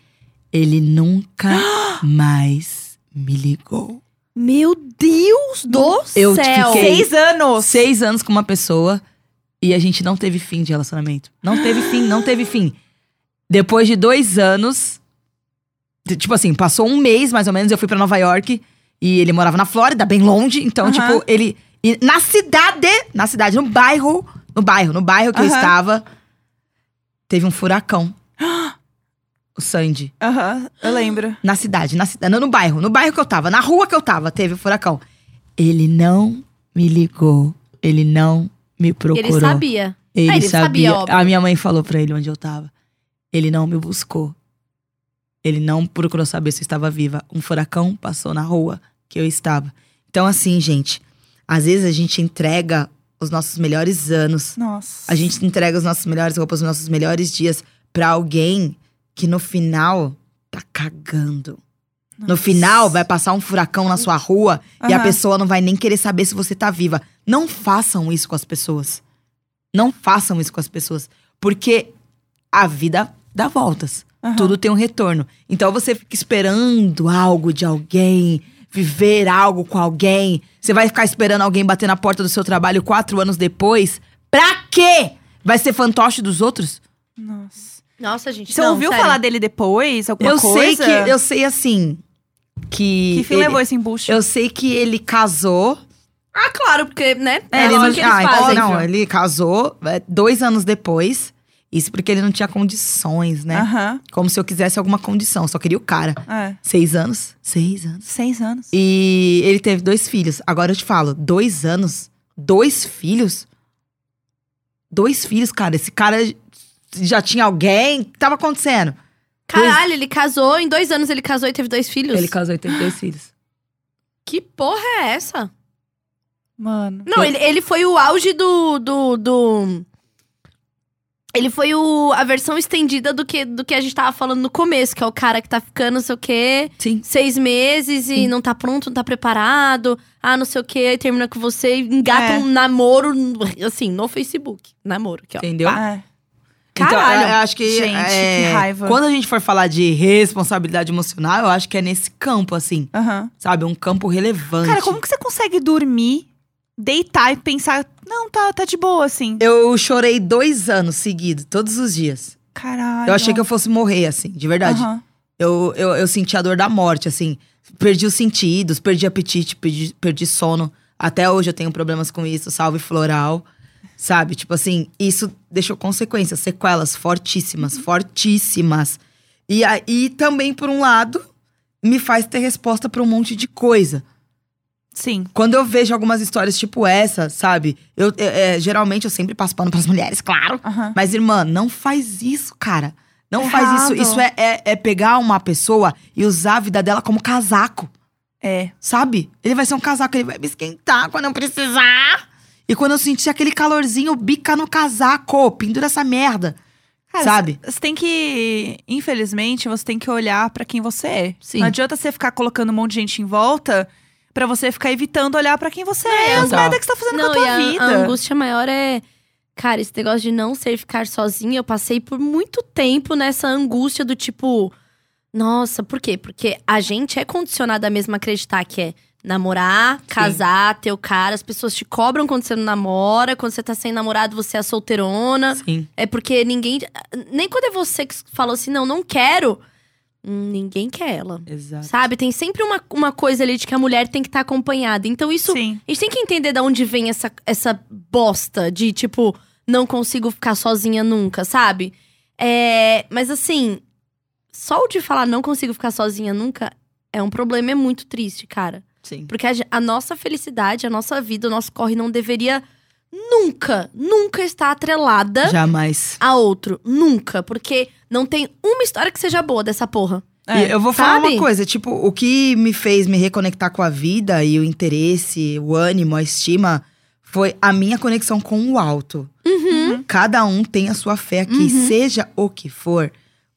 S2: Ele nunca mais me ligou.
S1: Meu Deus do
S2: Eu
S1: céu.
S2: fiquei-
S3: Seis anos.
S2: Seis anos com uma pessoa e a gente não teve fim de relacionamento. Não teve fim, não teve fim. Depois de dois anos, t- tipo assim, passou um mês mais ou menos, eu fui pra Nova York e ele morava na Flórida, bem longe. Então,
S3: Aham.
S2: tipo, ele. e na cidade, na cidade, no bairro, no bairro, no bairro que eu
S3: Aham.
S2: estava, teve um furacão. [gasps] o Sandy.
S3: Aham, eu lembro.
S2: Na cidade, na cidade, não, no bairro, no bairro que eu tava, na rua que eu tava, teve o furacão. Ele não me ligou, ele não me procurou.
S1: Ele sabia.
S2: Ele
S1: Ah, ele sabia, óbvio.
S2: A minha mãe falou pra ele onde eu tava. Ele não me buscou. Ele não procurou saber se eu estava viva. Um furacão passou na rua que eu estava. Então assim, gente, às vezes a gente entrega os nossos melhores anos
S3: Nossa.
S2: a gente entrega os nossos melhores roupas, os nossos melhores dias pra alguém que no final tá cagando. No
S3: Nossa.
S2: final vai passar um furacão na sua rua e a
S3: Aham.
S2: pessoa não vai nem querer saber se você tá viva. Não façam isso com as pessoas. Não façam isso com as pessoas, porque a vida dá voltas.
S3: Aham.
S2: Tudo tem um retorno. Então você fica esperando algo de alguém, viver algo com alguém. Você vai ficar esperando alguém bater na porta do seu trabalho quatro anos depois. Pra quê? Vai ser fantoche dos outros?
S3: Nossa.
S1: Nossa, gente.
S3: Você
S1: não,
S3: ouviu
S1: sério.
S3: falar dele depois? Alguma
S2: eu sei
S3: coisa?
S2: que. Eu sei assim. Que.
S3: Que fim
S2: ele-
S3: levou esse embuste?
S2: Eu sei que ele casou.
S1: Ah, claro, porque, né? É, assim
S2: ele não-
S1: que eles
S2: ah, então
S1: fazem.
S2: Não, ele casou é, dois anos depois. Isso porque ele não tinha condições, né?
S3: Aham.
S2: Como se eu quisesse alguma condição. Só queria o cara.
S3: É.
S2: Seis anos. Seis anos.
S3: Seis anos.
S2: E ele teve dois filhos. Agora eu te falo, dois anos, dois filhos. Dois filhos, cara. Esse cara já tinha alguém. O que tava acontecendo?
S1: Caralho, ele casou. Em dois anos ele casou e teve dois filhos.
S2: Ele casou e teve dois filhos.
S1: Que porra é essa?
S3: Mano.
S1: Não, ele, ele foi o auge do. do, do- Ele foi o, a versão estendida do que, do que a gente tava falando no começo, que é o cara que tá ficando, não sei o quê,
S2: Sim.
S1: seis meses e não tá pronto, não tá preparado, ah, não sei o quê, aí termina com você e engata
S3: É.
S1: um namoro, assim, no Facebook. Namoro, aqui, ó.
S2: Entendeu?
S3: Ah,
S1: Caralho.
S2: Então, eu- eu acho que.
S3: Gente,
S2: é,
S3: que raiva.
S2: Quando a gente for falar de responsabilidade emocional, eu acho que é nesse campo, assim.
S3: Aham.
S2: Sabe? Um campo relevante.
S3: Cara, como que você consegue dormir, deitar e pensar, não, tá, tá de boa, assim?
S2: Eu chorei dois anos seguidos, todos os dias.
S3: Caralho.
S2: eu achei
S1: é
S2: que eu fosse morrer, assim, de verdade.
S3: Aham.
S2: Eu, eu, eu senti a dor da morte, assim. Perdi os sentidos, perdi apetite, perdi, perdi sono. Até hoje eu tenho problemas com isso, salve floral. Sabe? Tipo assim, isso deixou consequências, sequelas fortíssimas, fortíssimas. E aí também, por um lado, me faz ter resposta pra um monte de coisa.
S3: Sim.
S2: Quando eu vejo algumas histórias tipo essa, sabe? Eu, é, é, geralmente eu sempre passo pano pras mulheres, claro.
S3: Aham.
S2: Mas, irmã, não faz isso, cara. Não
S3: Tá
S2: faz
S3: errado.
S2: isso. Isso é, é, é pegar uma pessoa e usar a vida dela como casaco,
S3: É.
S2: sabe? Ele vai ser um casaco, ele vai me esquentar quando eu precisar. E quando eu sentir aquele calorzinho, bica no casaco, pendura essa merda.
S3: Cara,
S2: Sabe?
S3: Você tem que, infelizmente, você tem que olhar pra quem você é.
S2: Sim.
S3: Não adianta você ficar colocando um monte de gente em volta pra você ficar evitando olhar pra quem você é. É as
S2: Total.
S3: merdas que você tá fazendo com a
S1: e
S3: tua
S1: a,
S3: vida.
S1: a angústia maior é. Cara, esse negócio de não ser ficar sozinha, eu passei por muito tempo nessa angústia do tipo. Nossa, por quê? Porque a gente é condicionado a mesmo acreditar que é. namorar, casar, ter o cara. As pessoas te cobram quando você não namora. Quando você tá sem namorado, você é solteirona.
S2: Sim.
S1: É porque ninguém. Nem quando é você que falou assim, não, não quero. hum, Ninguém quer ela.
S2: Exato.
S1: Sabe? Tem sempre uma, uma coisa ali de que a mulher tem que estar acompanhada. Então, isso.
S3: Sim.
S1: A gente tem que entender de onde vem essa, essa bosta de, tipo, não consigo ficar sozinha nunca, sabe? É, mas assim, só o de falar não consigo ficar sozinha nunca é um problema, é muito triste, cara.
S2: Sim.
S1: Porque a, ge- a nossa felicidade, a nossa vida, o nosso corre não deveria nunca, nunca estar atrelada
S2: Jamais.
S1: a outro. Nunca. Porque não tem uma história que seja boa dessa porra.
S2: E eu vou falar
S1: Sabe?
S2: uma coisa, tipo, o que me fez me reconectar com a vida e o interesse, o ânimo, a estima, foi a minha conexão com o alto.
S3: Uhum.
S2: Cada um tem a sua fé aqui, seja o que for.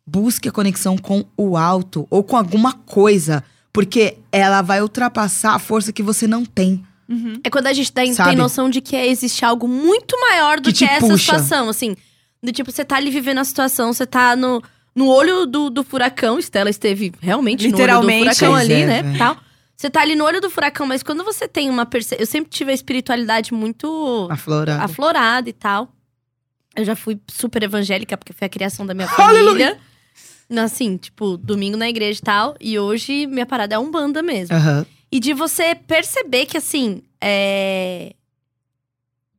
S2: Busque a conexão com o alto ou com alguma coisa, porque ela vai ultrapassar a força que você não tem.
S3: Uhum.
S1: É quando a gente tem,
S2: Sabe?
S1: tem noção de que é, existe algo muito maior do que,
S2: Que te
S1: essa
S2: puxa.
S1: situação, assim. Do tipo, você tá ali vivendo a situação, você tá no, no olho do, do furacão. Estela esteve realmente no olho do
S3: Literalmente.
S1: furacão
S2: Pois
S1: ali,
S2: é,
S1: né?
S2: velho.
S1: Tal. Você tá ali no olho do furacão, mas quando você tem uma percepção. Eu sempre tive a espiritualidade muito
S2: A flora.
S1: aflorada e tal. Eu já fui super evangélica, porque foi a criação da minha
S2: [laughs] Aleluia!
S1: família. Assim, tipo, domingo na igreja e tal. E hoje minha parada é umbanda mesmo.
S2: Aham.
S1: E de você perceber que, assim, é...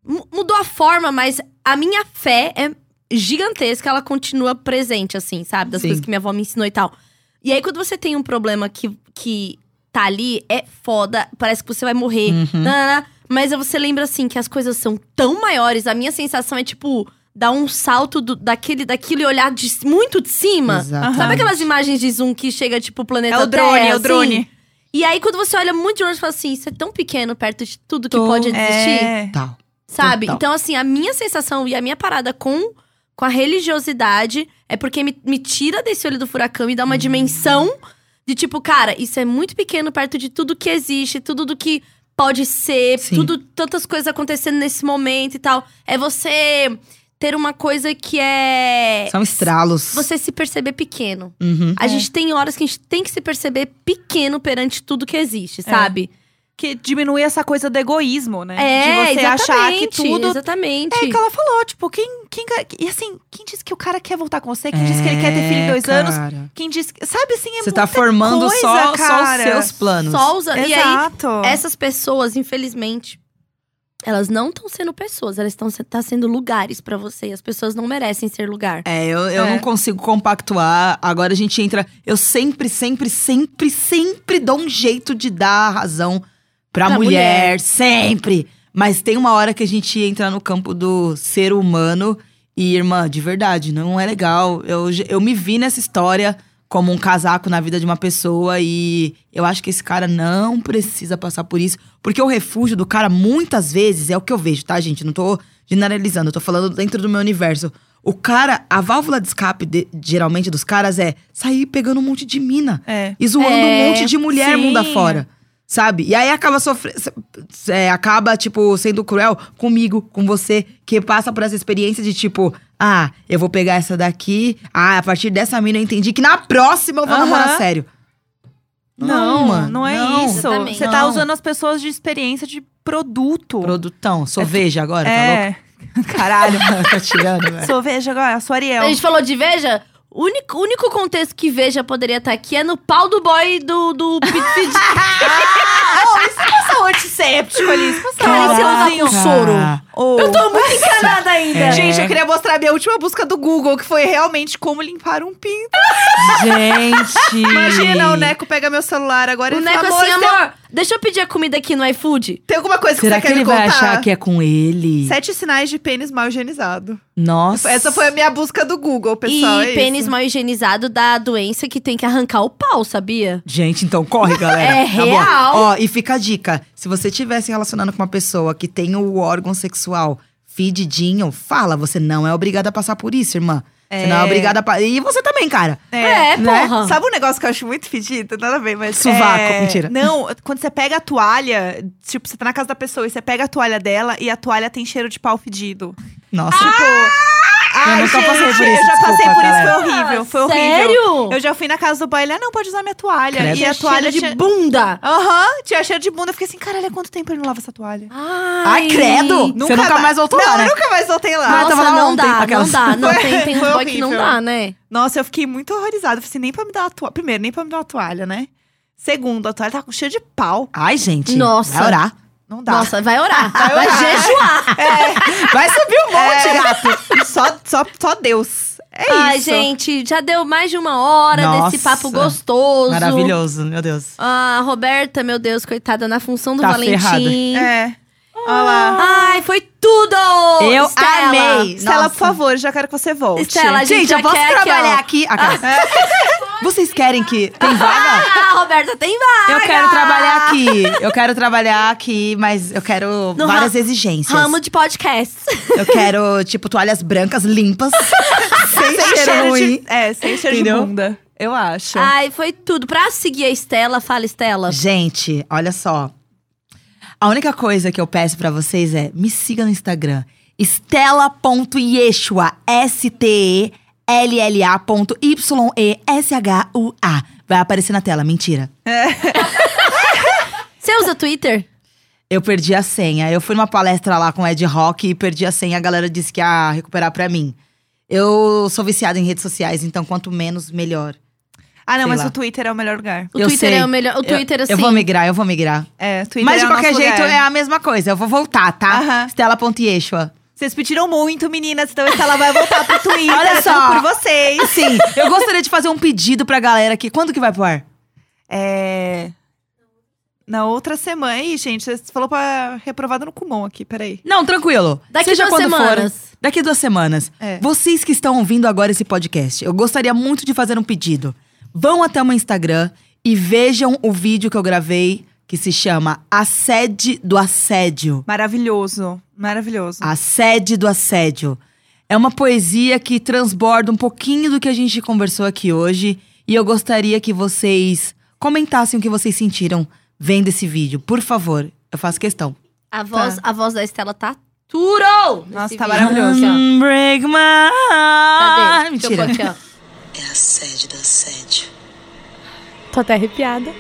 S1: mu- Mudou a forma, mas a minha fé é gigantesca. Ela continua presente, assim, sabe? Das
S2: Sim.
S1: coisas que minha avó me ensinou e tal. E aí, quando você tem um problema que, que tá ali, é foda. Parece que você vai morrer.
S2: Uhum.
S1: nananã. Mas você lembra, assim, que as coisas são tão maiores. A minha sensação é, tipo, dar um salto do- daquele, daquele olhar de, muito de cima.
S2: Exato.
S1: Sabe aquelas imagens de Zoom que chega, tipo, o planeta
S3: É o drone,
S1: Terra,
S3: é o
S1: assim?
S3: drone.
S1: E aí, quando você olha muito de longe, você fala assim: isso é tão pequeno perto de tudo que
S2: Tô.
S1: pode existir,
S3: É.
S2: Tal.
S1: sabe?
S2: total.
S1: Então, assim, a minha sensação e a minha parada com, com a religiosidade é porque me, me tira desse olho do furacão e dá uma
S2: Uhum.
S1: dimensão de tipo, cara, isso é muito pequeno perto de tudo que existe, tudo do que pode ser,
S2: Sim.
S1: tudo, tantas coisas acontecendo nesse momento e tal. É você ter uma coisa que é.
S2: São estralos.
S1: Você se perceber pequeno.
S2: Uhum.
S1: A gente tem horas que a gente tem que se perceber pequeno perante tudo que
S2: É.
S1: existe, sabe?
S3: Que diminui essa coisa do egoísmo, né?
S1: É,
S3: De você achar que
S1: exatamente.
S3: tudo
S1: Exatamente.
S3: É que ela falou, tipo, quem, quem. E assim, quem disse que o cara quer voltar com você? Quem disse que ele quer ter filho em dois
S2: É,
S3: anos?
S2: cara.
S3: Quem disse. que- Sabe assim, é
S2: Você tá
S3: muita
S2: formando
S3: coisa,
S2: só, só os
S3: cara.
S2: seus planos.
S1: Só usa. E aí,
S3: Exato.
S1: essas pessoas, infelizmente, elas não estão sendo pessoas, elas estão se- tá sendo lugares pra você. E as pessoas não merecem ser lugar.
S2: É, eu, eu
S3: É.
S2: não consigo compactuar. Agora a gente entra. Eu sempre, sempre, sempre, sempre dou um jeito de dar a razão pra,
S1: Pra
S2: mulher,
S1: mulher.
S2: Sempre. Mas tem uma hora que a gente entra no campo do ser humano e, irmã, de verdade, não é legal. Eu, j- eu me vi nessa história como um casaco na vida de uma pessoa e eu acho que esse cara não precisa passar por isso. Porque o refúgio do cara, muitas vezes, é o que eu vejo, tá, gente? Não tô generalizando, eu tô falando dentro do meu universo. O cara, a válvula de escape, de- geralmente, dos caras é sair pegando um monte de mina
S3: É.
S2: e zoando um
S1: É,
S2: monte de mulher
S3: sim.
S2: mundo afora. Sabe? E aí acaba sofrendo. acaba, tipo, sendo cruel comigo, com você, que passa por essa experiência de tipo, ah, eu vou pegar essa daqui. Ah, a partir dessa mina eu entendi que na próxima eu vou
S3: Aham.
S2: namorar sério.
S3: Não, não, é isso.
S1: Exatamente.
S3: Você tá
S2: Não.
S3: usando as pessoas de experiência de produto.
S2: Produtão, soveja agora,
S3: é. [laughs]
S2: tá louco? Caralho, tá tirando, velho.
S3: Sou, veja agora, a sua Ariel.
S1: A gente falou de Veja. O único, o único contexto que Veja poderia estar aqui é no pau do boy do,
S3: [laughs]
S1: do Pit Pit.
S3: Passa um antisséptico ali. isso Passa
S1: Cara, e se ela
S3: álcoolzinho.
S1: com soro?
S2: [laughs]
S3: Ô.
S1: Eu tô muito encanada ainda.
S3: Gente, eu queria mostrar a minha última busca do Google, que foi realmente como limpar um pinto.
S2: Gente.
S3: Imagina, o Neco pega meu celular agora
S1: o
S3: e
S1: Neco
S3: fala,
S1: assim,
S3: "Amor,
S1: amor, deixa eu pedir a comida aqui no iFood.
S3: Tem alguma coisa que
S2: Será
S3: você
S2: que
S3: quer
S2: ele
S3: me
S2: vai
S3: contar?
S2: achar que é com ele?
S3: Sete sinais de pênis mal higienizado.
S2: Nossa.
S3: Essa foi a minha busca do Google, pessoal.
S1: e
S3: é isso.
S1: pênis mal higienizado da doença que tem que arrancar o pau, sabia?
S2: Gente, então corre, galera.
S1: É
S2: Na boa.
S1: real.
S2: Ó, e fica a dica: se você estiver se relacionando com uma pessoa que tem o órgão sexual fedidinho, fala, você não é obrigada a passar por isso, irmã. Você não é obrigada a passar. E você também, cara.
S1: É,
S2: né?
S1: porra.
S3: Sabe um negócio que eu acho muito fedido? Nada a ver, mas.
S2: Sovaco,
S3: é,
S2: mentira.
S3: Não, quando você pega a toalha, tipo, você tá na casa da pessoa e você pega a toalha dela e a toalha tem cheiro de pau fedido.
S2: Nossa.
S3: Tipo, Ai,
S2: nunca
S3: gente,
S2: passei por isso,
S3: Eu já passei
S2: desculpa,
S3: por
S2: galera.
S3: isso, foi horrível. Foi horrível.
S1: Sério?
S3: Eu já fui na casa do boy, ele, ah, não, pode usar minha toalha.
S2: Credo.
S3: E a toalha
S1: de
S3: tinha...
S1: bunda.
S3: Aham, tinha cheiro de bunda. Eu fiquei assim, caralho, há quanto tempo ele não lava essa toalha?
S1: Ai,
S2: Ai, credo! Você nunca mais
S1: Ah,
S2: voltou
S3: não,
S2: lá, né?
S3: eu nunca mais voltei lá.
S2: Ah,
S1: Nossa,
S2: tava lá
S1: não
S2: ontem,
S1: dá,
S2: aquelas.
S1: não dá. Não, tem, tem
S3: Foi
S1: uns boy que não
S3: horrível.
S1: dá, né?
S3: Nossa, eu fiquei muito horrorizada. Eu falei assim, nem pra me dar uma toalha. Primeiro, nem pra me dar uma toalha, né? Segundo, a toalha tava com cheiro de pau.
S2: Ai, gente.
S1: Nossa.
S2: Vai orar.
S3: Não dá.
S1: Nossa, vai orar. Vai, jejuar.
S2: Vai subir um monte, gato.
S3: só, só, só Deus. É
S1: Ai,
S3: isso.
S1: gente, já deu mais de uma hora
S2: Nossa.
S1: desse papo gostoso.
S2: Maravilhoso, meu Deus.
S1: Ah, Roberta, meu Deus, coitada, na função do
S2: Tá
S1: Valentim.
S3: É. Olha lá.
S1: Ai, foi tudo!
S2: Eu
S1: Estela.
S2: amei.
S3: Estela,
S2: Nossa.
S3: por favor, já quero que você volte.
S1: Estela, a gente,
S2: Gente,
S1: já
S2: eu posso
S1: quer aqui, ó.
S2: trabalhar aqui. Ah, cara. Vocês querem que. Tem vaga?
S1: Ah, Roberta, tem vaga!
S2: Eu quero trabalhar aqui. Eu quero trabalhar aqui, mas eu quero
S1: No
S2: várias
S1: ra-
S2: exigências.
S1: Ramo de podcast.
S2: Eu quero, tipo, toalhas brancas limpas. sem, cheiro,
S3: sem cheiro
S2: ruim.
S3: de, É, sem cheiro de
S2: Entendeu?
S3: bunda. Eu acho.
S1: Ai, foi tudo. Pra seguir a Estela, fala Estela.
S2: Gente, olha só. A única coisa que eu peço pra vocês é me siga no Instagram. Estela.yeshua. S-T-E-L-L-A. ponto Y-E-S-H-U-A. Vai aparecer na tela, mentira.
S1: Você usa Twitter?
S2: Eu perdi a senha. Eu fui numa palestra lá com o Ed Rock e perdi a senha. A galera disse que ia recuperar pra mim. Eu sou viciada em redes sociais, então quanto menos, melhor.
S3: ah, não,
S2: sei
S3: mas
S2: lá.
S3: o Twitter é o melhor lugar.
S1: O
S2: Eu
S1: Twitter
S2: sei.
S1: é o melhor. O Twitter,
S2: eu,
S1: assim.
S2: Eu vou migrar, eu vou migrar.
S3: É, Twitter
S2: Mas
S3: é
S2: de
S3: o nosso
S2: qualquer jeito
S3: lugar.
S2: é a mesma coisa. Eu vou voltar, tá?
S3: Aham.
S2: Estela.yeshua.
S3: Vocês pediram muito, meninas, então a Estela vai voltar pro Twitter.
S2: Olha
S3: é
S2: só.
S3: tudo por vocês.
S2: Sim, eu gostaria de fazer um pedido pra galera aqui. Quando que vai pro ar?
S3: É. Na outra semana. Ih, gente, você falou pra reprovada no Kumon aqui, peraí.
S2: Não, tranquilo.
S1: Daqui
S2: Seja
S1: duas
S2: quando
S1: semanas.
S2: for. Daqui duas semanas.
S3: É.
S2: Vocês que estão ouvindo agora esse podcast, eu gostaria muito de fazer um pedido. Vão até o meu Instagram e vejam o vídeo que eu gravei que se chama A Sede do Assédio.
S3: Maravilhoso, maravilhoso.
S2: A Sede do Assédio. É uma poesia que transborda um pouquinho do que a gente conversou aqui hoje. E eu gostaria que vocês comentassem o que vocês sentiram vendo esse vídeo. Por favor, eu faço questão.
S1: A voz, a voz da Estela tá turo!
S3: Nossa,
S1: nesse
S3: tá
S1: vídeo.
S3: maravilhoso.
S1: Aqui, ó.
S2: Break my
S1: Cadê?
S2: heart.
S1: Deixa eu
S2: Ah, Mentira.
S1: pôr aqui, ó.
S5: É a sede da sede.
S1: Tô até arrepiada.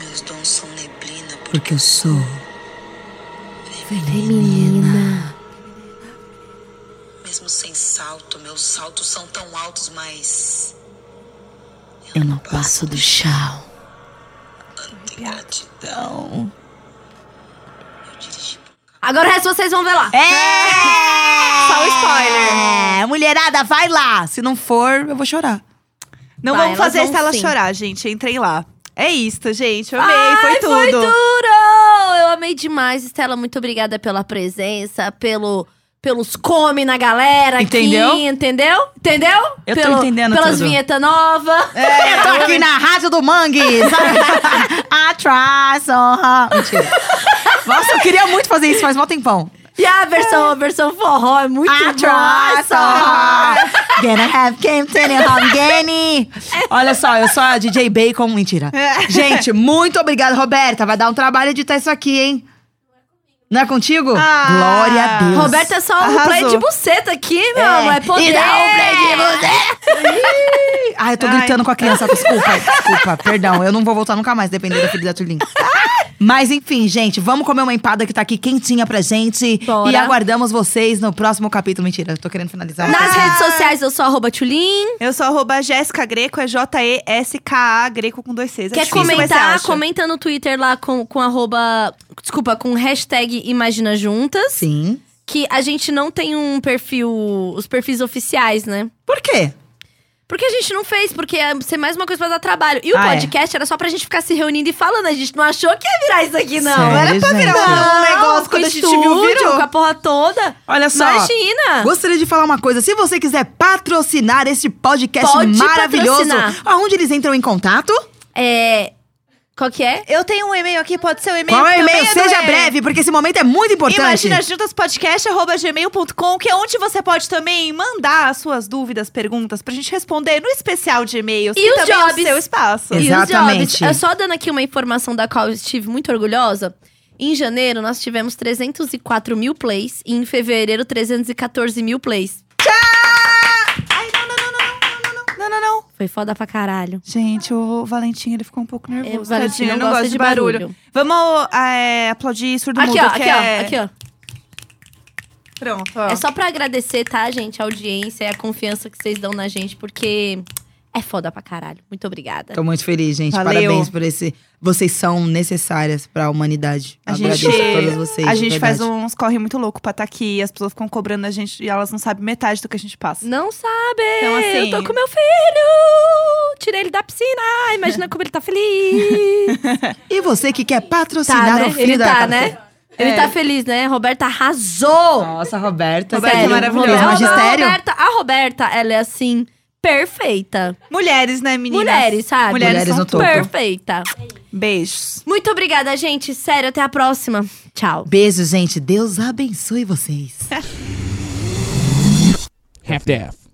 S5: Meus dons são neblina
S2: Porque eu sou.
S5: porque mesmo sem salto, meus saltos são tão altos, mas
S2: Eu não passo do chão.
S5: tanta gratidão. Eu dirigi
S1: Agora o resto vocês vão ver lá.
S2: É!
S3: Só o spoiler.
S2: É, mulherada, vai lá! Se não for, eu vou chorar.
S3: Não
S1: Vai, elas
S3: vamos fazer a
S1: vão
S3: Estela
S1: sim.
S3: chorar, gente. Entrei lá. É isto, gente. Amei, foi tudo.
S1: Foi duro! Eu amei demais, Estela. Muito obrigada pela presença, pelo, pelos come na galera
S2: Entendeu?
S1: aqui. Entendeu? Entendeu?
S2: Eu tô entendendo
S1: Pelas
S2: tudo.
S1: vinhetas novas.
S2: É, eu tô aqui na Rádio do Mangue! [laughs] Atrás! Mentira. Nossa, eu queria muito fazer isso, faz mó tempão.
S1: E a versão, a versão forró é muito
S2: Ah,
S1: boa.
S2: Atrás! ó. [laughs] Gonna have came to the Hungary. Olha só, eu sou a DJ Bacon. Mentira. Gente, muito obrigada, Roberta. Vai dar um trabalho editar isso aqui, hein? Não é contigo?
S3: Ah.
S2: Glória a Deus.
S1: Roberto é só um
S3: Arrasou.
S1: play de buceta aqui, meu.
S2: É.
S1: É, poder.
S2: E dá um play de você. Ai, eu tô
S3: Ai.
S2: gritando com a criança. Desculpa, desculpa, perdão. Eu não vou voltar nunca mais, dependendo da filha da Tulinha. Mas enfim, gente, vamos comer uma empada que tá aqui quentinha pra gente.
S1: Bora.
S2: E aguardamos vocês no próximo capítulo. Mentira, eu tô querendo finalizar.
S1: Nas redes sociais eu sou arroba Tulin.
S3: Eu sou arroba Jéssica Greco, é J-E-S-K-A Greco com dois Cs. É
S1: Quer
S3: difícil, mas você
S1: comentar?
S3: acha.
S1: Comenta no Twitter lá com, com arroba. Desculpa, com hashtag Imagina Juntas.
S2: Sim.
S1: Que a gente não tem um perfil. Os perfis oficiais, né?
S2: Por quê?
S1: Porque a gente não fez, porque ia ser mais uma coisa pra dar trabalho. E o
S2: Ah, é.
S1: podcast era só pra gente ficar se reunindo e falando. A gente não achou que ia virar isso aqui, não.
S2: Sério,
S1: era
S2: gente?
S3: um negócio
S1: com
S3: quando a gente
S1: estúdio,
S3: viu, virou.
S1: Com a porra toda.
S2: Olha só.
S1: Imagina!
S2: Gostaria de falar uma coisa. Se você quiser patrocinar este podcast
S1: Pode
S2: maravilhoso,
S1: patrocinar.
S2: aonde eles entram em contato?
S1: É. Qual que é?
S3: Eu tenho um e-mail aqui, pode ser o e-mail
S2: Qual é o
S3: também
S2: e-mail?
S3: do
S2: Seja
S3: E-
S2: breve, porque esse momento é muito importante.
S3: Imagina juntaspodcast.gmail.com, que é onde você pode também mandar as suas dúvidas, perguntas, pra gente responder no especial de e-mails.
S1: E
S3: que
S1: os
S3: também é
S1: jobs?
S3: o seu espaço.
S2: Ex-
S1: E os
S2: Exatamente.
S1: jobs? É só dando aqui uma informação da qual eu estive muito orgulhosa. Em janeiro, nós tivemos 304 mil plays. E em fevereiro, 314 mil plays.
S3: Ai, não, não, não, não, não, não, não, não, não, não.
S1: Foi foda pra caralho.
S3: Gente, o Valentim, ele ficou um pouco nervoso.
S1: É, o Valentim
S3: tadinho,
S1: não
S3: ele
S1: gosta de barulho.
S3: Vamos é, aplaudir surdo
S1: Aqui,
S3: mudo,
S1: ó,
S3: que
S1: aqui,
S3: é...
S1: ó, aqui, ó.
S3: Pronto, ó.
S1: É só pra agradecer, tá, gente, a audiência e a confiança que vocês dão na gente, porque é foda pra caralho. Muito obrigada.
S2: Tô muito feliz, gente.
S3: Valeu.
S2: Parabéns por esse. Vocês são necessárias pra humanidade.
S3: A
S2: Agradeço
S3: gente-
S2: a todas vocês.
S3: a
S2: de
S3: gente
S2: verdade.
S3: faz uns corre muito louco pra estar aqui e as pessoas ficam cobrando a gente e elas não sabem metade do que a gente passa.
S1: Não sabe!
S3: Então,
S1: Eu
S3: assim-
S1: tô com meu filho! Tirei ele da piscina! [laughs] Imagina como ele tá feliz!
S3: um
S2: E você que quer
S1: tá,
S2: patrocinar
S1: né?
S2: o filho
S1: Ele
S2: da
S1: tá,
S2: Roberta.
S1: né? Ele
S2: É.
S1: tá feliz, né? Roberta arrasou!
S2: Nossa, Roberta.
S3: Roberta é
S2: sério.
S3: maravilhosa.
S2: Fez
S1: Roberta,
S2: magistério?
S1: a Roberta, a Roberta, ela é assim, perfeita.
S3: Mulheres, né, meninas?
S1: Mulheres, sabe?
S3: Mulheres,
S2: Mulheres
S3: são
S2: no topo.
S1: Perfeita.
S3: Beijos.
S1: Muito obrigada, gente. Sério, até a próxima. Tchau.
S2: Beijo, gente. Deus abençoe vocês.
S4: Half-deaf.